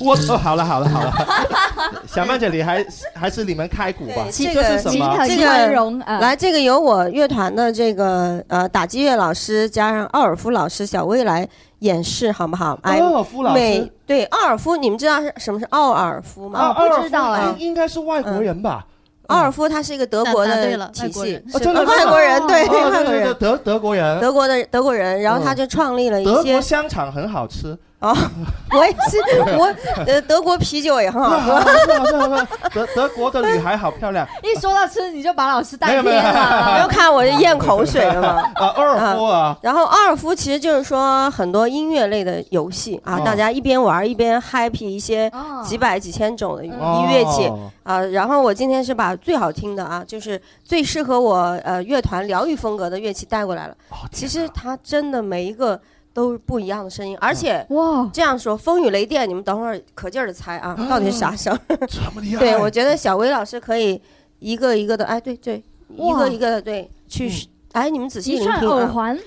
S7: 我 哦，好了好了好了， 小曼姐，你还还是你們開鼓吧
S12: 对，
S7: 这
S12: 这
S7: 个
S12: 个
S7: 是什
S6: 请
S7: 么？
S6: 很
S12: 这个
S6: 宽容啊！
S12: 来，这个由我乐团的这个呃打击乐老师加上奥尔夫老师小薇来演示，好不好？哎，
S7: 哦，夫老師
S12: 美。对奥尔夫，你们知道是什么是奥尔夫吗？
S6: 哦不知道哎
S7: 啊应应该是外国人吧？
S12: 奥尔夫它是一个德国的体系，
S7: 哦，真的
S12: 呃
S7: 真的
S12: 外国人对
S7: 哦
S12: 外国
S7: 对对对
S12: 人，
S7: 德德国人，
S12: 嗯德国的德国人，然后他就创立了一
S7: 德
S12: 些
S7: 国香肠很好吃，
S12: 哦， 我也是，我呃德国啤酒也很
S7: 啊
S12: 好喝。
S7: 德德国的女孩好漂亮，
S6: 一说到吃，你就把老师
S7: 没
S6: 带
S7: 有没
S6: 偏
S7: 有
S6: 了。
S12: 不要看我这咽口水了嘛。
S7: 啊，鄂尔夫啊，
S12: 然后阿尔夫其实就是说很多音乐类的游戏啊，
S7: 哦
S12: 大家一边玩一边 happy 一些
S6: 哦
S12: 几百几千种的
S7: 哦
S12: 音乐节、啊。然后我今天是把最好听的啊，就是最适合我呃乐团疗愈风格的乐器带过来了。其实它真的每一个都是不一样的声音，而且
S6: 哇，
S12: 这样说风雨雷电，你们等会儿可劲儿的猜啊，到底是 啥声？
S7: 这么厉 害
S12: 对，我觉得小薇老师可以一个一个的，哎，对对，一
S6: 哇
S12: 个一个的对去。哎，你们仔细
S6: 一
S12: 聆
S6: 串哦
S12: 听
S6: 耳
S12: 啊！
S6: 环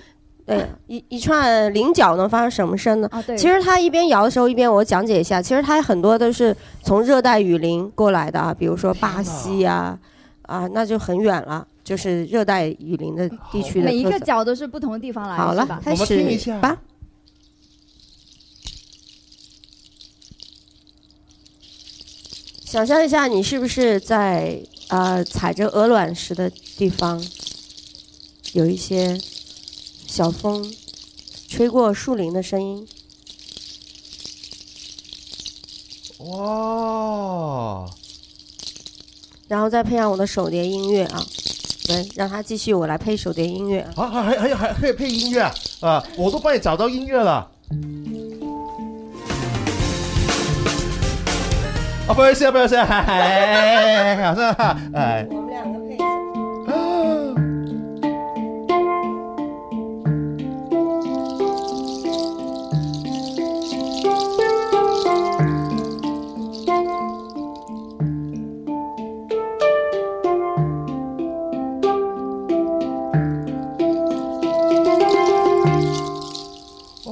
S12: 对，一一串菱角能发出什么声呢？
S6: 啊，对，
S12: 其实它一边摇的时候，一边我讲解一下，其实它很多都是从热带雨林过来的啊，比如说巴西啊，啊，那就很远了，就是热带雨林的地区的
S6: 哦每一
S12: 特
S6: 个
S12: 色
S6: 角都是不同的地方来的，
S12: 好
S6: 是
S12: 了
S6: 吧，？
S12: 开
S7: 我们听一
S12: 始
S7: 下
S12: 吧。想象一下，你是不是在呃踩着鹅卵石的地方，有一些小风吹过树林的声音？
S7: 哇，
S12: 然后再配上我的手碟音乐啊，对，让它继续，我来配手碟音乐啊。
S7: 啊，还还还还可以配音乐啊啊！我都帮你找到音乐了。啊，不好意思，不好意思，哎，好像哎，
S12: 我们两个配一下。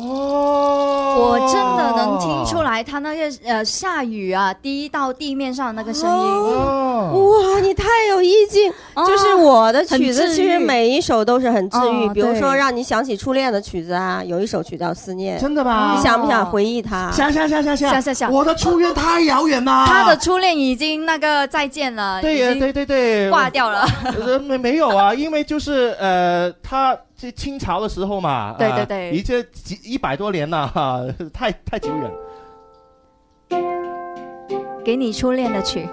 S6: 我
S7: 我
S6: 真的能听出来，它那个呃下雨啊滴到地面上那个声音，
S7: 哦，
S12: 哇，你太有意境！
S6: 哦
S12: 就是我的曲
S6: 很
S12: 子，
S6: 治愈
S12: 其实每一首都是很治愈，
S6: 哦
S12: 比如说
S6: 对
S12: 让你想起初恋的曲子啊，有一首曲叫《思念》，
S7: 真的吧
S12: 你？想不想回忆它？
S7: 想想想想
S6: 想想想
S7: 我的初恋太遥远了。
S6: 他的初恋已经那个再见了，
S7: 对呀，
S6: 已经
S7: 对对 对，
S6: 挂掉了。
S7: 呃，没没有啊，因为就是呃，他这清朝的时候嘛，
S6: 对对
S7: 呃
S6: 对
S7: 已经几一百多年了，哈，太太久远。
S6: 给你初恋的曲，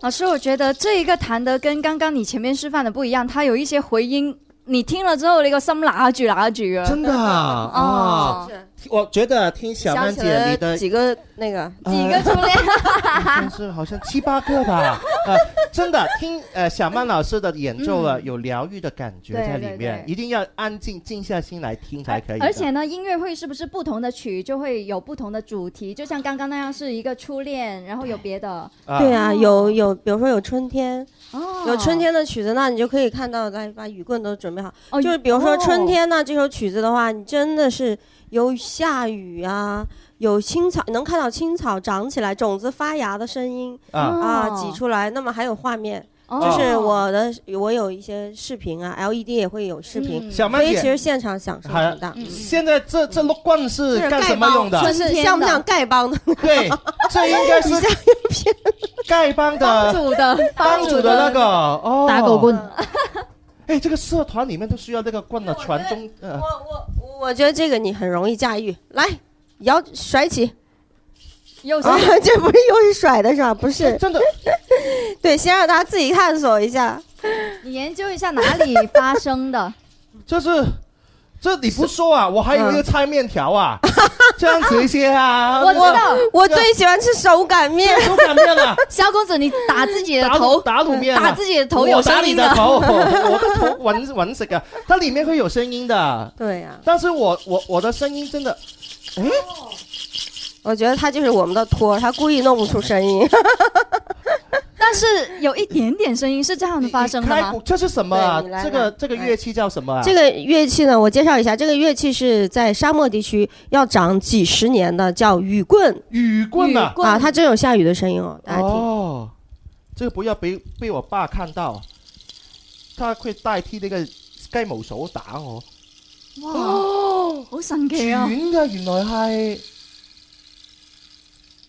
S6: 老师，我觉得这一个弹得跟刚刚你前面示范的不一样，它有一些回音，你听了之后，你个心拿住拿住啊！
S7: 真的啊！
S6: 哦，
S7: 啊 我觉得听小
S12: 想
S7: 曼
S12: 起
S7: 姐
S12: 了
S7: 你的
S12: 几个那个，
S6: 几个初恋，
S7: 呃好像是好像七八个吧，呃，真的听呃小曼老师的演奏了，有疗愈的感觉
S6: 对
S7: 在
S6: 嗯对
S7: 里面，
S6: 对
S7: 一定要安静静下心来听才可以的。
S6: 而且呢，音乐会是不是不同的曲就会有不同的主题？就像刚刚那样是一个初恋，然后有别的
S7: 啊
S12: 对啊，有有，比如说有春天，
S6: 哦，
S12: 有春天的曲子，那你就可以看到，来把雨棍都准备好。
S6: 哦，
S12: 就是比如说
S6: 哦
S12: 春天呢，这首曲子的话，你真的是有下雨啊，有青草，能看到青草长起来、种子发芽的声音
S7: 啊
S12: 啊，
S6: 哦
S12: 挤出来。那么还有画面，
S6: 哦
S12: 就是我的，我有一些视频啊，LED 也会有视频，
S6: 嗯
S7: 小
S12: 所
S7: 曼
S12: 以其实
S7: 姐，
S12: 现场享受
S7: 还
S12: 很大。
S7: 现在这这碌棍是
S12: 就是
S7: 干什么
S12: 丐帮
S7: 用
S6: 嗯
S7: 的？
S12: 就是像不像丐 帮的？
S7: 对，这应该是丐帮
S6: 帮
S7: 的
S6: 主的
S7: 帮主的那个哦，
S13: 打狗。棍，
S7: 哎，这个社团里面都需要那个棍的传宗。呃
S12: 我我我觉得这个你很容易驾驭，来摇甩起
S6: 右手
S12: 啊， 这不是又是甩的是吧？不 是，
S7: 呃真的，
S12: 对，先让大家自己探索一下。
S6: 你研究一下哪里发生的，
S7: 这是这你不说啊，我还以为要拆面条啊， 这样子一些啊。
S6: 我知道
S12: 我最喜欢吃手擀面，
S7: 手擀面了，
S6: 萧公子，你 打自己的
S7: 打
S6: 头，
S7: 卤打卤面啊，
S6: 打自己的头有
S7: 我打
S6: 声
S7: 你
S6: 音
S7: 的
S6: 的。
S7: 头， 我的头闻闻这个，它里面会有声音的。
S12: 对
S6: 啊
S12: 呀、
S7: 但是我我我的声音真的，哎，
S12: 我觉得他就是我们的托，他故意弄不出声音。
S6: 但是有一点点声音是这样的发生的
S7: 开
S6: 吗
S7: 鼓？这是什么啊
S12: 对你？来
S7: 这个
S12: 吧
S7: 这个乐器叫什么啊？
S12: 这个乐器呢，我介绍一下，这个乐器是在沙漠地区要长几十年的，叫雨棍
S7: 雨棍啊！
S12: 啊，它真有下雨的声音哦，大家听。
S7: 哦，这个不要被被我爸看到，他会代替那个鸡毛手打我。
S12: 啊
S6: 哇，好神奇啊！
S7: 卷噶，原来系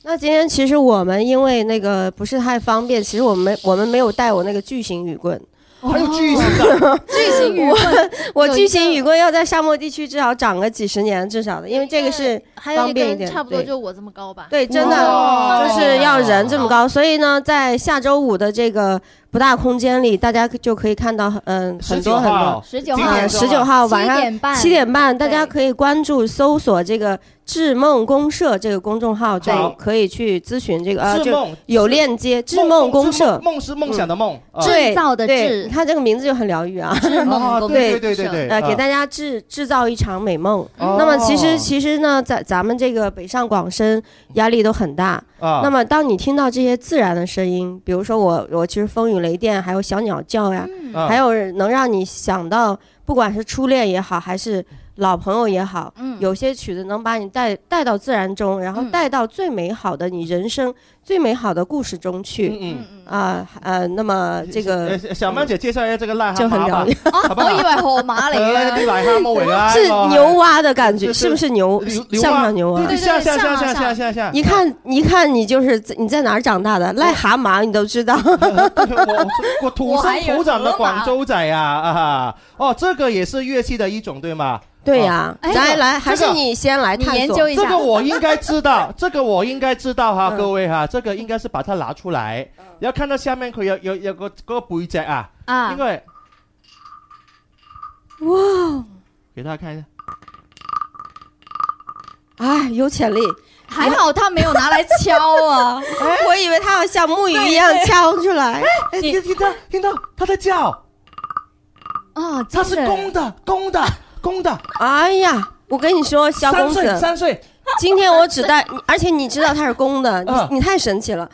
S12: 那今天其实我们因为那个不是太方便，其实我们没我们没有带我那个巨型雨棍，
S7: 还有巨型的，
S6: 巨型雨棍，
S12: 我
S6: 有一
S12: 巨
S6: 个
S12: 型雨棍要在沙漠地区至少长个几十年至少的，因为这个是
S13: 呃还有
S12: 方
S13: 一
S12: 便一
S13: 根
S12: 点
S13: 差不多
S12: 对
S13: 就我这么高吧。
S12: 对真
S7: 哇
S12: 的就是要人这么高，所以呢，在下周五的这个不大空间里，大家就可以看到嗯很多很多。
S13: 十九
S7: 今
S13: 号
S7: 天
S12: 啊，
S7: 是
S12: 十
S7: 吧
S12: 九号晚
S13: 7
S12: 上
S13: 点半
S12: 七点半，大家
S13: 对
S12: 可以关注搜索这个“智梦公社”这个公众号，就
S7: 好
S12: 可以去咨询这个呃，
S7: 智
S12: 就
S7: 梦
S12: 有链接“智梦公社”。
S7: 梦是梦想的梦，啊
S12: 对
S6: 制造的
S12: 对
S6: 制
S12: 你看这个名字就很疗愈啊。
S6: 是
S7: 啊
S6: 梦工
S7: 对对对对对，
S12: 呃，给
S7: 家。
S12: 大家制制造一场美梦。
S7: 嗯哦
S12: 那么其实其实呢，在咱们这个北上广深压力都很大。
S7: 啊，
S12: 那么当你听到这些自然的声音，比如说我我其实风雨雷电，还有小鸟叫呀，
S6: 嗯
S7: 啊
S12: 还有能让你想到，不管是初恋也好，还是老朋友也好，
S13: 嗯
S12: 有些曲子能把你带带到自然中，然后
S13: 嗯
S12: 带到最美好的你人生最美好的故事中去。
S7: 嗯
S12: 啊呃，那么这个
S7: 嗯，小小曼姐介绍一下这个癞蛤
S12: 就很
S7: 蟆吧
S12: 疗愈，
S7: 好
S6: 啊，
S7: 不好
S6: 我以为河马嚟
S7: 呃
S6: 嘅
S7: 啲。癞蛤蟆尾啦，
S12: 是牛蛙的感
S7: 就
S12: 觉，
S7: 哎是
S12: 是
S7: 呃
S12: 不是牛？
S7: 牛牛
S12: 像不
S7: 蛙
S12: 像牛
S7: 对
S12: 蛙？
S7: 对，
S13: 对
S7: 下
S13: 对
S7: 下下
S13: 像
S7: 下
S13: 啊
S7: 下下下，
S12: 一看，一看你就是在你在哪儿长大的？癞蛤蟆你都知 道，
S7: 哦我我土生土长的广州仔啊啊！哦，这个也是乐器的一种，对吗？
S12: 对呀、
S6: 哎
S12: 咱
S6: 这
S12: 来还是
S7: 这个
S12: 你先来
S6: 你
S12: 探
S6: 研
S12: 索。
S6: 究一
S7: 哎这
S6: 下
S7: 个，我应该 知道，这个我应该知道哈，
S12: 嗯
S7: 各位哈，这个应该是把它拿出来，要看到下面佢有有有個嗰個背脊啊，
S6: 啊
S7: 应，该哇，给大家看一下，
S12: 哎，有潜力！
S6: 还好他没有拿来敲 啊。
S12: 我以为他要像木鱼一样敲出来。
S7: 哎，你听到听到它在叫，
S6: 啊，
S7: 它
S6: 真
S7: 是
S6: 的
S7: 公的公的公的，
S12: 哎呀，我跟你说，萧
S7: 三
S12: 公
S7: 岁
S12: 子，
S7: 三岁，
S12: 今天我只带，而且你知道它是公的，
S7: 嗯
S12: 你你太神奇了。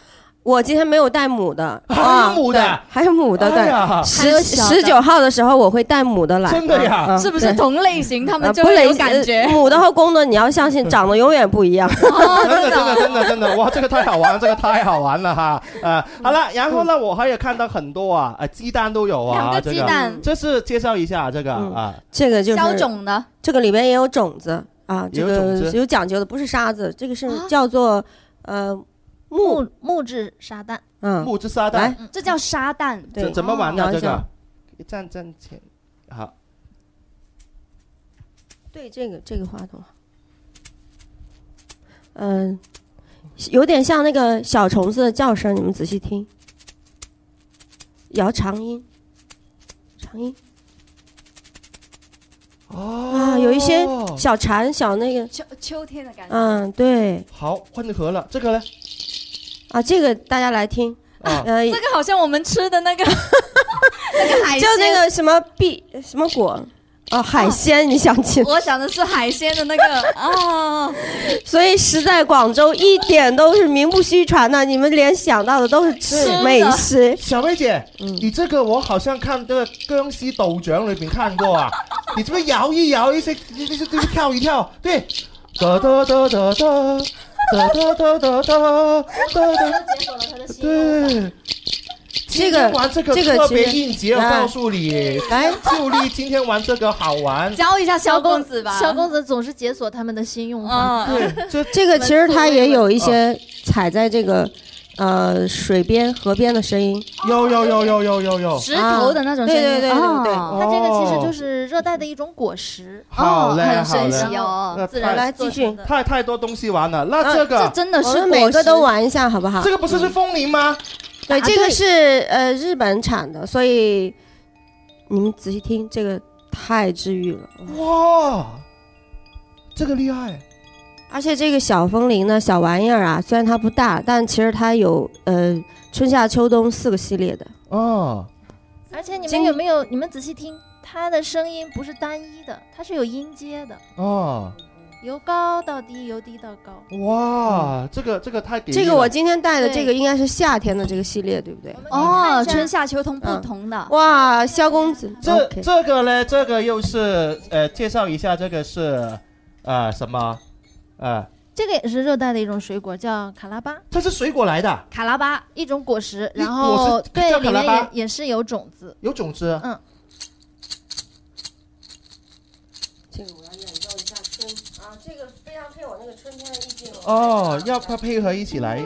S12: 我今天没有带母的，
S7: 还有
S12: 啊
S7: 母的
S12: 对还有母的，
S7: 哎
S12: 对。
S7: 呀，
S6: 还
S12: 十
S6: 有小的
S12: 十九号的时候我会带母的来，
S7: 真的呀
S12: 嗯
S6: 是不是
S12: 对
S6: 同类型他们
S12: 呃
S6: 就
S12: 不
S6: 会
S12: 累
S6: 有感觉
S12: 呃？母的和公的，你要相信，长得永远不一 样。
S6: 哦，
S7: 真的，真的，真的，真的，哇，这个太好玩了，这个太好玩 了哈！啊，好了，然后呢，我还有看到很多啊，啊，鸡蛋都有
S6: 两
S7: 啊，
S6: 个
S7: 这
S6: 鸡
S7: 个，
S6: 蛋，
S7: 这是介绍一下这个
S12: 嗯
S7: 啊，
S12: 这个就是
S6: 消肿的，
S12: 这个里面也有种子啊，
S7: 也
S12: 这
S7: 有
S12: 个
S7: 种子
S12: 有讲究的，不是沙子，这个是
S6: 啊
S12: 叫做呃木，
S13: 木木质沙蛋，
S12: 嗯，
S7: 木之沙
S12: 来
S7: 蛋，
S6: 这叫沙蛋。
S12: 对
S7: 怎，怎么玩呢
S12: 哦？
S7: 这
S12: 了
S7: 个站站前，好，
S12: 对这个这个话筒，嗯，有点像那个小虫子的叫声，你们仔细听，摇长音，长音啊，
S7: 哦
S12: 有一些小蝉，小那个，
S6: 秋秋天的感觉，
S12: 嗯，对
S7: 好混合了，这个呢？
S12: 啊，这个大家来听，
S7: 啊，
S12: 呃，
S6: 这个好像我们吃的那个那个海
S12: 就
S6: 鲜，哦
S12: 那个什么碧什么果啊，海鲜，你想起
S6: 我想的是海鲜的那个啊，
S12: 所以实在广州一点都是名不虚传的，你们联想到的都是吃美食。
S7: 小薇姐，
S12: 嗯
S7: 你这个我好像看这个《僵尸道长》里边看过啊，你这边摇一摇，一些一些就是跳一跳，对，哒哒哒哒哒。哒哒哒哒哒哒哒，
S13: 解锁了他的心
S12: 这
S7: 对，今天
S12: 个
S7: 玩这个
S12: 这个
S7: 特别
S12: 其
S7: 应节，我
S12: 啊
S7: 告诉你，
S12: 来，
S7: 秀丽今天玩这个好玩，
S6: 教一下萧公子吧，
S13: 小公子总是解锁他们的新用法。
S6: 啊，
S7: 对，这
S12: 这个其实它也有一些踩在这个呃水边、河边的声音。
S7: 有有有有有有有，
S6: 石头的那种声音，
S12: 啊对对对对对
S6: 啊
S13: 它这个其实就
S7: 哦
S13: 是热带的一种果实，
S7: 好嘞
S6: 很
S7: 好
S6: 神
S7: 嘞，
S6: 奇哦。
S7: 那
S13: 自
S7: 太
S13: 然
S12: 来
S13: 做
S12: 继续
S13: 成的
S7: 太太多东西玩了，那这
S6: 这
S7: 个
S6: 真的
S12: 我
S6: 是
S12: 们每
S6: 果
S12: 个
S6: 实
S12: 都玩一下，好不好
S7: 这？个不是是风铃吗？
S12: 对，
S6: 答
S12: 这个
S6: 对
S12: 是呃日本产的，所以你们仔细听，这个太治愈了。
S7: 哇，这个厉害！
S12: 而且这个小风铃呢，小玩意儿啊，虽然它不大，但其实它有呃春夏秋冬四个系列的。
S7: 哦，
S13: 而且你们有没有？你们仔细听，它的声音不是单一的，它是有音阶的，
S7: 哦，
S13: 由高到低，由低到高。
S12: 嗯
S7: 哇，这个这个太给力
S12: 这个
S7: 了
S12: 我今天带的这个
S13: 对
S12: 应该是夏天的这个系列，对不对？
S6: 哦，春夏秋冬不同的。
S12: 哇，萧公子，
S7: 这
S12: OK
S7: 这个呢，这个又是呃，介绍一下，这个是呃什么？呃，
S13: 这个也是热带的一种水果，叫卡拉巴，
S7: 它是水果来的，
S13: 卡拉巴一种果实，
S7: 一
S13: 然后
S7: 果实叫
S13: 对
S7: 卡
S13: 里
S7: 拉
S13: 面
S7: 巴
S13: 也也是有种子。
S7: 有种子。
S13: 嗯，
S12: 这个我要演奏一下春啊，这个非常配我那个春天的意境哦。
S7: 哦，要它配合一起来。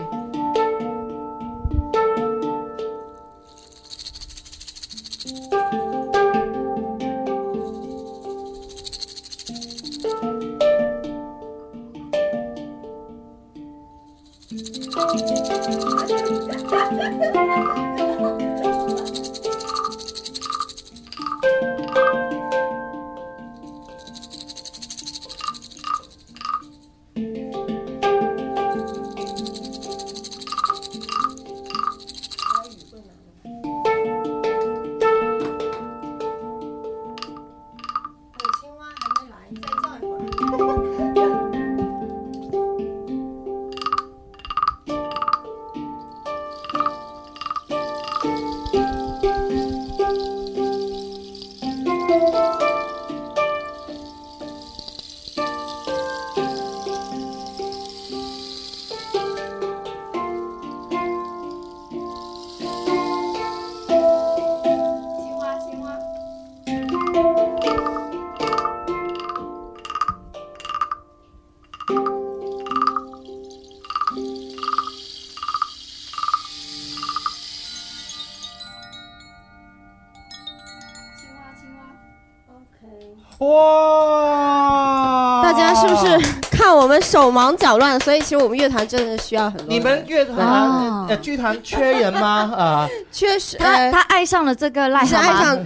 S7: 哇，
S12: 大家是不
S7: 啊
S12: 是看我们手忙脚乱？所以其实我们乐团真的需要很多人。
S7: 你们乐
S12: 啊
S7: 团呃剧团缺人吗？啊，
S12: 确实，
S6: 他
S12: 呃
S6: 他爱上了这个癞
S12: 是
S6: 蛤
S12: 爱
S6: 蟆，
S12: 上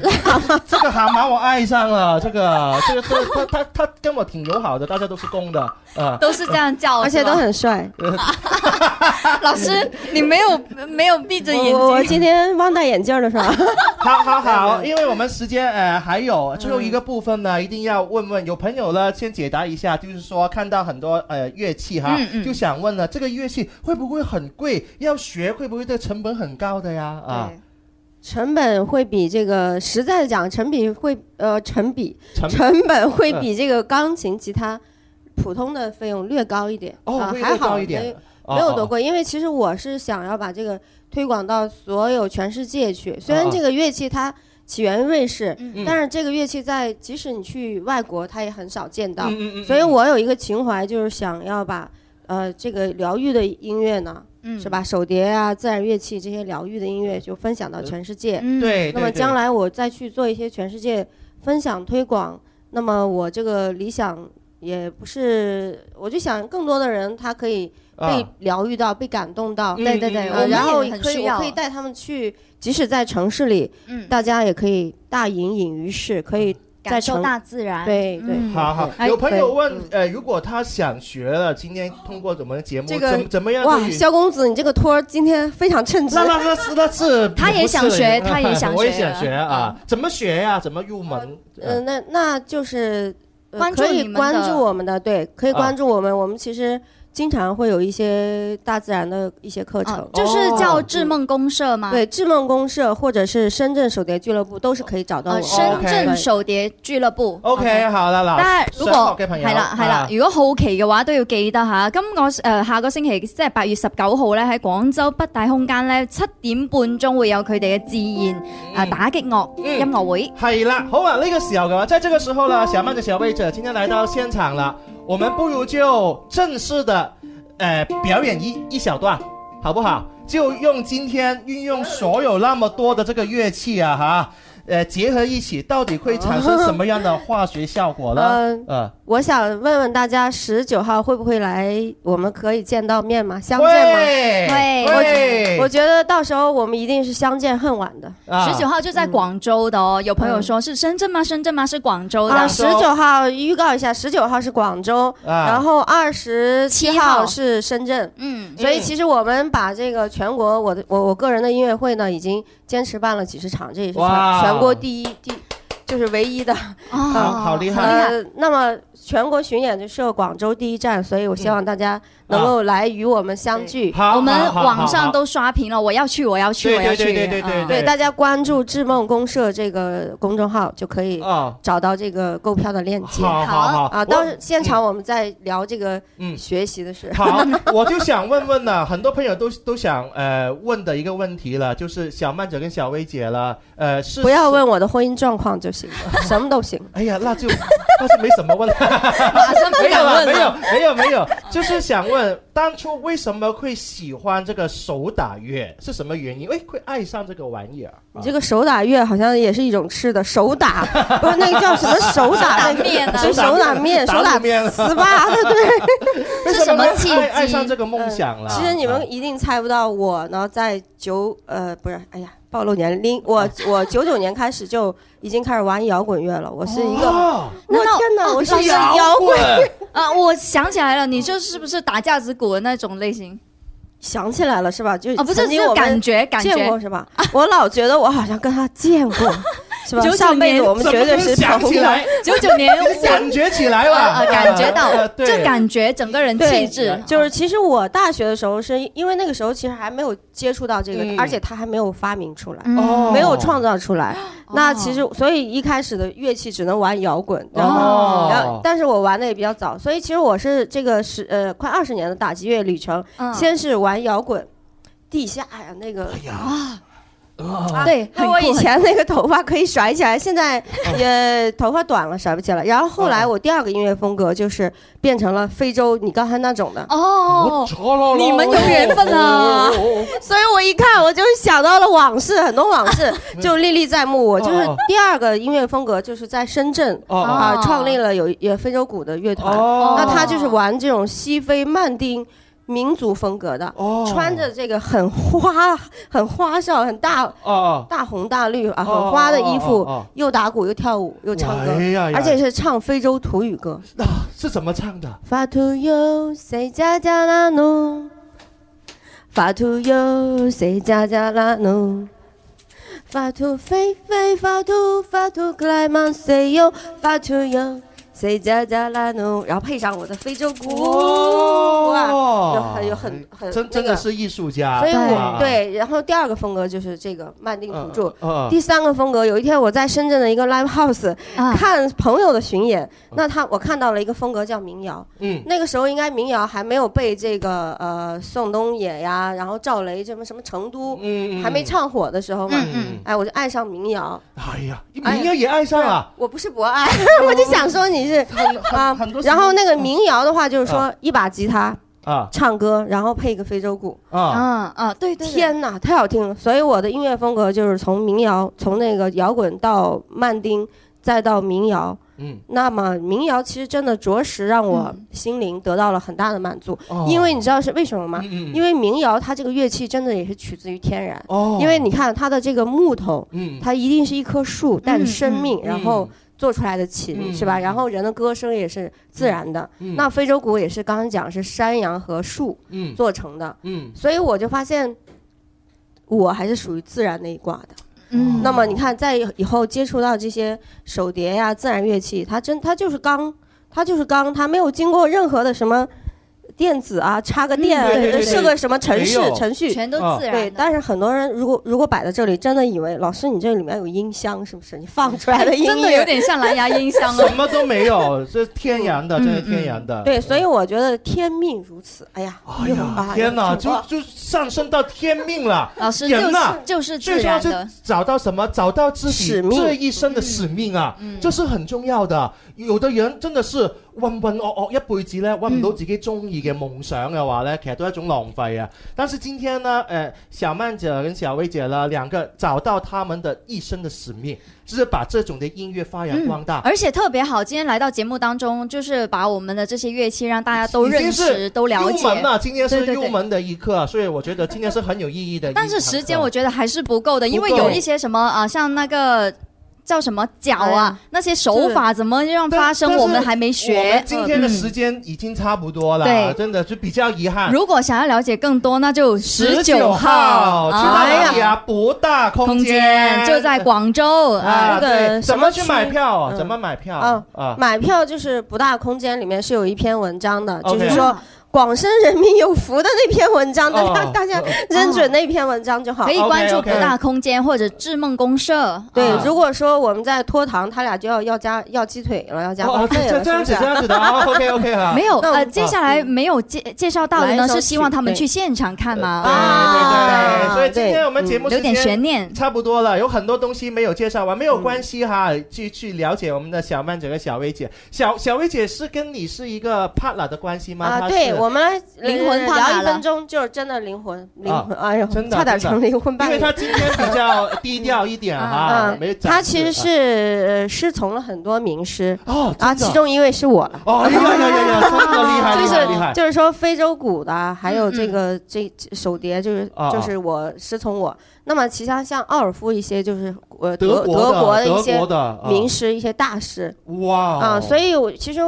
S7: 这个蛤蟆我爱上了，这个这个这个它它它跟我挺友好的，大家都是公的啊。
S6: 都是这样叫，
S12: 而且
S6: 是吧
S12: 都很帅。
S6: 老师，你没有没有闭着眼
S12: 我我
S6: 睛，
S12: 今天忘戴眼镜了是吧？
S7: 好好好，因为我们时间呃还有最后一个部分呢，一定要问问有朋友呢，先解答一下，就是说看到很多呃乐器哈，
S6: 嗯嗯
S7: 就想问了，这个乐器会不会很贵？要学会不会这成本很高的呀？啊，
S12: 对，成本会比这个，实在地讲，成比会呃，成比
S7: 成
S12: 成本会比这个钢琴、吉他普通的费用略高一点，
S7: 哦
S12: 啊，
S7: 会
S12: 还
S7: 会高
S12: 好
S7: 一点
S12: 没
S7: 哦
S12: 没有
S7: 哦
S12: 多贵，因为其实我是想要把这个推广到所有全世界去。虽
S7: 哦
S12: 然
S7: 哦
S12: 这个乐器它起源瑞士，
S6: 嗯
S12: 但是这个乐器在即使你去外国，它也很少见到。
S7: 嗯嗯嗯
S12: 所以我有一个情怀，就是想要把呃这个疗愈的音乐呢，
S6: 嗯
S12: 是？吧？手碟啊、自然乐器这些疗愈的音乐就分享到全世界。
S6: 嗯，
S7: 哦对，
S12: 那么将
S7: 来
S12: 来我再去做一些全世界分享推广，那么我这个理想也不是，我就想更多的人他可以
S7: 啊
S12: 被疗愈到、被感动到。
S6: 对对对，
S7: 嗯
S6: 我
S12: 呃
S6: 们
S12: 然后
S6: 也很
S12: 可
S6: 需
S12: 以，我
S6: 要
S12: 可以，带他们去，即使在城市里，
S6: 嗯，
S12: 大家也可以大隐隐于市，可以在
S6: 感受
S12: 城
S6: 大自然，
S12: 对对
S6: 嗯
S7: 好好，
S6: 哎
S7: 有朋友
S12: 对嗯
S7: 问，呃，如果他想学了，今天通过我们的节目，
S12: 这个
S7: 怎怎么样可
S12: 哇，
S7: 以？
S12: 萧公子，你这个托儿今天非常称职
S7: 嗯 那。那那是那是，
S6: 他也想学他也想
S7: 我也
S6: 学嗯
S7: 想学啊，怎么学呀？怎么入门？
S12: 嗯、那那就是、呃
S6: 关注
S12: 可
S6: 你
S12: 以
S6: 们
S12: 关
S6: 的
S12: 注我们的，对，可以
S7: 啊
S12: 关注我们。我们其实经常会有一些大自然的一些课程，
S6: 嗯就是叫智梦公社吗？
S12: 对，智梦公社或者是深圳手碟俱乐部都是可以找到我
S7: 哦
S6: 呃，
S12: 们的。
S6: 深圳
S12: 对
S6: 手碟俱樂部。
S7: OK，好啦，嗱，
S6: 但係如果
S7: 嘅朋友
S6: 係啦係啦
S7: 啊，
S6: 如果好奇嘅話，都要記得吓。今個誒下個星期即係八月十九號咧，喺廣州北大空間咧七點半鐘會有佢哋嘅自然啊打擊樂
S7: 嗯
S6: 音樂會。
S7: 系啦，好啊，那个时候嘅话，在这个时候呢，小曼的小妹者今天来到现场了，我们不如就正式的，呃，表演一一小段，好不好？就用今天运用所有那么多的这个乐器啊，哈，呃，结合一起，到底会产生什么样的化学效果呢？
S12: 嗯
S7: 呃，
S12: 我想问问大家，十九号会不会来？我们可以见到面吗？相见吗？
S7: 会
S12: 我
S7: 会
S12: 我觉得到时候我们一定是相见恨晚的。
S7: 啊嗯
S2: 十九号就在广州的哦，有朋友说是深圳吗？深圳吗？是广州的。
S12: 啊，十九号预告一下，十九号是广州，
S7: 啊
S12: 然后二十七
S2: 7号
S12: 号是深圳。
S2: 嗯，
S12: 所以其实我们把这个全国我的我我个人的音乐会呢，已经坚持办了几十场，这也是
S7: 哇哦
S12: 全全国第一第就是唯 一的。
S6: 啊
S7: 好
S2: 哦，
S7: 啊好厉害
S12: 呃，那么全国巡演就设广州第一站，所以我希望大家能够来与我们相聚。
S7: 好，
S2: 我们
S7: 好好好
S2: 网上
S7: 好
S2: 都刷屏了，我要去，我要去，
S7: 对
S2: 我要去。
S7: 对
S6: 啊
S7: 对对对
S2: 嗯
S12: 对，大家关注“智梦公社”这个公众号就可以
S7: 哦，
S12: 找到这个购票的链接。
S7: 好好好
S12: 啊，
S7: 我
S12: 到时现场我们再聊这个
S7: 嗯
S12: 学习的事。
S7: 好， 我就想问问呢，很多朋友都都想呃问的一个问题了，就是小曼姐跟小薇姐了，呃是
S12: 不要问我的婚姻状况就行了，什么都行。
S7: 哎呀，那就 那就没什么问了，
S12: 马上 不
S7: 没
S12: 敢
S7: 有啊
S12: 问啊
S7: 了，没
S12: 了。
S7: 有没有没有，就是想问当初为什么会喜欢这个手打乐，是什么原因？哎，会爱上这个玩意儿？啊
S12: 你这个手打月好像也是一种吃的，手打不是那个叫什么手打那个
S2: 面啊
S12: 是手打面、手打
S7: 打面
S12: 糍粑的，对。
S7: 为
S2: 是什么
S7: 会
S2: 契
S7: 爱爱上
S2: 机
S7: 这个梦想了？
S12: 其实你
S7: 啊
S12: 们一定猜不到我呢，在九呃不是，哎呀，暴露年龄，
S7: 啊
S12: 我我九九年开始就已经开始玩摇滚乐了，我是一个，
S7: 哦，
S12: 我
S2: 那
S12: 天哪，我是一个
S7: 摇
S12: 摇滚。
S2: 啊，我想起来了，你就是不是打架子鼓的那种类型？
S12: 想起来了是吧？就
S2: 啊，不是，
S12: 曾经
S2: 是
S12: 我们
S2: 感觉感
S12: 见
S2: 觉
S12: 过。是吧？我老觉得我好像跟他见 过，是吧？
S2: 99
S12: 上辈子 我们
S7: 怎么
S12: 绝对
S7: 能
S12: 是
S7: 想
S12: 朋
S7: 起
S12: 友。
S7: 来？
S2: 九九年
S7: 感觉起来了，
S12: 哦
S2: 啊，感觉
S7: 呃
S2: 到，
S7: 对
S2: 就感觉整个人
S12: 对
S2: 气质
S12: 就是其实我大学的时候是因为那个时候其实还没有接触到这个，
S7: 嗯
S12: 而且它还没有发明出来。
S2: 嗯
S7: 哦
S12: 没有创造出来，
S2: 哦
S12: 那其实所以一开始的乐器只能玩摇滚，然后、
S7: 哦
S12: 然后但是我玩的也比较早，所以其实我是这个十呃快二十年的打击乐旅程，
S2: 嗯
S12: 先是玩摇滚，地下呀那个
S7: 哦
S2: 对，
S12: 那
S2: 很
S12: 我
S2: 酷
S12: 以前那个头发可以甩起来，现在
S7: 哦
S12: 也头发短了，甩不起来。然后后来我第二个音乐风格就是变成了非洲你刚才那种的，
S2: 哦，你们有缘分啊！
S12: 所以我一看我就想到了往事，很多往事就历历在目。我就是
S7: 哦
S12: 第二个音乐风格就是在深圳
S7: 哦哦
S12: 啊
S2: 哦
S12: 创立了有也非洲鼓的乐团，
S7: 哦，
S12: 那他就是玩这种西非慢丁。民族风格的，
S7: 哦
S12: 穿着这个很花、很花哨、很大
S7: 哦哦
S12: 大红大绿啊，
S7: 哦
S12: 很花的衣
S7: 哦哦哦
S12: 服，又打鼓又跳舞又唱歌
S7: 哎呀，呀
S12: 而且是唱非洲土语歌。
S7: 那是怎么唱的？
S12: 法图哟，塞加加拉努，法图哟，塞加加拉努。法图菲菲法图法图克莱曼塞哟法图哟塞加加拉努，然后配上我的非洲
S7: 哦
S12: 鼓，哇，有很有很很
S7: 真真
S12: 那
S7: 的
S12: 个
S7: 是艺术家，
S12: 所以我
S7: 哇，
S12: 对，然后第二个风格就是这个慢定土著，
S7: 嗯嗯
S12: 第三个风格，有一天我在深圳的一个 live house
S2: 啊
S12: 看朋友的巡演，那他我看到了一个风格叫民谣，
S7: 嗯
S12: 那个时候应该民谣还没有被这个呃宋冬野呀，然后赵雷什么什么成都
S7: 嗯嗯
S12: 还没唱火的时候嘛，
S7: 嗯，
S12: 哎，我就爱上民谣，
S7: 哎呀，你
S12: 哎
S7: 应该也爱上了，
S12: 我不是博爱， 我就想说你是啊
S7: 哦很多，
S12: 然后那个民谣的话就是说
S7: 啊
S12: 一把吉他
S7: 啊
S12: 唱歌，然后配一个非洲鼓。
S7: 啊
S2: 嗯嗯，对对，对，
S12: 天呐，太好听了！所以我的音乐风格就是从民谣，从那个摇滚到慢丁，再到民谣。
S7: 嗯，
S12: 那么民谣其实真的着实让我心灵得到了很大的满足，
S7: 哦
S12: 因为你知道是为什么吗？因
S7: 为
S12: 为民谣它这个乐器真的也是取自于天然，
S7: 哦，
S12: 因为你看它的这个木头，
S7: 嗯
S12: 它一定是一棵树带着生命，然后
S7: 嗯
S12: 做出来的琴、
S7: 嗯
S12: 是吧？然后人的歌声也是自然的。
S7: 嗯
S12: 那非洲鼓也是刚刚讲是山羊和树
S7: 嗯
S12: 做成的，
S7: 嗯
S12: 所以我就发现，我还是属于自然那一挂的。
S2: 嗯，
S12: 那
S7: 哦
S12: 么你看，在以后接触到这些手碟呀、自然乐器，它真它就是钢，它就是钢，它没有经过任何的什么电子啊，插个电啊，
S7: 嗯对对对
S12: 设个什么程式
S7: 没有
S12: 程序。
S2: 全都
S7: 啊
S2: 自
S12: 对，
S2: 然的。
S12: 但是很多人如果如果摆在这里，真的以为老师你这里面有音箱是不是？你放出来
S6: 哎
S12: 的音乐
S2: 哎真的有点像蓝牙音箱
S7: 什
S2: 哦。
S7: 么都没有，这天然的，这是天然
S12: 嗯
S7: 的，
S12: 对，所以我觉得天命如此。哎呀，
S7: 哎
S12: 又很
S7: 呀，
S12: 棒
S7: 天哪，
S12: 又很
S7: 就
S12: 棒
S7: 就上升到天命 了。
S2: 老师就
S7: 人
S2: 是
S7: 呐
S2: 就是自
S7: 最重要
S2: 然
S7: 是
S2: 的，
S7: 找到什么？找到自己
S12: 使命
S2: 嗯
S7: 这一生的使命啊，这是很重要的。有的人真的是渾渾噩噩一輩子
S14: 嗯
S7: 呢，揾唔到自己中意嘅夢想嘅話呢，其實都係一種浪費啊。但是今天呢，呃，小曼姐跟小薇姐啦，兩個找到他們的一生的使命，就是把這种的音樂发
S14: 嗯
S7: 扬光大。
S14: 而且特别好，今天来到节目当中，就是把我们的这些乐器让大家都
S7: 已
S14: 认
S7: 经是
S14: 识、都了
S7: 入门
S14: 解。
S7: 啊了，今天是
S14: 对对
S7: 入
S14: 对
S7: 门的一课，所以我觉得今天是很有意义的一哦堂
S14: 但
S7: 课。
S14: 是时间我觉得还是不够的，因为
S7: 不够
S14: 有一些什么啊、像那个叫什么脚
S7: 哎
S14: 啊
S7: 呀，
S14: 那些手法怎么样
S7: 但
S14: 发声，
S7: 但是
S14: 我们还没学。
S7: 我们今天的时
S14: 嗯
S7: 间已经差不多了，
S14: 对
S7: 真的就比较遗憾。
S14: 嗯如果想要了解更多，那就
S7: 十
S14: 九
S7: 九号，去哪里
S14: 哎
S7: 啊？
S14: 呀
S7: 博大空
S14: 空间就在广州哎
S7: 啊，对，怎么去买票啊？
S12: 嗯
S7: 怎么买票
S12: 哦
S7: 啊？啊，
S12: 买票就是博大空间里面是有一篇文章的，就
S7: OK
S12: 是说广深人民有福的那篇文章，大家
S14: 哦
S12: 大家认准那篇文章就
S6: 哦
S12: 好。
S14: 可以关注博大空间或者智梦公社。
S7: 哎
S12: 对
S14: 啊，
S12: 如果说我们在拖堂，他俩就要要加要鸡腿了，要加
S7: 哦
S12: 花费
S7: 这
S12: 了，
S7: 这样子
S12: 是不是
S7: 这样子的啊，OK，OK 啊
S14: 没有
S12: 那我
S14: 呃，接下来没有介介绍到的
S12: 来
S14: 呢，
S12: 一首
S14: 是希望
S12: 曲
S14: 他们
S12: 对
S14: 去现场看嘛？
S7: 对对对，
S14: 啊
S7: 所以今天我们节
S14: 有
S7: 目
S14: 点
S7: 时间
S14: 悬念。
S7: 差不多了，有很多东西没有介绍完，没
S12: 嗯
S7: 有关系哈，去去了解我们的小曼姐和小薇姐。小小薇姐是跟你是一个 partner 的关系吗？
S12: 啊，
S7: 她
S12: 对，
S7: 是
S12: 我们来呃
S7: 灵魂
S12: 聊
S7: 趴打
S12: 一
S7: 了
S12: 分钟，就是真的灵魂，灵
S7: 啊
S12: 魂，哎呦，
S7: 真的
S12: 差点
S7: 真的
S12: 成灵魂伴
S7: 因
S12: 侣。
S7: 为她今天 比较低调一点哈，没展
S12: 呃他
S7: 示
S12: 嗯其实
S7: 啊
S12: 是呃师从了很多名师
S7: 哦
S12: 啊，
S7: 真的
S12: 其中一位是我了。
S7: 哦，有有有有，真的厉 害
S12: 就
S7: 厉害厉
S12: 是
S7: 害，
S12: 就是说非洲鼓的，还有这个这这手碟，就是
S7: 啊啊
S12: 就是我师从我。那么其他像奥尔夫一些，就是呃
S7: 德国的
S12: 德国的一
S7: 德
S12: 些
S7: 国的啊
S12: 名师，一些大师
S7: 哇
S12: 啊，
S7: 哦
S12: 所以我其实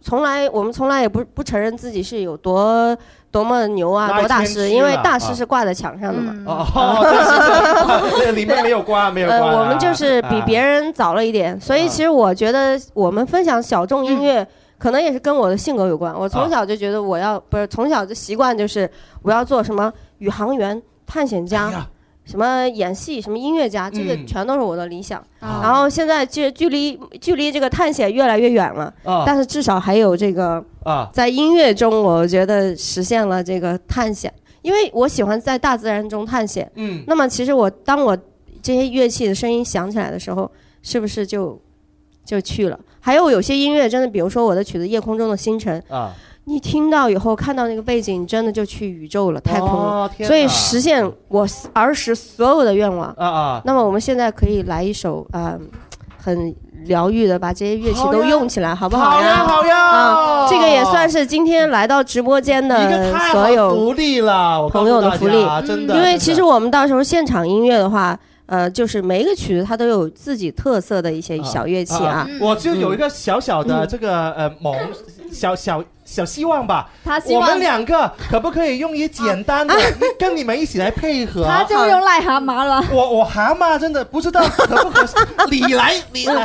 S12: 从来我们从来也不不承认自己是有多多么牛啊，
S7: 拉
S12: 多大
S7: 谦虚
S12: 师，因为
S7: 了
S12: 大
S7: 啊
S12: 师是挂在墙上
S14: 嗯
S12: 的嘛。
S13: 嗯
S7: 哦，这是这 里面没有瓜没有啊
S12: 呃，
S7: 瓜，
S12: 我们就是比别人早了一点，所以其实我觉得我们分享小众音
S7: 嗯
S12: 乐，可能也是跟我的性格有关。我
S7: 啊
S12: 从小就觉得我要不是从小就习惯就是我要做什么宇航员、探险家。什么演戏，什么音乐家，这个
S15: 嗯
S12: 全都是我的理想。
S15: 啊
S12: 然后现在距距离距离这个探险越来越远了，
S15: 啊
S12: 但是至少还有这个
S7: 啊
S12: 在音乐中，我觉得实现了这个探险，因为我喜欢在大自然中探险。
S7: 嗯
S12: 那么其实我当我这些乐器的声音响起来的时候，是不是就就去了？还有有些音乐真的，比如说我的曲子《夜空中的星辰》，
S7: 啊，
S12: 你听到以后看到那个背景，你真的就去宇宙了，太空了，
S7: 哦天
S12: 所以
S7: 哪
S12: 实现我儿时所有的愿望。
S7: 啊啊，
S12: 那么我们现在可以来一首啊、很疗愈的，把这些乐器
S7: 好
S12: 都
S7: 呀
S12: 用起来，好不
S7: 好呀
S12: 呀？
S7: 好呀
S12: 啊，这个也算是今天来到直播间
S7: 一个
S12: 的
S7: 太好
S12: 所
S7: 的
S12: 有
S7: 福利了，我告诉
S12: 朋友的福利
S7: 大家，真的，
S12: 因为
S7: 真的
S12: 其实我们到时候现场音乐的话，呃，就是每一个曲子它都有自己特色的一些小乐器啊。
S7: 我就有一
S12: 嗯
S7: 个小小的这个呃萌小小小希望吧，
S12: 他希
S7: 我
S12: 望
S7: 们两个可不可以用一简单
S12: 啊
S7: 的跟你们一起来配合？
S6: 他就用癞蛤蟆了。
S7: 我我蛤蟆真的不知道合不合适，你来 你来，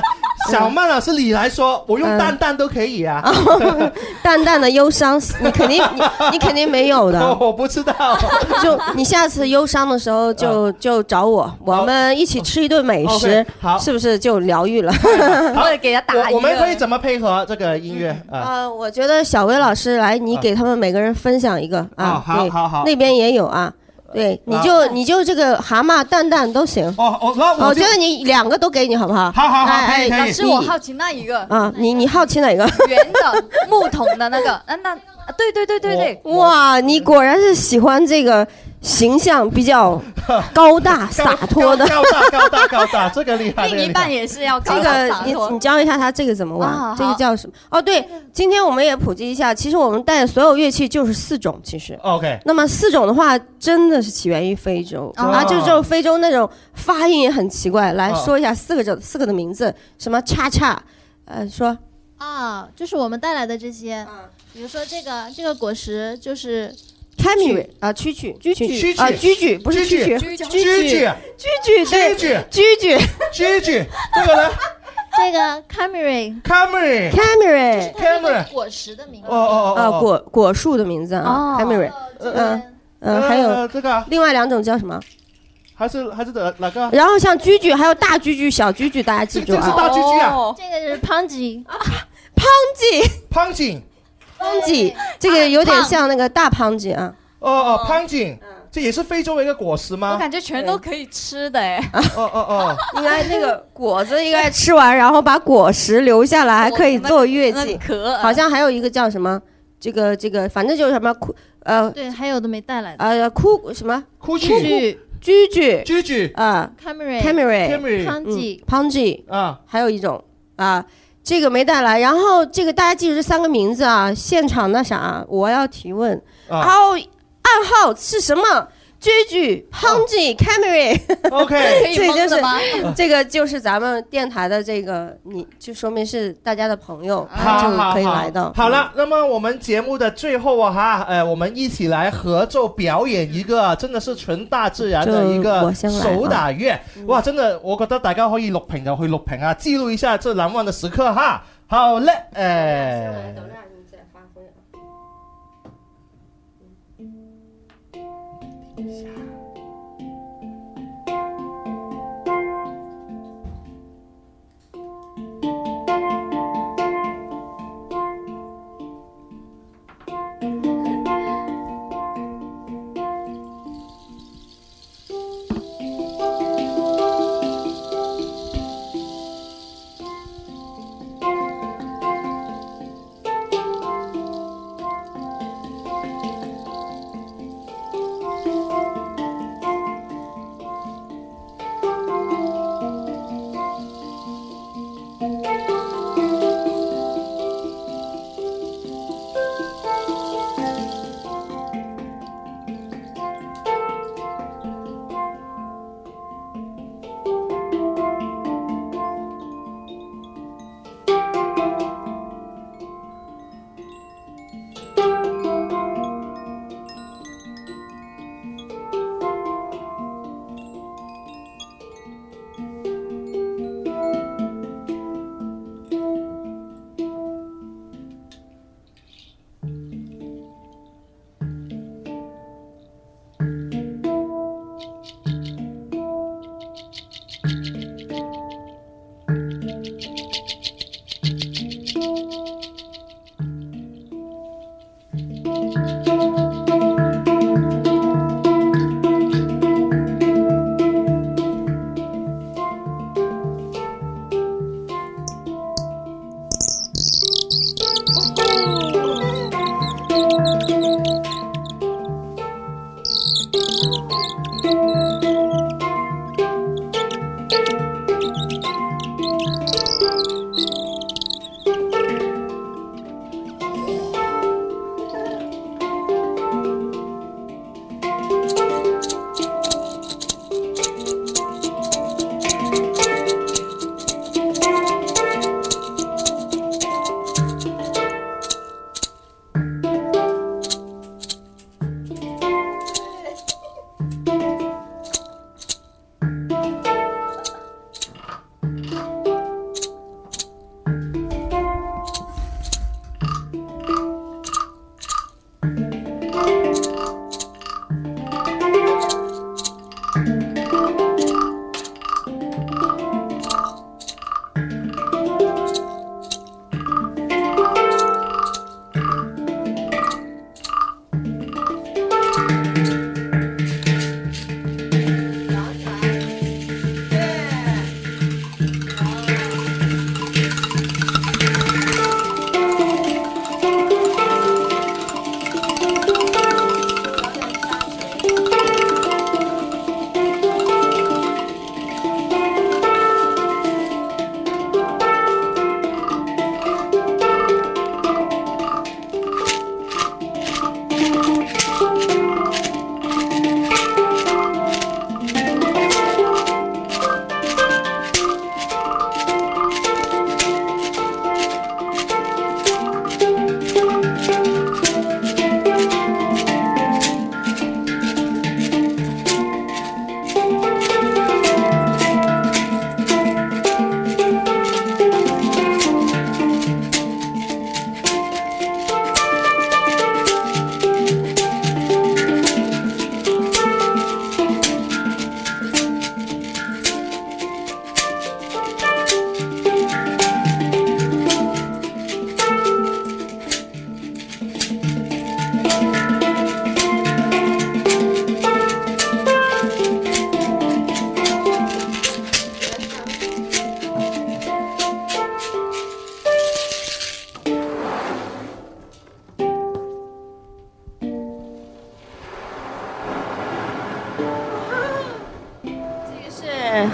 S7: 小曼老师你来说，我用蛋蛋都可以啊。
S12: 嗯 淡淡的忧伤，你肯定你你肯定没 有的。
S7: 哦我不知道，
S12: 啊 就你下次忧伤的时候就就找我，我们一起吃一顿美食
S7: 啊哦 OK，，好
S12: 是不是就疗愈了？
S7: 好
S12: 给他
S7: 我我们可以怎么配合这个音乐啊？
S12: 呃，我觉得小薇老师来，你
S7: 啊
S12: 给他们每个人分享一个啊，
S7: 哦好
S12: 对
S7: 好好
S12: 那边也有啊。对，你就你就这个蛤蟆蛋蛋都行。
S7: 哦，我那
S12: 我
S7: 我就
S12: 觉得你两个都给你好不好？
S7: 好好好可
S12: 哎
S7: 以可以
S12: 哎
S7: 老师
S12: 你
S14: 我好奇那一 个
S12: 啊，你你好奇哪个？
S14: 圆的木桶的那个，啊那那对对对对对，
S12: 哇，你果然是喜欢这个形象比较高大洒脱的。
S7: 高大高大高大，这个厉 害，这个
S14: 另一
S7: 厉害
S14: 半也是要
S12: 这
S14: 高大
S12: 个
S14: 洒
S12: 你
S14: 脱
S12: 你教一下他这个怎么
S14: 啊好
S12: 玩，这个叫什么？哦，对，今天我们也普及一下，其实我们带的所有乐器就是四种，其实。
S7: 啊 OK，
S12: 那么四种的话，真的是起源于非洲
S7: 哦
S12: 啊，就就是非洲那种发音也很奇怪。来
S13: 哦
S12: 说一下四个这四个的名字，什么叉叉，呃，说
S13: 啊，就是我们带来的这些，
S14: 嗯
S13: 比如说这个这个果实就是。
S12: 凯米瑞啊，蛐蛐，蛐
S13: 蛐
S12: 啊，
S13: 蛐
S12: 蛐蛐不是
S13: 蛐蛐
S12: 蛐蛐，
S13: 蛐
S12: 蛐
S13: 蛐
S12: 蛐，蛐蛐，对，蛐蛐，
S7: 蛐蛐，这个呢
S13: 这个 Camry
S7: ，Camry，
S12: 凯米瑞，
S13: 它那个果实的名字
S7: 哦哦哦，
S12: 啊，果果树的名字啊
S13: 哦，
S12: 凯米瑞，嗯嗯，
S7: 呃
S12: 还有
S7: 呃这个
S12: 另外两种叫什么？
S7: 还是还是哪哪个？
S12: 然后像蛐蛐，还有大蛐蛐、小蛐蛐，大家记住
S7: 这
S12: 啊
S7: 是。大蛐蛐啊，
S13: 这个是 Pungy，
S14: 啊
S12: 胖鸡，
S7: 胖景，
S12: 胖鸡，这个有点像那个大胖鸡啊。嗯
S7: 哦哦，胖景，这也是非洲的一个果实吗？
S14: 我感觉全都可以吃的哎。
S7: 哦哦 哦，
S12: 应该那个果子应该吃完，然后把果实留下来，还可以做月
S13: 那
S12: 季
S13: 个壳啊。
S12: 好像还有一个叫什么，这个这个，反正就是什么枯呃
S13: 对，还有都没带
S6: 啊
S13: 来的。
S12: 呃枯什么
S7: 枯
S13: 菊菊
S12: 居居
S7: 居居
S12: 啊
S13: Camry
S12: Camry
S13: 康吉
S12: p o n g i
S7: 啊，
S12: 还有一种啊。这个没带来，然后这个大家记住这三个名字啊。现场那啥，我要提问，
S7: 啊
S12: 然后暗号是什么？居居、p o n g i Camry。
S6: 嗯
S7: OK
S12: 这就是
S14: 可以蒙的吗
S12: 这个就是咱们电台的这个，你就说明是大家的朋友，
S7: 好
S12: 啊就
S7: 好
S12: 可以
S7: 好
S12: 来到。嗯
S7: 好了，那么我们节目的最后啊哈，呃，我们一起来合奏表演一个真的是纯大自然的一
S12: 就
S7: 个
S12: 我先来啊
S7: 手打乐，哇，真的，我觉得大家可以录屏就去录屏啊，记录一下这难忘的时刻哈。好嘞，哎、
S11: Hãy subscribe cho kênh Ghiền Mì Gõ Để không bỏ lỡ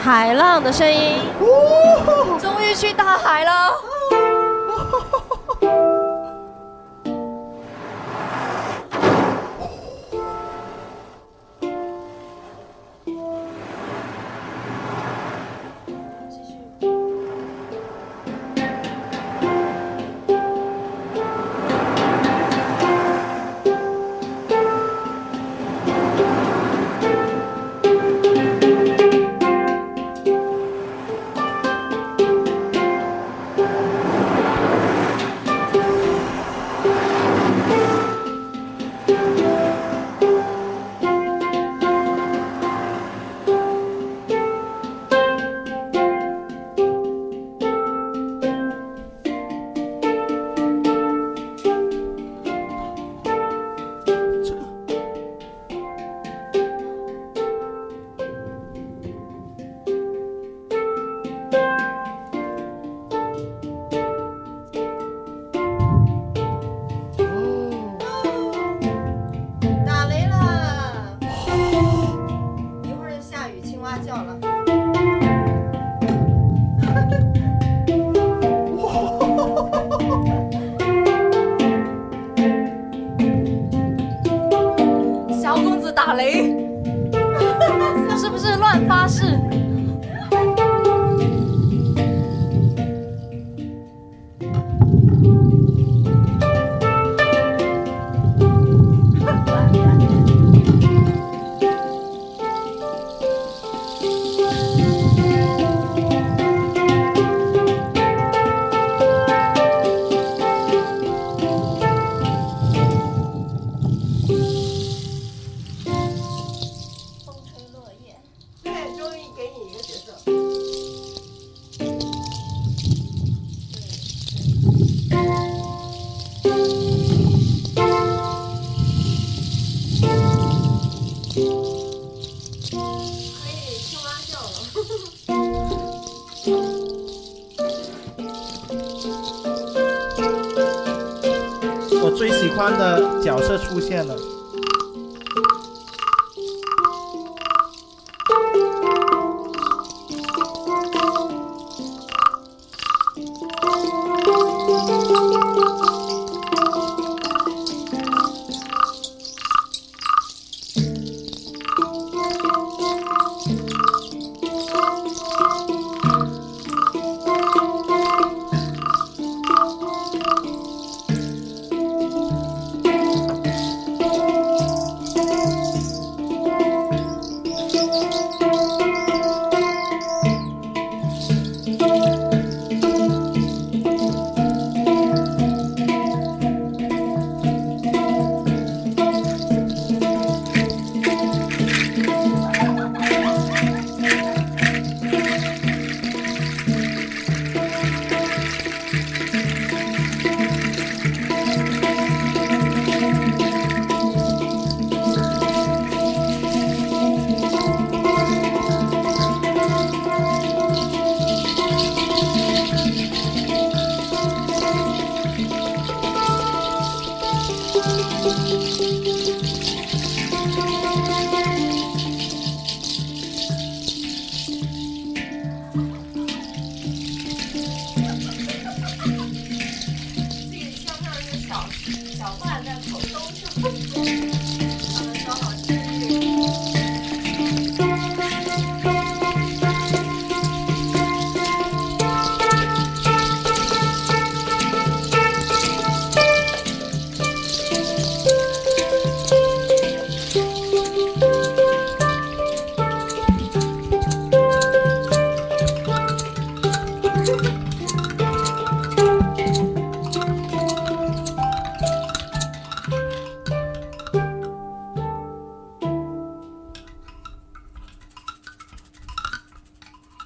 S16: 海浪的声音。
S6: 终于去大海了。
S12: 打雷了，一会儿下雨，青蛙叫了。
S6: 小公子打雷， 是不是乱发誓？
S12: 对，终于给你一个角色。
S7: 我最喜欢的角色出现了。
S17: Hãy subscribe cho kênh Ghiền Mì Gõ Để không bỏ lỡ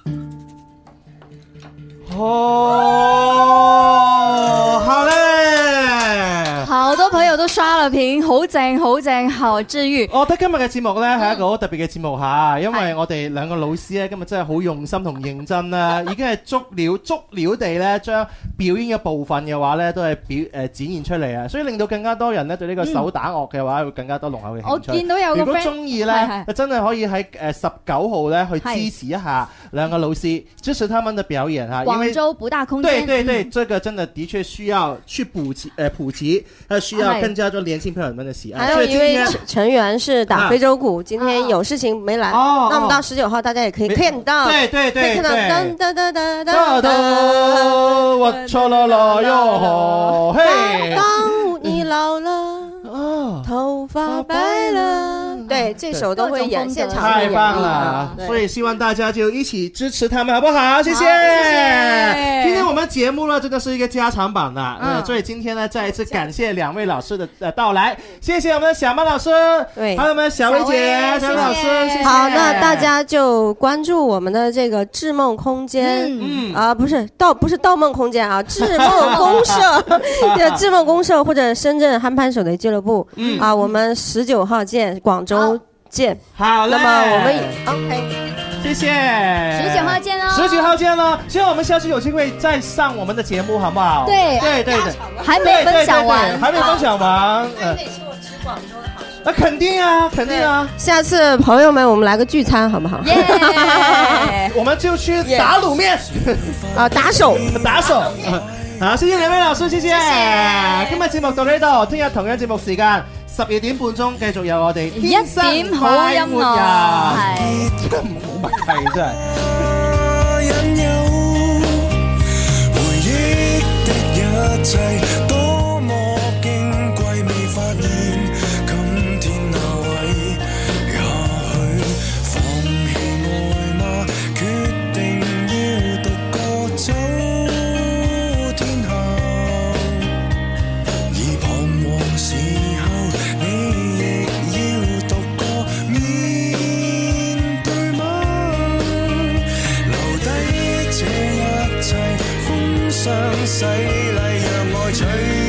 S7: 嗯哦
S6: 乐评好正好正，好治愈。
S7: 我覺哦得今日嘅節目呢
S6: 嗯
S7: 係一個好特別嘅節目嚇，因為我哋兩個老師呢，今日真係好用心同認 真啦，已經係足料足料地呢將表演嘅部分嘅話呢都係表誒、呃展現出嚟啊，所以令到更加多人呢對呢個手打樂嘅話會更加多濃厚嘅興
S6: 嗯
S7: 趣。
S6: 我見哦到有個
S7: 如果
S6: friend-
S7: 中意
S6: 係
S7: 呢，哎
S6: 係
S7: 就真係可以喺誒十九號呢去支持一下兩個老師，支持他們嘅表演嚇，因
S6: 嗯廣
S7: 為。
S6: 州不大空
S7: 对
S6: 間。
S7: 对对，
S6: 嗯，
S7: 这个真的的确需要去普及，呃，普及，呃，需要
S12: 哎
S7: 更加多年轻朋友们的喜爱。
S12: 还有
S7: 所以
S12: 一
S7: 今
S12: 位
S7: 天
S12: 成成员是打非洲鼓，今天有事情没来。
S7: 哦
S12: 那我们到十九号大家也可以看到，
S7: 对对对
S12: 可以看到
S7: 对
S12: 噔噔噔噔
S7: 大
S12: 噔
S7: 头我错了了哟吼嘿，
S12: 当你老了，头发白了，对，这首都会演，现场会
S7: 太
S12: 演
S7: 棒
S12: 绎
S7: 了
S12: 啊！对
S7: 所以希望大家就一起支持他们，好不好？谢谢。今天我们节目呢，真的是一个加长版的，
S12: 嗯
S7: 呃，所以今天呢，再一次感谢两位老师的呃到来，谢谢我们的小曼老师，
S12: 嗯对
S7: 还有我们小薇姐、小薇老师，谢谢。，
S12: 好，那大家就关注我们的这个智梦空间，嗯啊，不是盗不是盗梦空间啊，智梦公社 对，智梦公社或者深圳憨潘手雷俱乐部，
S7: 嗯
S12: 啊，我们十九号见，广州见。
S7: 好嘞
S12: 那么我们也
S7: OK，谢谢。
S12: 19号见哦
S7: 十九号见喽！希望我们下次有机会再上我们的节目，好不好？
S12: 对
S7: 对对对，
S12: 还没分享完
S7: 对对对对还没分享完。嗯，
S12: 广州的好处。
S7: 那肯定啊，肯定啊。
S12: 下次朋友们，我们来个聚餐好不好？
S7: 我们就去打卤面
S12: 啊，打手，
S7: 打手。好，谢谢两位老師，謝謝。今日節目到呢度，聽日同樣節目時間十二點半鐘繼續有我哋
S18: 一點好音樂
S7: 樂，真係冇默契真係。
S4: 引诱，回憶的一切多麼矜貴，未發現今天那位，也許放棄愛嗎？決定要獨個走天下，而彷徨時候，你亦要獨個面對嗎？留低這一切，風霜洗禮，讓愛取。